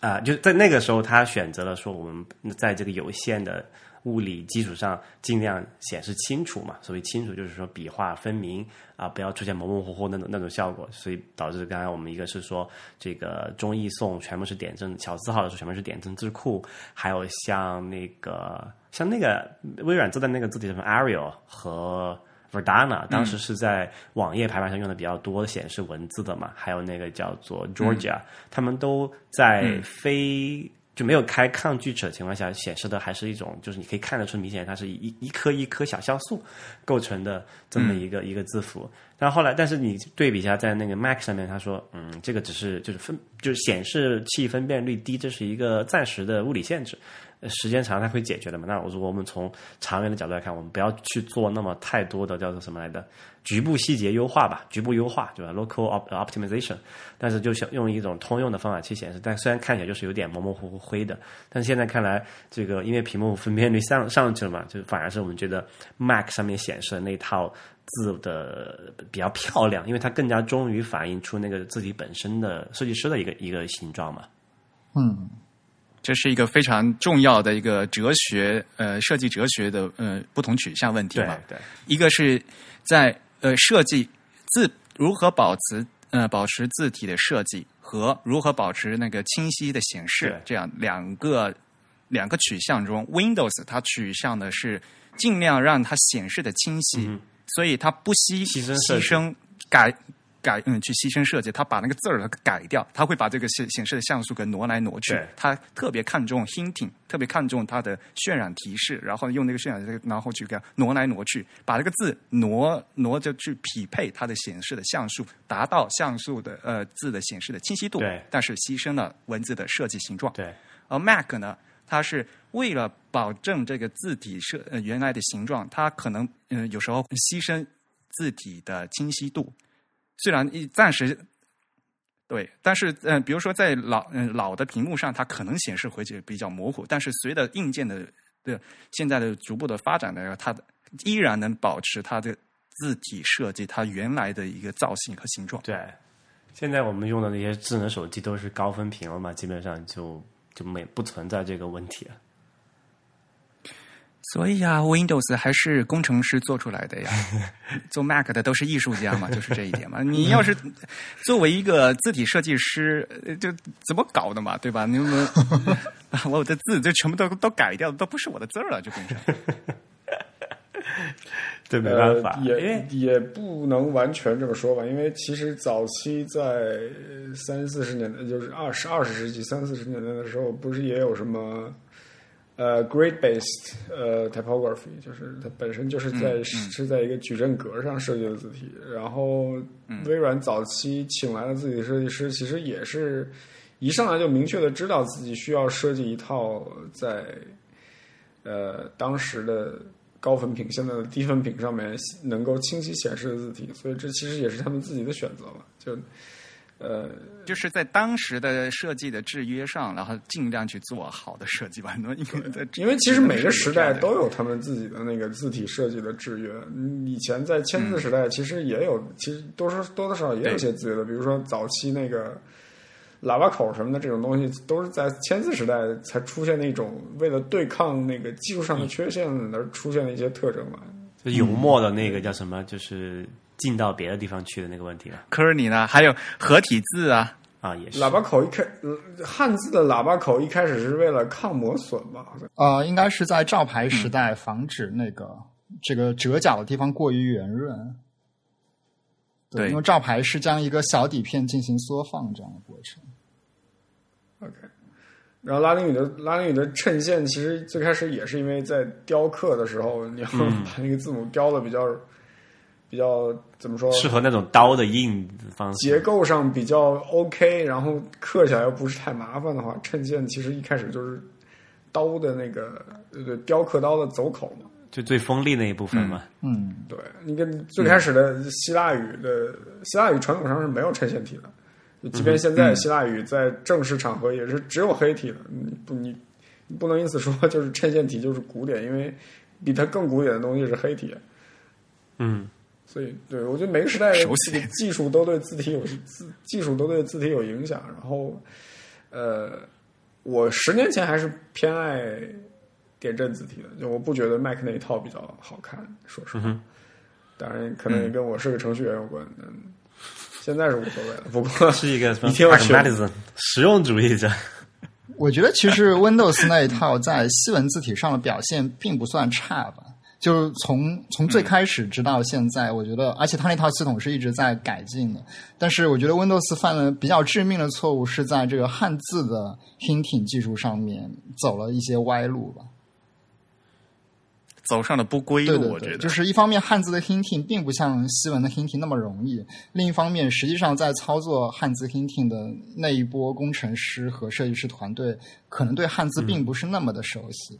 啊、就在那个时候，他选择了说我们在这个有限的物理基础上尽量显示清楚嘛。所谓清楚，就是说笔画分明啊，不要出现模模糊糊那种那种效果。所以导致刚才我们一个是说这个中译宋全部是点阵，小字号的时候全部是点阵字库，还有像那个像那个微软做的那个字体什么 Arial 和。Verdana 当时是在网页排版上用的比较多，显示文字的嘛，还有那个叫做 Georgia，、他们都在非、就没有开抗锯齿的情况下，显示的还是一种，就是你可以看得出明显它是一一颗一颗小像素构成的这么一个、一个字符。但后来，但是你对比一下，在那个 Mac 上面，他说，嗯，这个只是就是分就是显示器分辨率低，这是一个暂时的物理限制。呃时间长它会解决的嘛。那我如果我们从长远的角度来看，我们不要去做那么太多的叫做什么来的局部细节优化吧，局部优化对吧？local op- optimization，但是就想用一种通用的方法去显示，但虽然看起来就是有点模模糊糊灰的，但是现在看来，这个因为屏幕分辨率上上去了嘛，就反而是我们觉得 Mac 上面显示的那套字的比较漂亮，因为它更加忠于反映出那个字体本身的设计师的一个一个形状嘛。
嗯，
这是一个非常重要的一个哲学，呃，设计哲学的呃不同取向问题嘛。
对，
一个是在呃设计字如何保持呃保持字体的设计和如何保持那个清晰的显示
对，
这样两个两个取向中，Windows 它取向的是尽量让它显示的清晰，
嗯
所以它不惜
牺牲设
牺
计
牲改。改嗯，去牺牲设计，它把那个字儿改掉，它会把这个显显示的像素给挪来挪去
对。
它特别看重 hinting，特别看重它的渲染提示，然后用那个渲染，然后去给它挪来挪去，把这个字挪挪着去匹配它的显示的像素，达到像素的呃字的显示的清晰度。
对
但是牺牲了文字的设计形状。
对，
而 Mac 呢，它是为了保证这个字体设呃原来的形状，它可能嗯、呃有时候牺牲字体的清晰度。虽然一暂时对，但是嗯、呃比如说在老嗯、老的屏幕上，它可能显示回去比较模糊，但是随着硬件的的现在的逐步的发展呢，它依然能保持它的字体设计它原来的一个造型和形状。
对，现在我们用的那些智能手机都是高分屏了嘛，基本上就就没不存在这个问题了。
所以啊，Windows 还是工程师做出 来的呀，做 Mac 的都是艺术家嘛，就是这一点嘛。你要是作为一个字体设计师，呃就怎么搞的嘛，对吧？你 们我的字就全部都都改掉，都不是我的字儿了，就变成。
对，没
呃
办法，哎因为
也也不能完全这么说吧，因为其实早期在三四十年代，就是二十二十世纪三四十年代的时候，不是也有什么呃 grade based 呃 typography，就是它本身就是
嗯
在、是在一个矩阵格上设计的字体。然后
嗯
微软早期请来的字体设计师，其实也是一上来就明确的知道自己需要设计一套在呃当时的高分屏、现在的低分屏上面能够清晰显示的字体，所以这其实也是他们自己的选择吧。就呃，
就是在当时的设计的制约上，然后尽量去做好的设计吧。因为在
因为其实每个时代都有他们自己的那个字体设计的制约。嗯以前在签字时代，其实也有，其实多少多多少少也有一些制约的，比如说早期那个。喇叭口什么的这种东西，都是在签字时代才出现的一种为了对抗那个技术上的缺陷而出现的一些特征吧。
就油墨的那个叫什么，就是进到别的地方去的那个问题了
k e r n y 呢，还有合体字啊，
啊，也是
喇叭口一开，呃汉字的喇叭口一开始是为了抗磨损吧？好像
呃，应该是在照牌时代防止那个、这个折角的地方过于圆润。
对
因为照牌是将一个小底片进行缩放这样的过程。
OK。然后拉丁语的拉丁语的衬线，其实最开始也是因为在雕刻的时候， 你要把那个字母雕的比较、比较怎么说，
适合那种刀的印方
结
式。
构上比较 OK，然后刻起来又不是太麻烦的话，衬线其实一开始就是刀的那个对对雕刻刀的走口嘛。
就最锋利那一部分嘛，
嗯，
对，你跟最开始的希腊语的、希腊语传统上是没有衬线体的，就即便现在希腊语在正式场合也是只有黑体的，你不你你不能因此说就是 衬线体就是古典，因为比它更古典的东西是黑体。
嗯，
所以，对我觉得每个时代
熟
的
悉
这个技术都对字体有字技术都对字体有影响。然后，呃，我十年前还是偏爱点阵字体的，就我不觉得 Mac 那一套比较好看，说
嗯
实话。当然，可能也跟我是个程序员有关。嗯，现在是无所谓了。不 过
是一个什么
一听我学
pragmatism 实用主义者。
我觉得其实 Windows 那一套在西文字体上的表现并不算差吧，就是从从最开始直到现在，我觉得，而且它那套系统是一直在改进的。但是我觉得 Windows 犯了比较致命的错误是在这个汉字的 hinting 技术上面走了一些歪路吧。
走上了不归
对
路，
对
我觉
对，
得
就是一方面汉字的 hinting 并不像西文的 hinting 那么容易，另一方面，实际上在操作汉字 hinting 的那一波工程师和设计师团队，可能对汉
嗯
字并不是那么的熟悉，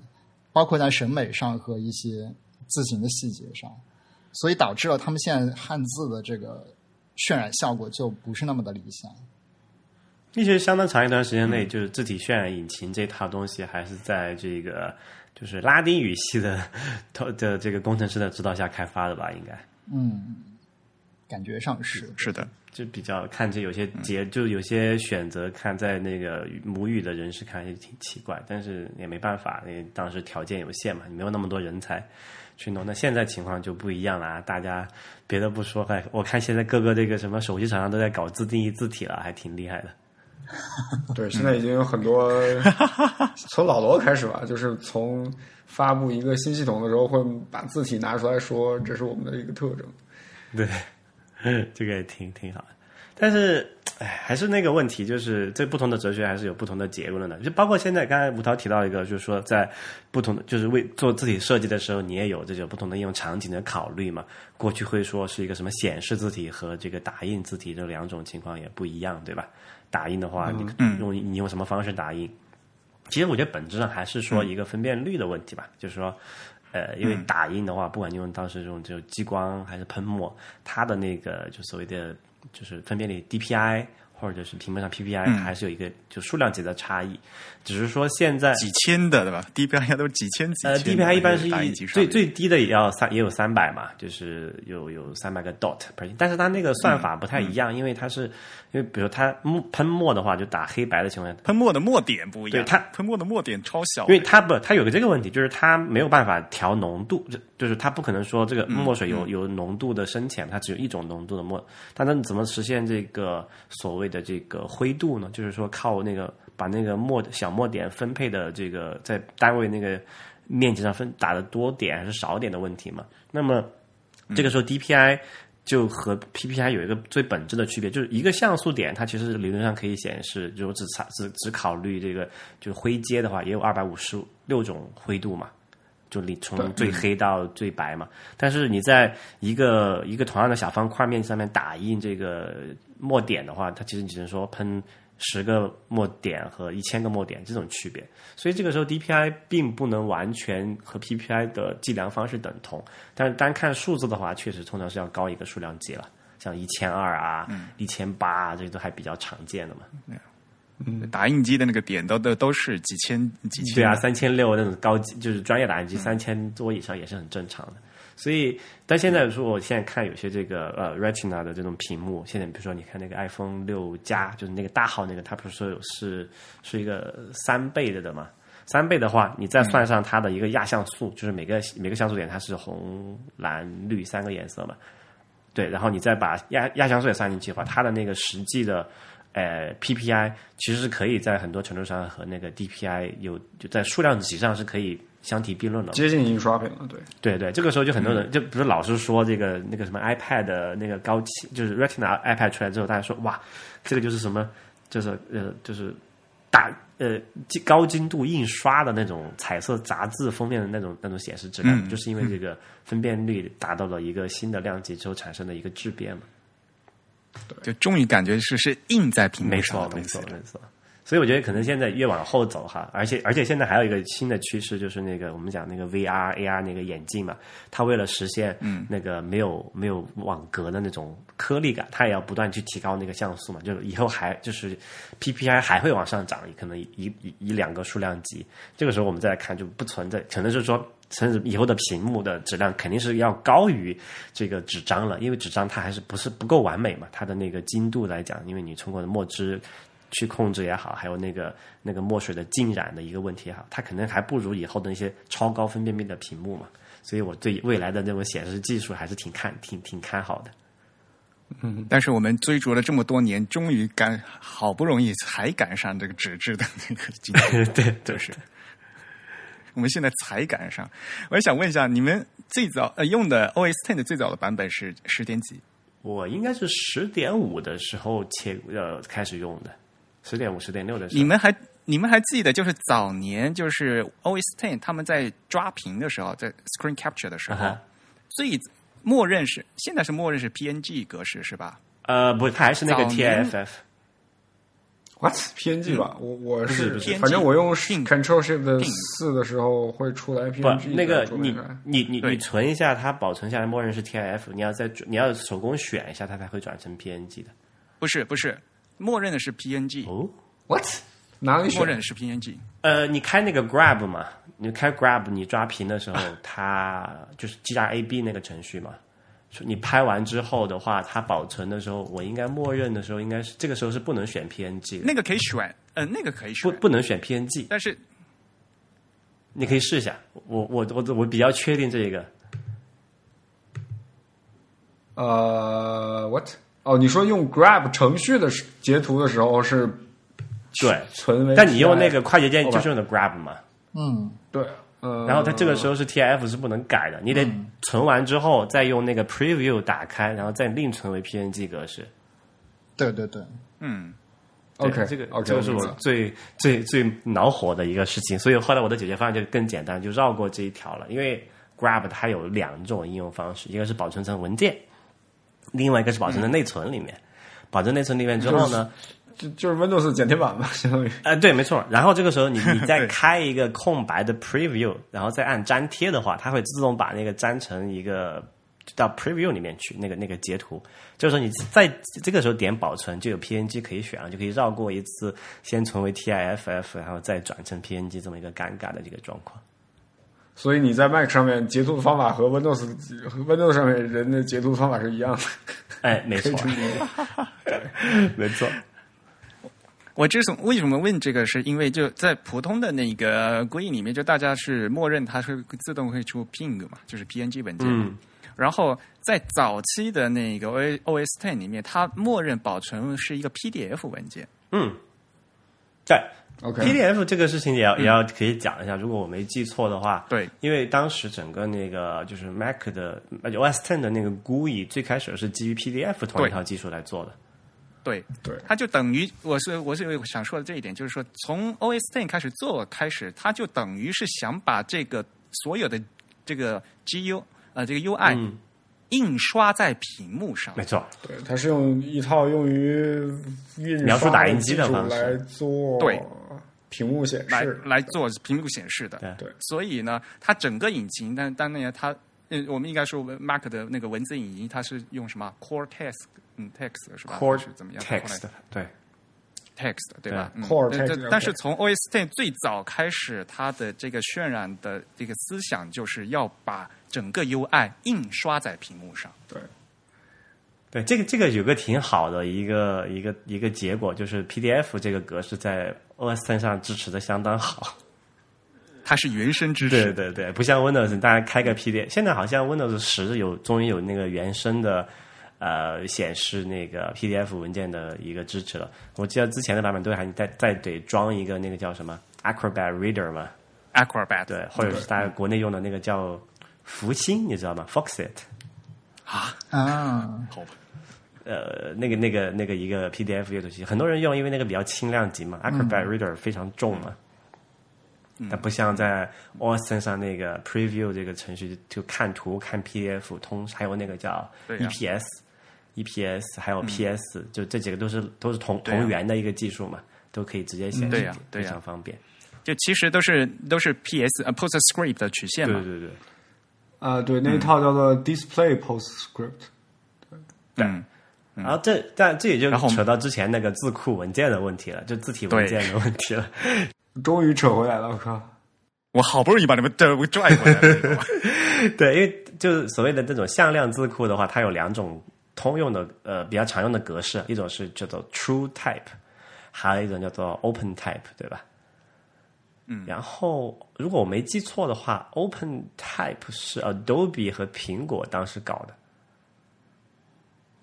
包括在审美上和一些字形的细节上，所以导致了他们现在汉字的这个渲染效果就不是那么的理想。
其实相当 长一段时间内，就是字体渲染引擎这套东西，还是在这个就是拉丁语系的 的这个工程师的指导下开发的吧？应该
嗯，感觉上是
是的，
就比较看这有些节，就有些选择看在那个母语的人士看也挺奇怪，但是也没办法，因为当时条件有限嘛，你没有那么多人才去弄。那现在情况就不一样了啊，大家别的不说，哎，我看现在各个这个什么手机厂商都在搞自定义字体了，还挺厉害的。
对，现在已经有很多， 从老罗开始吧，就是从发布一个新系统的时候，会把字体拿出来说，这是我们的一个特征。
对， 这个也挺挺好的。但是，哎，还是那个问题，就是这不同的哲学还是有不同的结论的。就包括现在，刚才吴涛提到一个，就是说在不同的，就是为做字体设计的时候，你也有这种不同的应用场景的考虑嘛。过去会说是一个什么显示字体和这个打印字体这两种情况也不一样，对吧？打印的话，你用你用什么方式打印？其实我觉得本质上还是说一个分辨率的问题吧，就是说，呃，因为打印的话，不管你用当时这种就激光还是喷墨，它的那个就所谓的就是分辨率 DPI 或者就是屏幕上 PPI，、还是有一个就数量级的差异。只是说现在
几千的对吧？DPI 都是几千几千
呃
的。
，DPI 一般是
打
一
印机上
最
面
最低的也要三也有三百嘛，就是有有三百个 dot per，但是它那个算法不太一样，因为它是因为比如它墨喷墨的话，就打黑白的情况下，
喷墨的墨点不一样，
对它
喷墨的墨点超小
因
的，
为它不，它有个这个问题，就是它没有办法调浓度，就就是它不可能说这个墨水有、有浓度的深浅，它只有一种浓度的墨，它那怎么实现这个所谓的这个灰度呢？就是说靠那个把那个墨小墨点分配的这个在单位那个面积上分打的多点还是少点的问题嘛？那么这个时候 DPI 就和 PPI 有一个最本质的区别，就是一个像素点，它其实理论上可以显示，就只查只只考虑这个就是灰阶的话，也有二百五十六种灰度嘛，就你从最黑到最白嘛。但是你在一个一个同样的小方块面积上面打印这个墨点的话，它其实只能说喷十个墨点和一千个墨点这种区别。所以这个时候 DPI 并不能完全和 PPI 的计量方式等同，但是单看数字的话，确实通常是要高一个数量级了。像一千二啊，一千八啊，这些都还比较常见的嘛。
打印机的那个点都都都是几千几千。
对啊，，三千六那种高级就是专业打印机，三千多以上也是很正常的。所以，但现在说，我现在看有些这个呃 Retina 的这种屏幕，现在比如说你看那个 iPhone 六加，就是那个大号那个，它不是说有是是一个三倍的的嘛？三倍的话，你再算上它的一个亚像素，就是每个每个像素点它是红、蓝、绿三个颜色嘛，对，然后你再把亚亚像素也算进去的话，它的那个实际的呃 PPI 其实是可以在很多程度上和那个 DPI 有就在数量级上是可以相提并论的。
接近印刷品了，对，
对对，这个时候就很多人、就不是老是说这个那个什么 iPad 的那个高清，就是 Retina iPad 出来之后，大家说哇，这个就是什么，就是呃就是大呃精高精度印刷的那种彩色杂志封面的那种那种显示质量，就是因为这个分辨率达到了一个新的量级之后产生的一个质变嘛。
就终于感觉是是印在屏幕
没
上
错
的，东
没
西
错，
了。
没错。所以我觉得可能现在越往后走哈，而且而且现在还有一个新的趋势，就是那个我们讲那个 VR、AR 那个眼镜嘛，它为了实现
嗯
那个没有、没有网格的那种颗粒感，它也要不断去提高那个像素嘛，就是以后还就是 PPI 还会往上涨，可能一一一两个数量级。这个时候我们再来看，就不存在，可能就是说，甚至以后的屏幕的质量肯定是要高于这个纸张了，因为纸张它还是不是不够完美嘛，它的那个精度来讲，因为你通过墨汁去控制也好，还有那个那个墨水的浸染的一个问题也好，它可能还不如以后的那些超高分辨率的屏幕嘛。所以我对未来的那种显示技术还是挺看挺挺看好的。
嗯，但是我们追逐了这么多年，终于赶，好不容易才赶上这个纸质的那个进度，
对
就是我们现在才赶上。我也想问一下，你们最早呃用的 OS Ten 最早的版本是十点几？
我应该是十点五的时候切呃开始用的，十点五、十点六的时候。
你们还你们还记得，就是早年就是 OS Ten 他们在抓屏的时候，在 Screen Capture 的时候，
啊哈
最默认是现在是默认是 PNG 格式是吧？
呃，不，它还是那个
早年
TIFF，
What PNG 吧？我我嗯是
不
是 PNG
反正我用
定
Control Shift
定
四的时候会出来
不
PNG，，
那个
出来
你你你
对
你存一下，它保存下来，默认是 TIFF，你要再转你要手工选一下，它才会转成 PNG 的。
不是不是，默认的是 PNG，、
哦，
What 哪里
默
选
认的是 PNG。
呃，你开那个 Grab 嘛，你开 Grab，你抓屏的时候，它就是 GRAB 那个程序嘛。说你拍完之后的话，它保存的时候，我应该默认的时候，应该是这个时候是不能选 PNG 的，
那个可以选，呃，那个可以选
不，不能选 PNG，
但是
你可以试一下。我我我我比较确定这个，
呃 What 哦，你说用 Grab 程序的时截图的时候是
对。
存为 PNG，
但你用那个快捷键
好吧
就是用的 Grab 嘛，
嗯，
对，呃，
然后它这个时候是 TIF 是不能改的，你得
嗯
存完之后再用那个 Preview 打开，然后再另存为 PNG 格式。
对对对，
嗯，
对
OK
这个
OK，
这个是我最最最恼火的一个事情，所以后来我的解决方案就更简单，就绕过这一条了。因为 Grab 它有两种应用方式，一个是保存成文件，另外一个是保存在内存里面。保存内存里面之后呢，
嗯就就是 Windows 剪贴版吧，相当于
呃，对，没错。然后这个时候你你再
对
开一个空白的 preview，然后再按粘贴的话，它会自动把那个粘成一个到 preview 里面去，那个那个截图。就是说你在这个时候点保存，就有 PNG 可以选了，就可以绕过一次先存为 TIFF，然后再转成 PNG 这么一个尴尬的这个状况。
所以你在 Mac 上面截图的方法和 Windows 和 Windows 上面人的截图的方法是一样的。
哎，没错，没错。
我之所为什么问这个，是因为就在普通的那个规里面，就大家是默认它是自动会出 ping 嘛，就是 PNG 文件嘛。
嗯
然后在早期的那个 O OS Ten 里面，它默认保存是一个 PDF 文件。
嗯，对。
OK，
PDF 这个事情也要也要可以讲一下，如果我没记错的话，
嗯对，
因为当时整个那个就是 Mac 的 OS Ten 的那个 GUI 最开始是基于 PDF 同一套技术来做的，
对，
对
它就等于我是我是想说的这一点，就是说从 OS Ten 开始做开始，它就等于是想把这个所有的这个 GU 呃这个 UI
嗯，
印刷在屏幕上。
没错，
对，它是用一套用于运
描述
刷
打印机
的技
的
术
方式
来做
对
屏幕显
来
示。
来做屏幕显示的。
对
对
所以呢，它整个引擎，但当然它，呃，我们应该说 Mac 的那个文字引擎，它是用什么 Cortex，嗯，Text 是吧
Core
是怎么样
text，对，
Text 对吧嗯
Core
但
text，
但
OK
但是从 OS Ten 最早开始，它的这个渲染的这个思想就是要把整个 UI 印刷在屏幕上。
对，
对，这个这个有个挺好的一个一个一个结果，就是 PDF 这个格式在 OS Ten 上支持的相当好。
它是原生支
对
持，
对对，不像 Windows，大家开个 PDF，现在好像 Windows 十有终于有那个原生的呃显示那个 PDF 文件的一个支持了。我记得之前的版本都还再再得装一个那个叫什么 Acrobat Reader 嘛，
Acrobat
对，或者是大家国内用的那个叫福星，你知道吗？Foxit，
啊，
啊，
好吧，
呃，那个那个那个一个 PDF 阅读器，很多人用，因为那个比较轻量级嘛，Acrobat
嗯
Reader 非常重嘛。它不像在 Austin 上那个 Preview 这个程序，就看图、看 PDF 通，还有那个叫 E
对呀嗯
EPS、EPS E 还有 PS，、就这几个都是都是同
对呀嗯
同源的一个技术嘛，都可以直接显示，
对呀对
非
呀
常方便。
就其实都是都是 PS 呃 PostScript 的曲线
对
嘛，
对对。
啊、对，那一套叫做 Display PostScript。
嗯，
然后这但这也就
然后我们
扯到之前那个字库文件的问题了，就字体文
对
件的问题了。
终于扯回来了，我靠！
我好不容易把你们都拽回来了。
对，因为就是所谓的这种向量字库的话，它有两种通用的呃比较常用的格式，一种是叫做 True Type，还有一种叫做 Open Type，对吧？嗯，然后如果我没记错的话，Open Type 是 Adobe 和苹果当时搞的。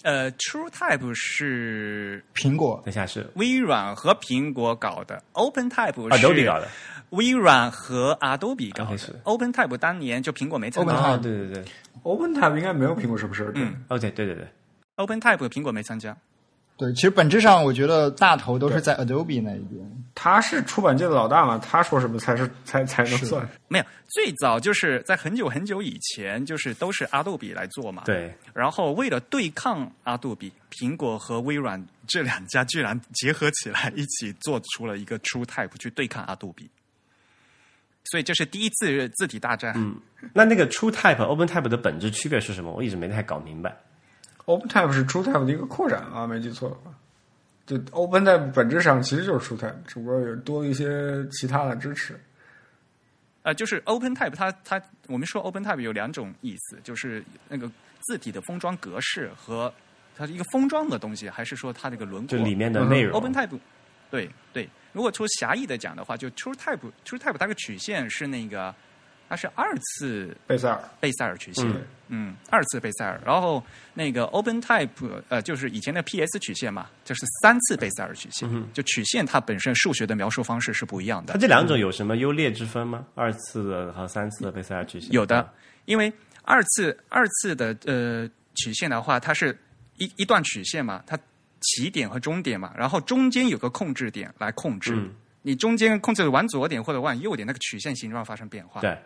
呃，True Type 是
苹果
等一下是
微软和苹果搞的，Open Type 是
啊 Adobe 搞的，啊
微软和 Adobe 搞
OK，
的
是。
Open Type 当年就苹果没参
Open
加
Type
哦，对对对，
OpenType 应该没有苹果什么事儿，对
嗯
哦对对对对，
，Open Type 苹果没参加。
对，其实本质上我觉得大头都是在 Adobe 那一边。
他是出版界的老大嘛，他说什么才是才才能算。
没有，最早就是在很久很久以前，就是都是阿杜比来做嘛。。
对，
然后为了对抗阿杜比，苹果和微软这两家居然结合起来，一起做出了一个 True Type 去对抗阿杜比。所以这是第一次字体大战。嗯，
那那个 True Type、Open Type 的本质区别是什么？我一直没太搞明白。
OpenType 是 TrueType 的一个扩展啊，没记错的话。就 OpenType 本质上其实就是 TrueType，只不过有多了一些其他的支持。
呃，就是 Open Type，它它我们说 Open Type 有两种意思，就是那个字体的封装格式和它是一个封装的东西，还是说它这个轮
就
廓
里面的内容。
嗯 Open Type，对对。如果出狭义的讲的话，就 True Type，True Type 它的曲线是那个，它是二次
贝塞尔，
贝塞尔曲线，
嗯
嗯二次贝塞尔。然后那个 Open Type，呃，就是以前的 PS 曲线嘛，就是三次贝塞尔曲
嗯
线。就曲线它本身数学的描述方式是不一样的
它。这两种有什么优劣之分吗？二次的和三次的贝塞尔曲线
有的，因为二次二次的呃曲线的话，它是一一段曲线嘛，它起点和终点嘛，然后中间有个控制点来控制。
嗯
你中间控制往左点或者往右点，那个曲线形状发生变化。，
对，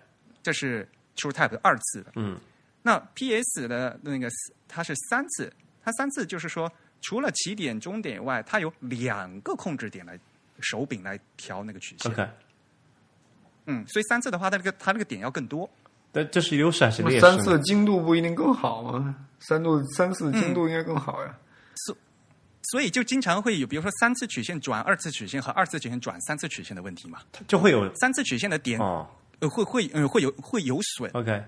这是 True Type 二次的。
嗯，
那 PS 的那个它是三次，它三次就是说，除了起点、终点以外，它有两个控制点来手柄来调那个曲线。
OK。
嗯，所以三次的话，它这个它这个点要更多。
但这是优势还是劣势呢？
三次精度不一定更好吗？三度三次精度应该更好呀。
所以就经常会有，比如说三次曲线转二次曲线和二次曲线转三次曲线的问题嘛。
就会有
三次曲线的点、
哦。
呃会会呃会有会有损，
OK，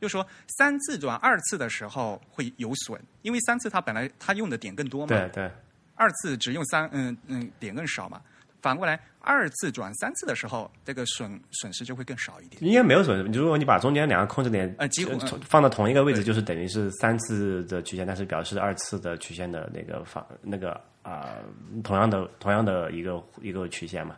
就说三次转二次的时候会有损，因为三次它本来它用的点更多嘛，
对对，
二次只用三嗯嗯点更少嘛。反过来，二次转三次的时候，这个损损失就会更少一点。
应该没有什么。如果你把中间两个控制点
呃几乎
从放到同一个位置，就是等于是三次的曲线，但是表示二次的曲线的那个方那个啊、同样的同样的一个一个曲线嘛。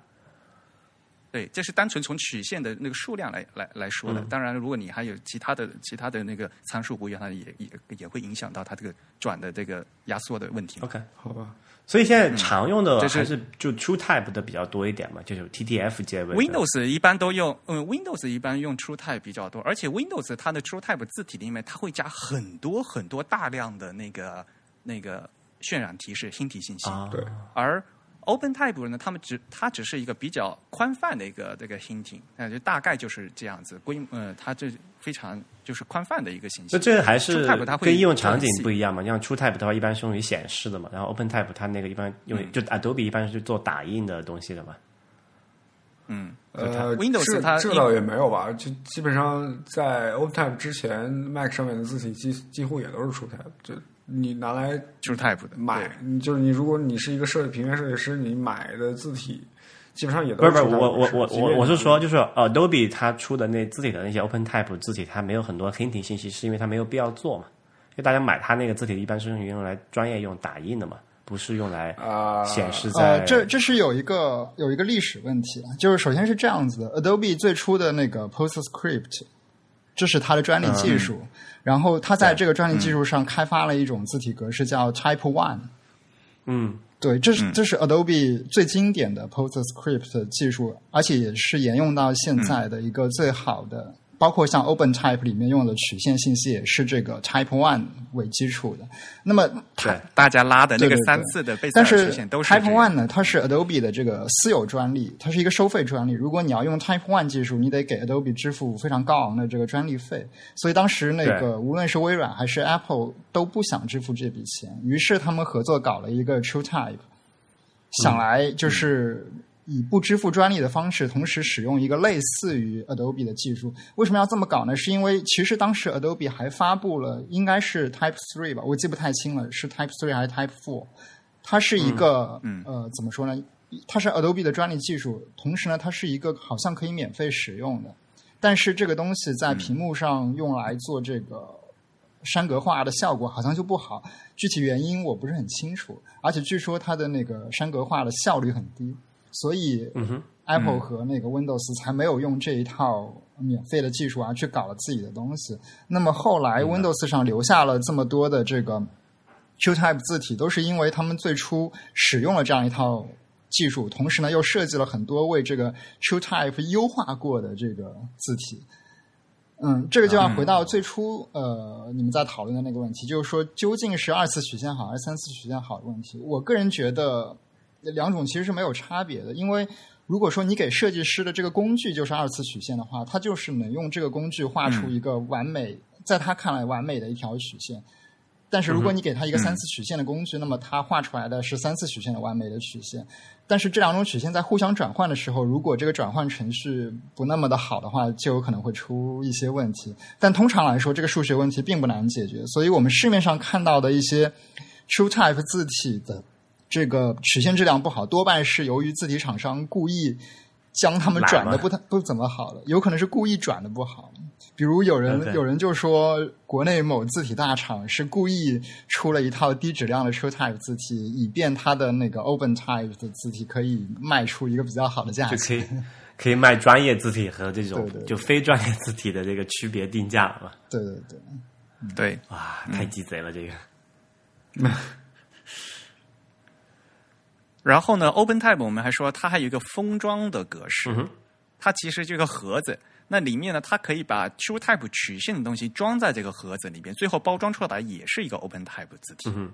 对，这是单纯从曲线的那个数量来来来说的。
嗯
当然，如果你还有其他的其他的那个参数不一样，它也也也会影响到它这个转的这个压缩的问题嘛。
OK，
好吧，
所以现在常用的
嗯这是
还是就 True Type 的比较多一点嘛，就是 TTF 结尾的。
Windows 一般都用，嗯，Windows 一般用 TrueType 比较多，而且 Windows 它的 TrueType 字体里面，它会加很多很多大量的那个那个渲染提示、新体信息。
啊，
对，
而 OpenType 呢，他们只它只是一个比较宽泛的一个这个 hinting，那就大概就是这样子，规呃，它这非常就是宽泛的一个信息。
那这还是
TrueType 它会
跟应用场景不一样嘛？像 TrueType 的话，一般是用于显示的嘛，然后 OpenType 它那个一般用
嗯
于、就 Adobe 一般是做打印的东西的嘛。
呃
Windows
这
它
这倒也没有吧，就基本上在 OpenType 之前，Mac 上面的字体几几乎也都是 TrueType，就你拿来
TrueType 的
买
对，
你就是你，如果你是一个设计平面设计师，你买的字体基本上也都
不是不是，
是
我我我
即便
我我
你
是
嗯
说，就是 Adobe 它出的那字体的那些 OpenType 字体，它没有很多 hinting 信息，是因为它没有必要做嘛。因为大家买它那个字体，一般是用于用来专业用打印的嘛，不是用来
啊
显示在、
呃，这这是有一个有一个历史问题啊，就是首先是这样子的，Adobe 最初的那个 PostScript，这是它的专利
嗯
技术，然后它在这个专利技术上开发了一种字体格式叫 Type One，
嗯
对，这是这是 Adobe 最经典的 PostScript 技术，而且也是沿用到现
嗯
在的一个最好的，包括像 OpenType 里面用的曲线信息也是这个 Type One 为基础的。那么它
对
大家拉的那
对
个
对对
三次的贝塞
但
尔
是
曲线都是
Type
这样
One 呢，它是 Adobe 的这个私有专利，它是一个收费专利。如果你要用 Type One 技术，你得给 Adobe 支付非常高昂的这个专利费。所以当时那
对
个无论是微软还是 Apple 都不想支付这笔钱，于是他们合作搞了一个 TrueType，想来就是
嗯
以不支付专利的方式，同时使用一个类似于 Adobe 的技术。为什么要这么搞呢？是因为其实当时 Adobe 还发布了，应该是 Type Three 吧，我记不太清了，是 Type Three 还是 Type Four。它是一个、
嗯
呃怎么说呢？它是 Adobe 的专利技术，同时呢，它是一个好像可以免费使用的，但是这个东西
嗯
在屏幕上用来做这个栅格化的效果好像就不好，具体原因我不是很清楚，而且据说它的那个栅格化的效率很低，所以
嗯哼
Apple 和那个 Windows 才没有用这一套免费的技术啊去搞了自己的东西。那么后来 Windows 上留下了这么多的这个 Q-Type 字体，都是因为他们最初使用了这样一套技术，同时呢又设计了很多为这个 Q-Type 优化过的这个字体。嗯，这个就要回到最初、呃你们在讨论的那个问题，就是说究竟是二次曲线好还是三次曲线好的问题。我个人觉得两种其实是没有差别的，因为如果说你给设计师的这个工具就是二次曲线的话，他就是能用这个工具画出一个完美，在他看来完美的一条曲线。但是如果你给他一个三次曲线的工具，那么他画出来的是三次曲线的完美的曲线。但是这两种曲线在互相转换的时候，如果这个转换程序不那么的好的话，就有可能会出一些问题。但通常来说，这个数学问题并不难解决，所以我们市面上看到的一些 True Type 字体的这个曲线质量不好，多半是由于字体厂商故意将它们转的不太不怎么好的，有可能是故意转的不好。比如有人
OK
有人就说，国内某字体大厂是故意出了一套低质量的 True Type 字体，以便它的那个 Open Type 的字体可以卖出一个比较好的价
就
格。
可以可以卖专业字体和这种
对对对
就非专业字体的这个区别定价了嘛？
对对对，
嗯对，
哇，太鸡贼了这个。
然后呢，OpenType 我们还说它还有一个封装的格式，
嗯哼
它其实这个盒子，那里面呢，它可以把 TrueType 曲线的东西装在这个盒子里边，最后包装出来也是一个 OpenType 字体。
嗯哼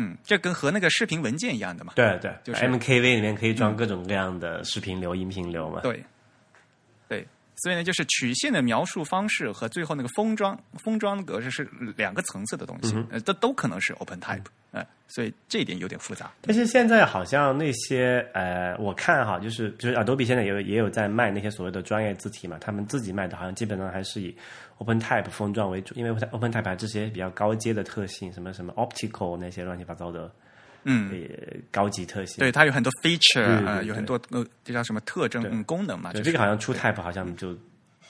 嗯，这跟和那个视频文件一样的嘛。
对对，
就是
MKV 里面可以装各种各样的视频流、音频流嘛。
对，对，所以呢，就是曲线的描述方式和最后那个封装封装格式是两个层次的
嗯
东西，呃，都都可能是 OpenType，呃，所以这一点有点复杂。
但是现在好像那些呃，我看哈，就是就是 Adobe 现在也有也有在卖那些所谓的专业字体嘛，他们自己卖的好像基本上还是以 OpenType 封装为主，因为 OpenType 还有这些比较高阶的特性，什么什么 Optical 那些乱七八糟的
嗯，
呃高级特性。
对，它有很多 feature，
对对
呃，
对
有很多呃，这叫什么特征、
对
嗯、功能嘛？
对，
就
这
是
个好像出 Type 好像就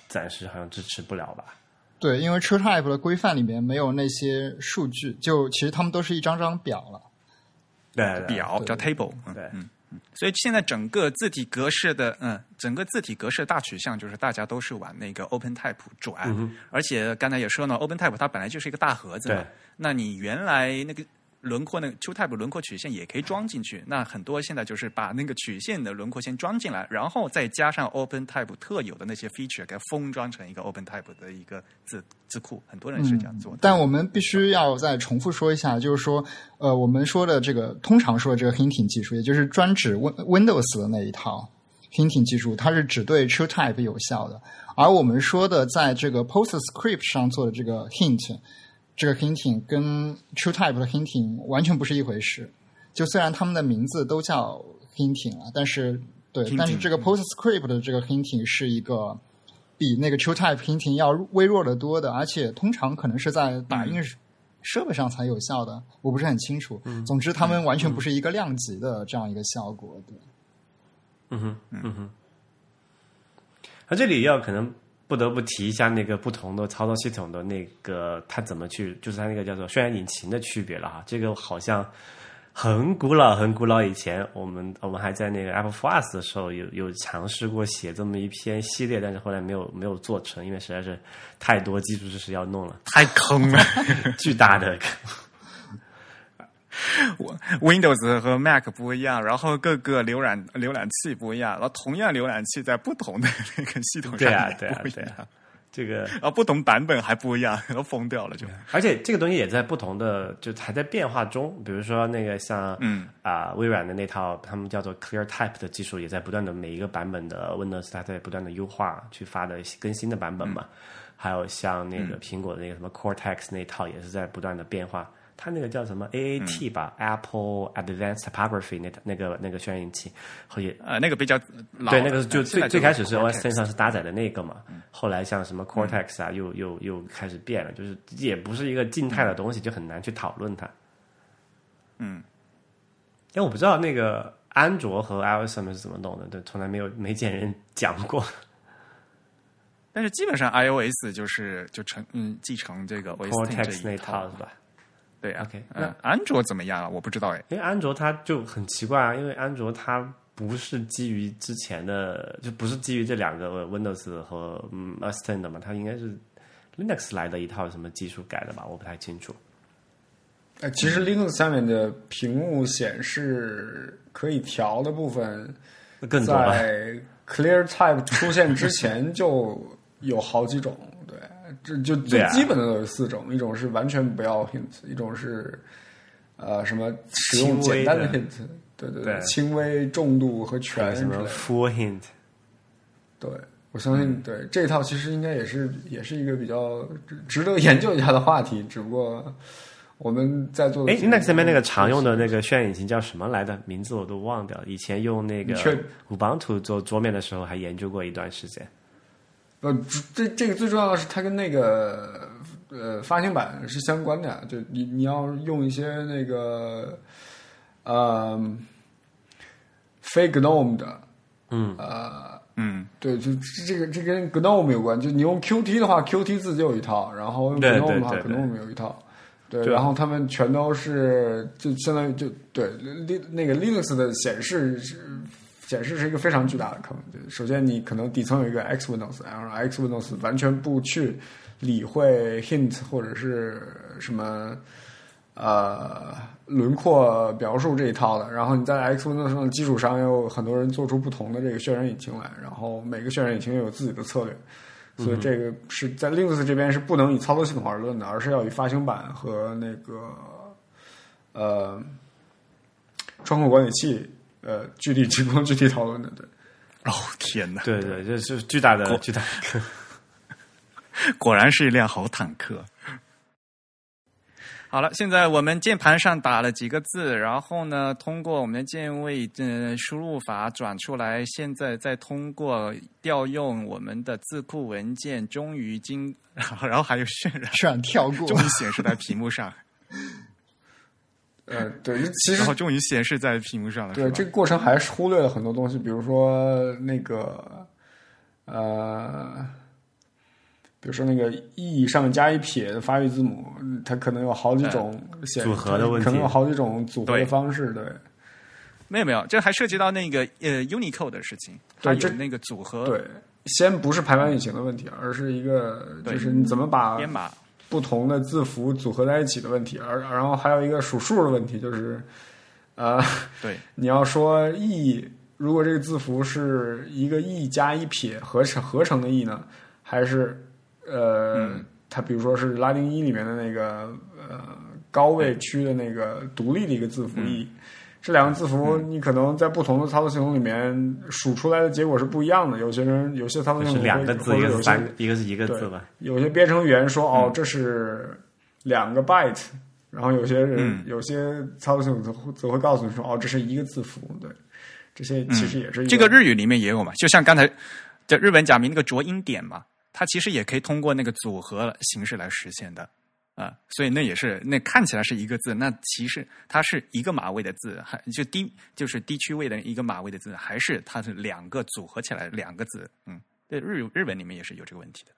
暂时好像支持不了吧。
对，因为 True Type 的规范里面没有那些数据，就其实他们都是一张张表了。
对，对
表叫 table，嗯
对
嗯嗯，所以现在整个字体格式的，嗯，整个字体格式的大取向就是大家都是往那个 OpenType 转，
嗯
而且刚才也说呢，OpenType 它本来就是一个大盒子嘛
对，
那你原来那个轮廓那个 TrueType 轮廓曲线也可以装进去，那很多现在就是把那个曲线的轮廓先装进来，然后再加上 OpenType 特有的那些 feature 给它封装成一个 OpenType 的一个字字库，很多人是这样做的，
但我们必须要再重复说一下，就是说，呃，我们说的这个通常说的这个 hinting 技术，也就是专指 Win Windows 的那一套 hinting 技术，它是只对 True Type 有效的。而我们说的在这个 PostScript 上做的这个 hint，这个 hinting 跟 True Type 的 hinting 完全不是一回事。就虽然他们的名字都叫 hinting 啊，但是对
hinting，
但是这个 PostScript 的这个 hinting 是一个比那个 TrueType hinting 要微弱的多的，而且通常可能是在打印设备上才有效的，我不是很清楚。总之，他们完全不是一个量级的这样一个效果。对，
嗯哼，嗯哼。那这里要可能不得不提一下那个不同的操作系统的那个它怎么去，就是它那个叫做渲染引擎的区别了哈。这个好像很古老、很古老以前，我们 我们还在那个 Apple Flash 的时候有有尝试过写这么一篇系列，但是后来没有没有做成，因为实在是太多技术知识要弄了，
太坑了。
巨大的。
Windows 和 Mac 不一样，然后各个浏览浏览器不一样，然后同样浏览器在不同的那个系统上
对啊
也，
对啊
不一，
对
样
啊，这个
然后不同版本还不一样，然后疯掉了就。
而且这个东西也在不同的，就还在变化中。比如说那个像，
嗯
啊、微软的那套他们叫做 Clear Type 的技术，也在不断的每一个版本的 Windows 它在不断的优化，去发的更新的版本嘛。还有像那个苹果的那个什么 Cortex 那一套，也是在不断的变化。它那个叫什么 AAT 吧、a p p l e Advanced Typography 那那个那个渲染引擎，和也
呃，那个比较老的，呃
对，那个是就
现在嗯
最最开始是
Cortex
OS 10上是搭载的那个嘛，后来像什么 Cortex 啊，又又又开始变了，就是也不是一个静态的东西，就很难去讨论它。
嗯，
但我不知道那个安卓和 iOS 上面是怎么弄的，对，从来没有没见人讲过。
但是基本上 iOS 就是就承嗯继承这个 OS Ten
Cortex
这
那
一套，
套是吧？
对啊。
OK，
嗯，安卓怎么样啊？我不知道哎。
因为安卓它就很奇怪啊，因为安卓它不是基于之前的，就不是基于这两个呃 Windows 和嗯 OS Ten 的嘛，它应该是 Linux 来的一套什么技术改的吧，我不太清楚。
哎，其实 Linux 下面的屏幕显示可以调的部分，
那更多吧，
在 Clear Type 出现之前就有好几种，对，这就
对
最
啊
基本的有四种，一种是完全不要 hint，一种是呃什么使用
轻微
简单的
的
hint，对对
对
轻微、重度和全之
什
类
么
的。
Full Hint，
对，我相
嗯
信，对这套其实应该也是也是一个比较值值得研究一下的话题，只不过我们在座的
哎，Linux 上面那个常用的那个渲染引擎叫什么来的？名字我都忘掉了。以前用那个
你确
Ubuntu 做桌面的时候，还研究过一段时间。
呃，这这个最重要的是，它跟那个呃发行版是相关的，啊就你你要用一些那个呃非 GNOME 的，
嗯，
对，就这个这跟 GNOME 有关。就你用 Qt 的话，Qt 自己有一套，然后用
对对
GNOME 的话
对对
，GNOME 有一套。对，
对
然后他们全都是就相当于就对 Li 那个 Linux 的显示是显示是一个非常巨大的坑。就首先你可能底层有一个 X Windows，然后 X Windows 完全不去理会 hint 或者是什么呃轮廓描述这一套的，然后你在 X Windows 上的基础上，又有很多人做出不同的这个渲染引擎来，然后每个渲染引擎又有自己的策略，所以这个是在 Linux 这边是不能以操作系统而论的，而是要以发行版和那个呃窗口管理器呃具体提供具体讨论的，对。
哦天哪，
对对，这是巨大的
过
巨大的坑。
果然是一辆好坦克。好了，现在我们键盘上打了几个字，然后呢，通过我们的键位嗯输入法转出来，现在再通过调用我们的字库文件，终于经， 然后然后还有渲 染，
渲染啊跳 过
终于显示在屏幕上，
呃，对，其实
然后终于显示在屏幕上了，
对，这
是吧？
个过程还是忽略了很多东西，比如说那个，呃，比如说那个 e 上面加一撇的发育字母，嗯它可能有好几种显
组合的问题
可能有好几种组合
对
的方式，对
没有没有，这还涉及到那个呃 Unicode 的事情，
对
它有
这
那个组合
对。先不是排版引擎的问题，而是一个
对
就是你怎么把
编码，
不同的字符组合在一起的问题，而然后还有一个数数的问题，就是呃，
对
你要说 e，如果这个字符是一个 e 加一撇合成合成的 e 呢，还是呃，
嗯
它比如说是拉丁一里面的那个呃高位区的那个独立的一个字符 e，、这
嗯
两个字符你可能在不同的操作系统里面数出来的结果是不一样的。有些人有些操作系统
就是
会
两个字，
或
一
者
个
有些
是三，一个是一个
对
字吧。
有些编程语言说
嗯
哦，这是两个 byte，然后有些人、
嗯
有些操作系统则会则会告诉你说哦，这是一个字符。对，这些其实也是一
嗯这个日语里面也有嘛，就像刚才这日本假名那个浊音点嘛，它其实也可以通过那个组合形式来实现的啊、所以那也是那看起来是一个字，那其实它是一个码位的字，还就低就是低区位的一个码位的字，还是它是两个组合起来两个字，嗯，对日日本里面也是有这个问题的，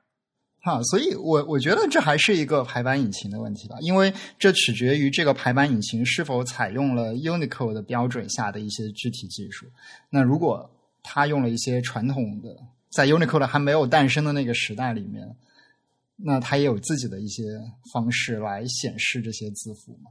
啊，所以我我觉得这还是一个排版引擎的问题吧，因为这取决于这个排版引擎是否采用了 Unicode 的标准下的一些具体技术。那如果它用了一些传统的，在 Unicode 还没有诞生的那个时代里面，那它也有自己的一些方式来显示这些字符嘛？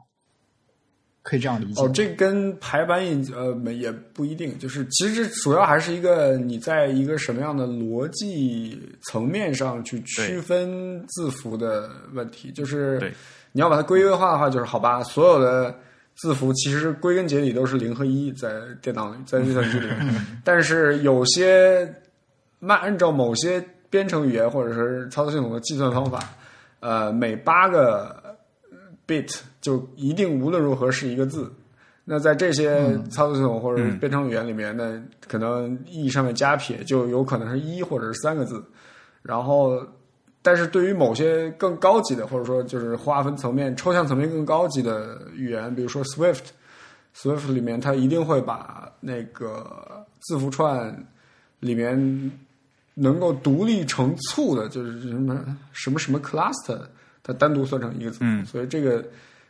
可以这样理解吗。
哦，这跟排版引呃没也不一定，就是其实这主要还是一个你在一个什么样的逻辑层面上去区分字符的问题，就是
对
你要把它归位化的话，就是好吧，所有的字符其实归根结底都是零和一，在电脑里，在计算机里面，但是有些那按照某些编程语言或者是操作系统的计算方法，呃，每八个 bit 就一定无论如何是一个字。那在这些操作系统或者是编程语言里面，那可能 e 上面加撇就有可能是一或者是三个字。然后，但是对于某些更高级的，或者说就是划分层面、抽象层面更高级的语言，比如说 Swift， Swift 里面它一定会把那个字符串里面能够独立成簇的，就是什么什么什么 cluster，它单独算成一个字符，
嗯
所以这个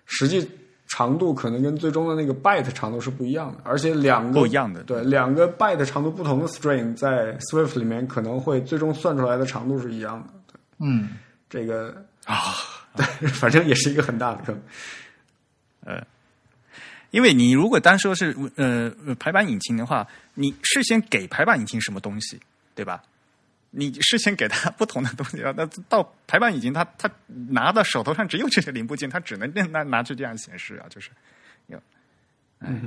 实际长度可能跟最终的那个 byte 长度是不一样的，而且两个
不一样的
对，两个 byte 长度不同的 string 在 Swift 里面可能会最终算出来的长度是一样的。
嗯，
这个
啊，
对， 反正也是一个很大的坑。
因为你如果单说是呃呃排版引擎的话，你事先给排版引擎什么东西，对吧？你事先给它不同的东西，那到排版引擎它它拿到手头上只有这些零部件，它只能拿拿去这样显示啊，就是有，哎，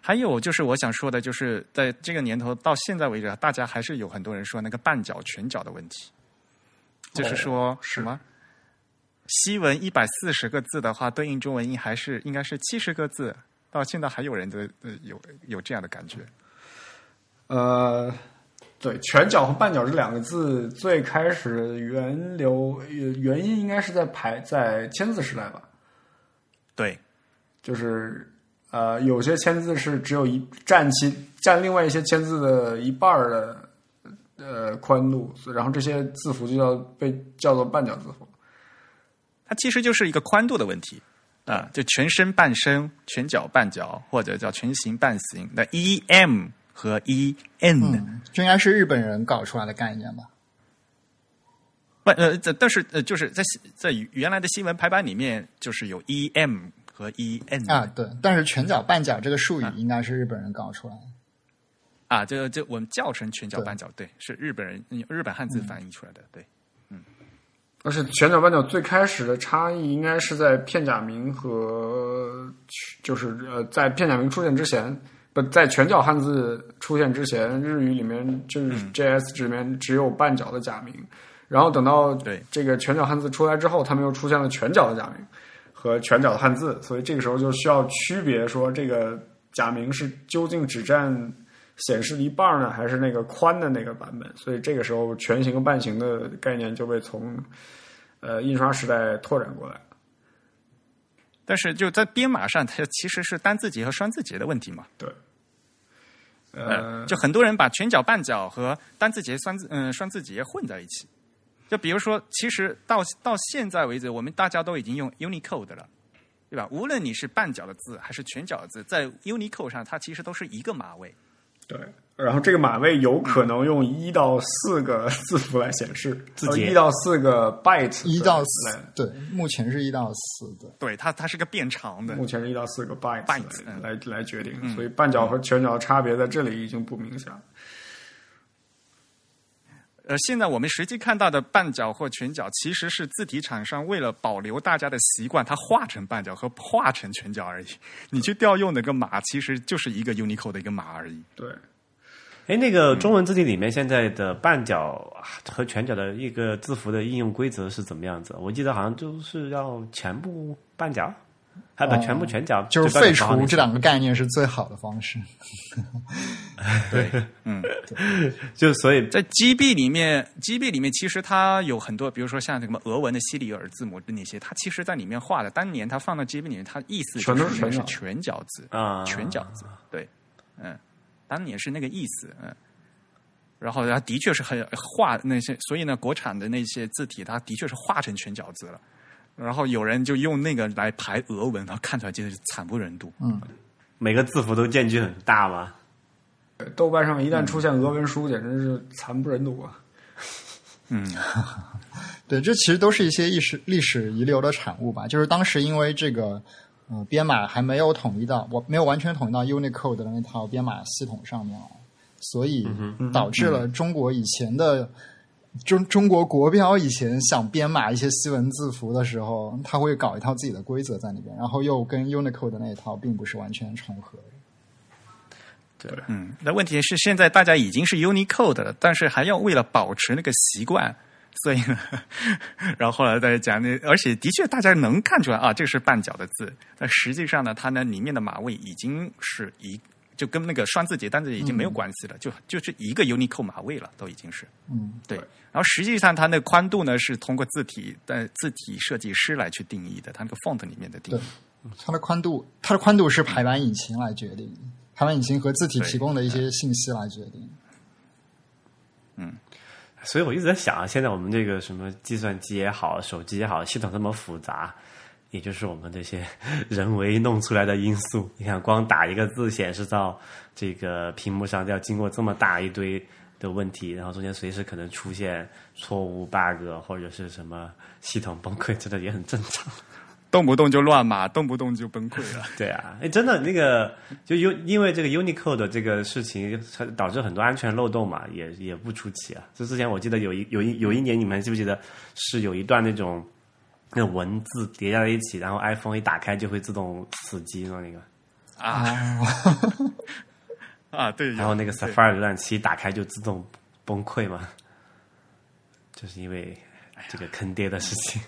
还有就是我想说的，就是在这个年头到现在为止啊，大家还是有很多人说那个半角全角的问题，就是说什么？西文一百四十个字的话，对应中文应还是应该是七十个字。到现在还有人的呃有有这样的感觉，
呃，对，全角和半角这两个字最开始源流呃原因应该是在排在签字时代吧，
对，
就是呃有些签字是只有一占其占另外一些签字的一半儿的呃宽度，所以然后这些字符就叫被叫做半角字符。
它其实就是一个宽度的问题啊、就全身半身、全角半角，或者叫全形半形。那 E M 和 E N，、
嗯，这应该是日本人搞出来的概念吧？
不呃，这但是呃，就是在西在原来的新闻排版里面，就是有 E M 和 E N
啊，对，但是全角半角这个术
啊
语应该是日本人搞出来的。
啊，就就我们教程全角
对嗯
半角，对，是日本人用日本汉字翻译出来的，对。
而且全角半角最开始的差异应该是在片假名和就是呃，在片假名出现之前，不在全角汉字出现之前，日语里面就是 JS 里面只有半角的假名，然后等到
对
这个全角汉字出来之后，他们又出现了全角的假名和全角的汉字，所以这个时候就需要区别说这个假名是究竟只占显示的一半儿呢，还是那个宽的那个版本？所以这个时候全形和半形的概念就被从呃印刷时代拓展过来。
但是就在编码上，它其实是单字节和双字节的问题嘛。
对，
嗯，
呃，
就很多人把全角、半角和单字节、双字嗯、双字节混在一起。就比如说，其实到到现在为止，我们大家都已经用 Unicode 了，对吧？无论你是半角的字还是全角的字，在 Unicode 上，它其实都是一个码位。
对。然后这个码位有可能用一到四个字符来显示，呃
字节
一到四个 byte，
一到
来
四，对，目前是一到四的。
对，它它是个变长的。
目前是一到四个 byte
bytes，嗯
来来来决定，所以半角和全角的差别在这里已经不明显了。
呃，现在我们实际看到的半角或全角，其实是字体厂商为了保留大家的习惯，它画成半角和画成全角而已。你去调用那个码，其实就是一个 Unicode 的一个码而已。
对，
哎，那个中文字体里面现在的半角和全角的一个字符的应用规则是怎么样子？我记得好像就是要全部半角，还把全部全角，
哦啊就是
到底
废
包含
除
哪
这两个概念是最好的方式。
就所以
在 GB 里面，GB 里面其实它有很多，比如说像什么俄文的西里尔字母的那些，它其实在里面画的。当年它放到 GB 里面，它意思就
全都是
是那
全
是
角
全角字
啊
全角字，对，嗯，当年是那个意思，嗯。然后，它的确是很画那些，所以呢，国产的那些字体，它的确是画成全角字了。然后有人就用那个来排俄文，然后看出来真的是惨不忍睹。
嗯
每个字符都间距很大嘛。
对呃豆瓣上一旦出现俄文书，简直是惨不忍睹啊！
对，这其实都是一些历史历史遗留的产物吧。就是当时因为这个呃编码还没有统一到，我没有完全统一到 Unicode 的那套编码系统上面来，所以导致了中国以前的。中中国国标以前想编码一些西文字符的时候，他会搞一套自己的规则在里边，然后又跟 Unicode 的那一套并不是完全重合的。
嗯，那问题是现在大家已经是 Unicode 了，但是还要为了保持那个习惯，所以呢， 然后后来大家讲那，而且的确大家能看出来啊，这个是半角的字，但实际上呢，它呢里面的码位已经是一。就跟那个双字节、单字节已经没有关系了，就就是一个 Unicode 码位了，都已经是
嗯，
对。然后实际上它那个宽度呢，是通过字体的字体设计师来去定义的，它那个 font 里面的定义
对。它的宽度，它的宽度是排版引擎来决定，排版引擎和字体提供的一些信息来决定。
所以我一直在想啊，现在我们这个什么计算机也好，手机也好，系统这么复杂，也就是我们这些 人为弄出来的因素。你看，光打一个字显示到这个屏幕上，要经过这么大一堆的问题，然后中间随时可能出现错误、bug 或者是什么系统崩溃，真的也很正常。
动不动就乱码，动不动就崩溃了。
对啊，哎，真的那个就 U 因为这个 Unicode 这个事情，它导致很多安全漏洞嘛，也也不出奇啊。就之前我记得有一有一有一年，你们记不记得是有一段那种那文字叠加在一起，然后 iPhone 一打开就会自动死机的那个，
啊，对，
哦然后那个
对
Safari 浏览器一打开就自动崩溃嘛，就是因为这个坑爹的事情。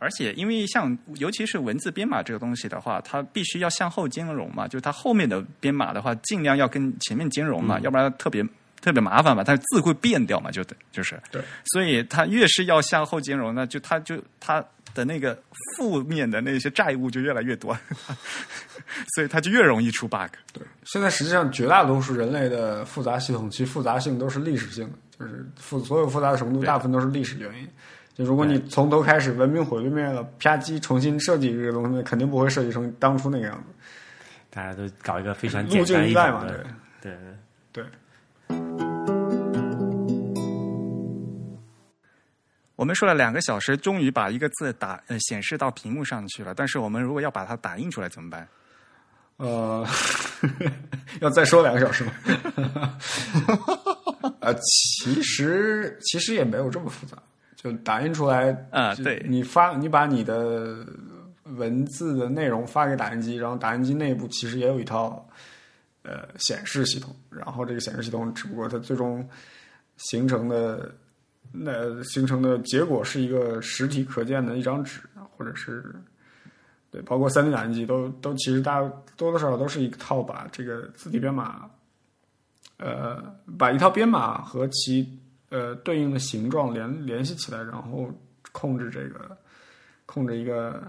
而且因为像尤其是文字编码这个东西的话，它必须要向后兼容嘛，就它后面的编码的话，尽量要跟前面兼容
嗯
嘛，要不然特别。特别麻烦嘛，它字会变掉嘛，就得就是，
对，
所以它越是要向后兼容，那就它就它的那个负面的那些债务就越来越多， 所以它就越容易出 bug。
对，现在实际上绝大多数人类的复杂系统，其复杂性都是历史性的，就是复所有复杂的程度，大部分都是历史原因。就如果你从头开始文明毁灭了，啪叽重新设计这个东西，肯定不会设计成当初那个样子。
大家都搞一个非常
路
简
径
单
依
易
赖
懂
嘛
的，对。
对，
我们说了两个小时，终于把一个字打呃显示到屏幕上去了，但是我们如果要把它打印出来怎么办？
呃， 要再说两个小 时吗？呃，其实其实也没有这么复杂，就打印出来
啊
就
对
你发你把你的文字的内容发给打印机，然后打印机内部其实也有一套呃显示系统，然后这个显示系统只不过它最终形成的那形成的结果是一个实体可见的一张纸，或者是对，包括三 D 打印机都都其实大家多多少少都是一套把这个字体编码，呃，把一套编码和其呃对应的形状联联系起来，然后控制这个控制一个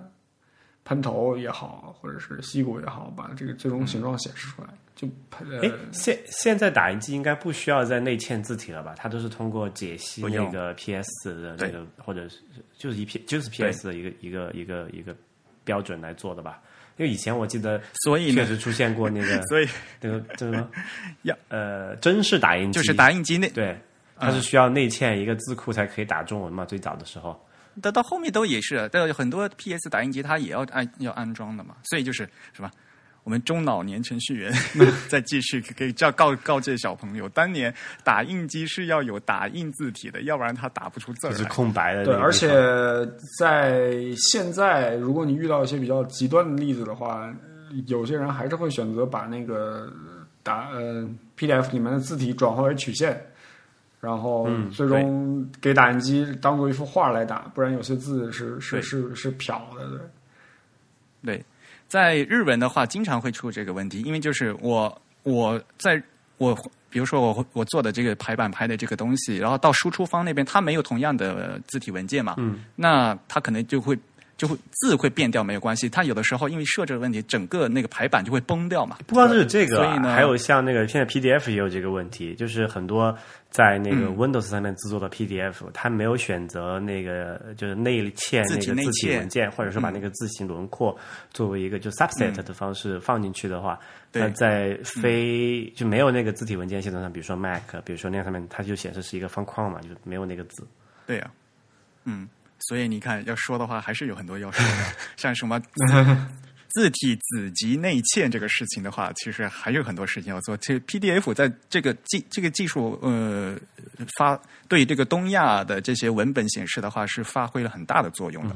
喷头也好，或者是溪谷也好，把这个最终形状显示出来。就
哎
呃，，
现现在打印机应该不需要再内嵌字体了吧？它都是通过解析
不
那
用
个 PS 的那
对
个，或者是就是一 P 就是 PS 的一个一个一个一个标准来做的吧？因为以前我记得，
所以呢
确实出现过那个
所 以
那个叫什么
呀
呃真式打印机，
就是打印嗯机那
对，它是需要内嵌一个字库才可以打中文嘛？最早的时候，
到到后面都也是，但有很多 PS 打印机它也要安要安装的嘛，所以就是什么，我们中老年程 序员再继续可以叫告告诫小朋友，当年打印机是要有打印字体的，要不然它打不出字儿
就是
来。
空白的那个
对，
地方，
而且在现在，如果你遇到一些比较极端的例子的话，有些人还是会选择把那个打呃 PDF 里面的字体转化为曲线，然后
嗯
最终给打印机当做一幅画来打，不然有些字是是
对
是是漂的。对，
对，在日文的话，经常会出这个问题，因为就是我我在我比如说我我做的这个排版拍的这个东西，然后到输出方那边，它没有同样的字体文件嘛，嗯，那它可能就会。就会字会变掉没有关系，它有的时候因为设置的问题，整个那个排版就会崩掉嘛。
不光是这个、
所以
啊，
呢
还有像那个现在 PDF 也有这个问题，就是很多在那
嗯
个 Windows 上面制作的 PDF，、它没有选择那个就是内嵌
字
那
体
个
内
字体
嵌嗯
文件，或者说把那个字形轮廓作为一个就 subset 的方式放进去的话，
对
那在非、就没有那个字体文件系统上，比如说 Mac，比如说那样上面，它就显示是一个方框嘛，就是没有那个字。
对呀、嗯，所以你看，要说的话还是有很多要说的，像什么字字体子集内嵌这个事情的话，其实还有很多事情要做。其实 PDF 在这个技这个技术呃发对这个东亚的这些文本显示的话，是发挥了很大的作用的。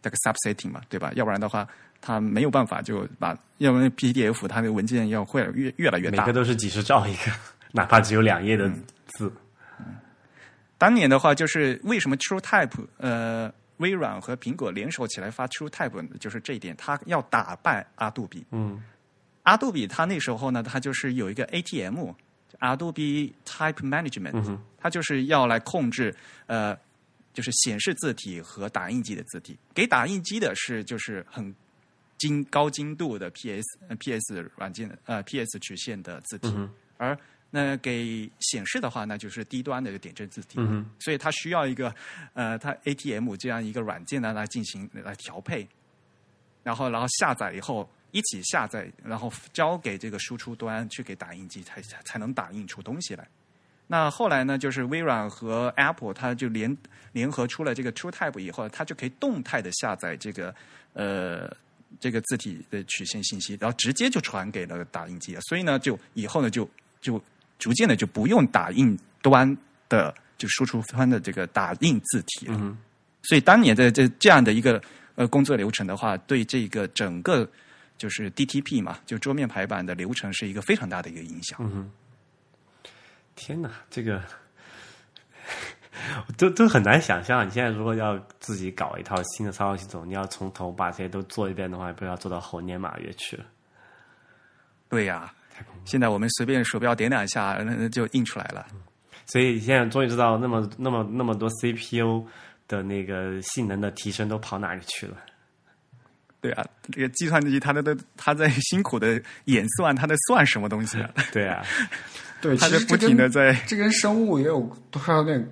这个 subsetting 嘛，对吧？要不然的话，它没有办法就把，要不然 PDF 它的文件要会越越来越
每
大
个。都是几十兆一个， 嗯哪怕只有两页的字。
当年的话，就是为什么 TrueType 呃微软和苹果联手起来发 TrueType，就是这一点，它要打败阿杜比。
嗯，
阿杜比它那时候呢，它就是有一个 ATM。Adobe Type Management，、它就是要来控制呃，就是显示字体和打印机的字体。给打印机的是就是很精高精度的 PS、呃 PS 软件的呃 PS 曲线的字体，而那给显示的话，那就是低端的一个点阵字体，
嗯
所以它需要一个呃，它 ATM 这样一个软件啊呢来进行来调配，然后然后下载以后一起下载，然后交给这个输出端去给打印机才才才能打印出东西来。那后来呢，就是微软和 Apple，它就联联合出了这个 TrueType 以后，它就可以动态的下载这个呃这个字体的曲线信息，然后直接就传给了打印机。所以呢，就以后呢，就就逐渐的就不用打印端的就输出端的这个打印字体了。
嗯
所以当年的这这样的一个呃工作流程的话，对这个整个就是 DTP 嘛，就桌面排版的流程是一个非常大的一个影响。
天哪，这个都都很难想象。你现在如果要自己搞一套新的操作系统，你要从头把这些都做一遍的话，不知道做到猴年马月去了。
对呀、现在我们随便鼠标点两下，呃那那就印出来了。
所以现在终于知道那么那么那么多 CPU 的那个性能的提升都跑哪里去了。
对啊，这个计算机它的它在辛苦的演算，它在算什么东西啊？
对啊，
对，
它
其
在
实
不
这跟
停的在
这跟生物也有多少有点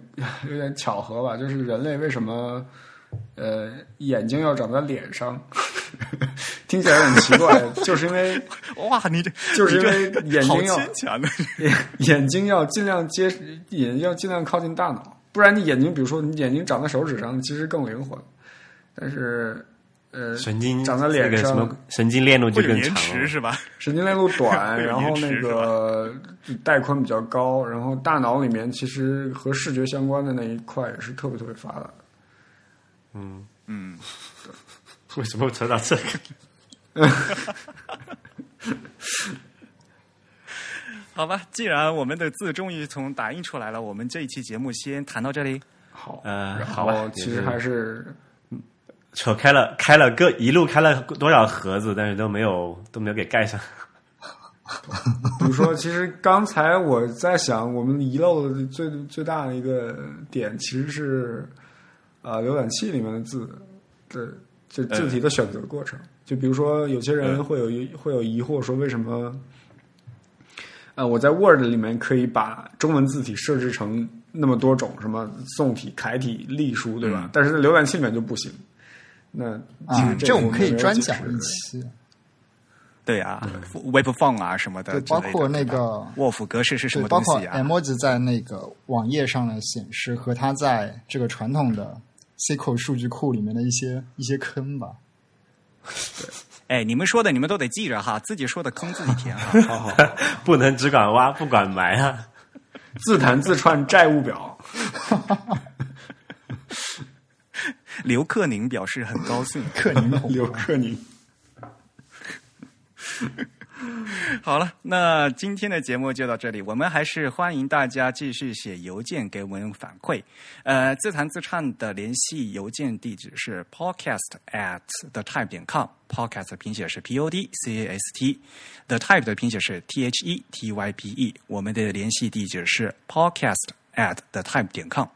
有点巧合吧？就是人类为什么呃眼睛要长在脸上？ 听起来很奇怪， 就是因为
哇，你这
就是因为
你这
眼睛
好
要
牵强的，
眼睛要尽量接，眼睛要尽量靠近大脑，不然你眼睛，比如说你眼睛长在手指上，其实更灵活。但是，呃，
神经
长在脸
那个什
上，
么神经链路就
会有
更
延
长啊
迟
了。
是吧？
神经链路短，
会有
然后
延迟
那
是
个带宽比较高，然后大脑里面其实和视觉相关的那一块也是特别特别发达的。
嗯，
为什么会扯到这个？
好吧，既然我们的字终于从打印出来了，我们这一期节目先谈到这里。
好，
呃
然
好吧
后其
也
实
是
还是
扯开了，开了个一路开了多少盒子，但是都没有都没有给盖上。
比如说，其实刚才我在想，我们遗漏的最最大的一个点，其实是呃浏览器里面的字的这字体的选择过程。就比如说，有些人会有、会有疑惑，说为什么呃我在 Word 里面可以把中文字体设置成那么多种，什么宋体、楷体、隶书，对吧？
嗯
但是在浏览器里面就不行。那其
啊
实，
这
个
我们可以
没有
专
解
讲
释
一期，
对啊，Web f o n 啊什么的
对，
之
包
类的
括
对
那
吧
个
沃夫格式是什
对，
么
包
东
括
西啊？
emoji 在那个网页上的显示和它在这个传统的 SQL 数据库里面的一些一些坑吧。
哎，你们说的你们都得记着哈，自己说的坑自己填啊哈。好好，
不能只管挖不管埋啊！
自弹自串债务 表。
刘克宁表示很高兴。
克宁恐
刘克宁。
好了，那今天的节目就到这里。我们还是欢迎大家继续写邮件给我们反馈。呃，自弹自唱的联系邮件地址是 podcast at the type 点 com。podcast 的拼写是 p o d c a s t，the type 的拼写是 t h e t y p e。我们的联系地址是 podcast at the type 点 com。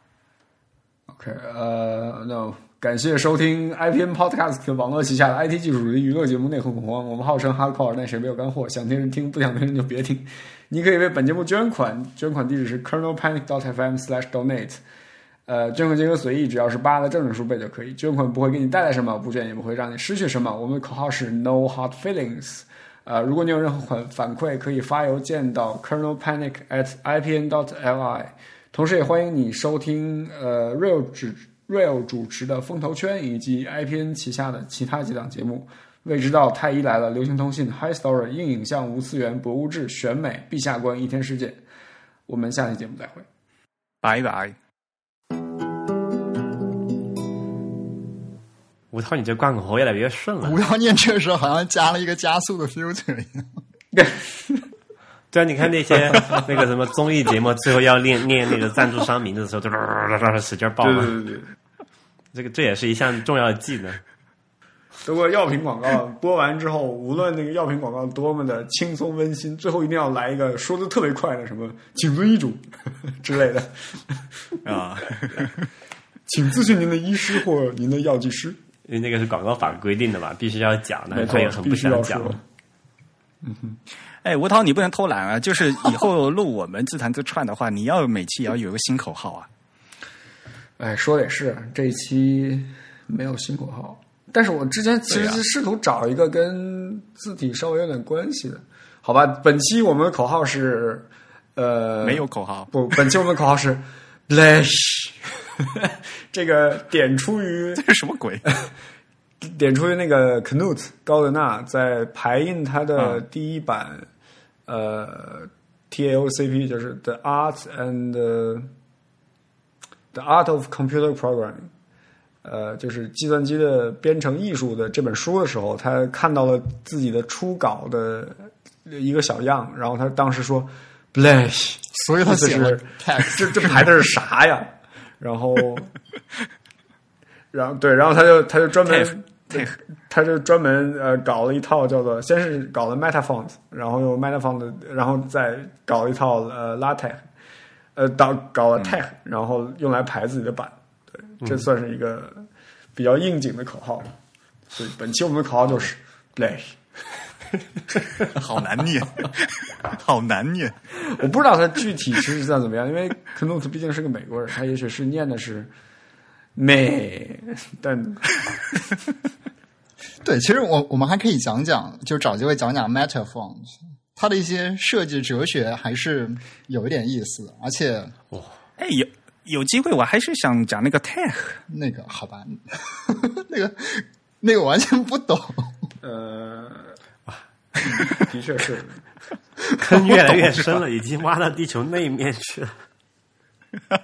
OK，呃，那感谢收听 IPN Podcast 网络旗下的 IT 技术主义娱乐节目《内核恐慌》，我们号称 hardcore，但谁没有干货？想听人听，不想听人就别听。你可以为本节目捐款，捐款地址是 kernelpanic.fm/donate。呃，捐款金额随意，只要是八的正整数倍就可以。捐款不会给你带来什么，不捐也不会让你失去什么。我们的口号是 No Hard Feelings。呃，如果你有任何反反馈，可以发邮件到 kernel panic at ipn dot li。同时，也欢迎你收听呃 Real 主 Real 主持的《风投圈》以及 IPN 旗下的其他几档节目。未知道太医来了、流行通信、High Story、硬影像、无次元、博物志、选美、陛下观、一天世界。我们下期节目再会。
拜拜。
吴涛，你这贯口活越来越顺了。
吴要念这个时候好像加了一个加速的 filter 一样。
对啊，你看那些 那个什么综艺节目，最后要念念那个赞助商名字的时候，就使劲报嘛。
对对，
这个这也是一项重要的技能。
如果药品广告播完之后，无论那个药品广告多么的轻松温馨，最后一定要来一个说的特别快的什么“请遵医嘱” 之类的，
啊。
请咨询您的医师或您的药剂师。
因为那个是广告法规定的嘛，必须要讲，但
没错
是哎他也，很不
必须要
想
说
讲。。
哎，吴涛，你不能偷懒啊！就是以后录我们自弹自串的话，你要每期也要有个新口号啊。
哎，说的也是，这一期没有新口号，但是我之前其实
对呀
是试图找一个跟字体稍微有点关系的，好吧？本期我们的口号是，呃，
没有口号，
不，本期我们的口号是 “bless”，这个点出于
这是 什么鬼？
点出于那个 Knut 高德纳在排印他的第一版，呃，TAOCP 就是 The Art and the, the Art of Computer Programming，呃，就是计算机的编程艺术的这本书的时候，他看到了自己的初稿的一个小样，然后他当时说 “Blash”，
所以他写
意
了
思是
text，
这这排的是啥呀？然后，然后对，然后他就他就专门
TAF
他就专门呃搞了一套叫做先是搞了 MetaFont，然后用 MetaFont，然后再搞一套呃 LaTeX，呃搞搞了
嗯
Tech，、然后用来排自己的版。对，这算是一个比较应景的口号。所以本期我们的口号就是累。
好难念， 好难念。
我不知道他具体实际上怎么样，因为 Knut 毕竟是个美国人，他也许是念的是美，但
对，其实我我们还可以讲讲，就找机会讲讲 Metaphone，它的一些设计哲学还是有一点意思的，而且
哎，有有机会，我还是想讲那个 tech。
那个好吧， 那个那个完全不懂，
呃， 的确是。
坑越来越深了，已经挖到地球那一面去了。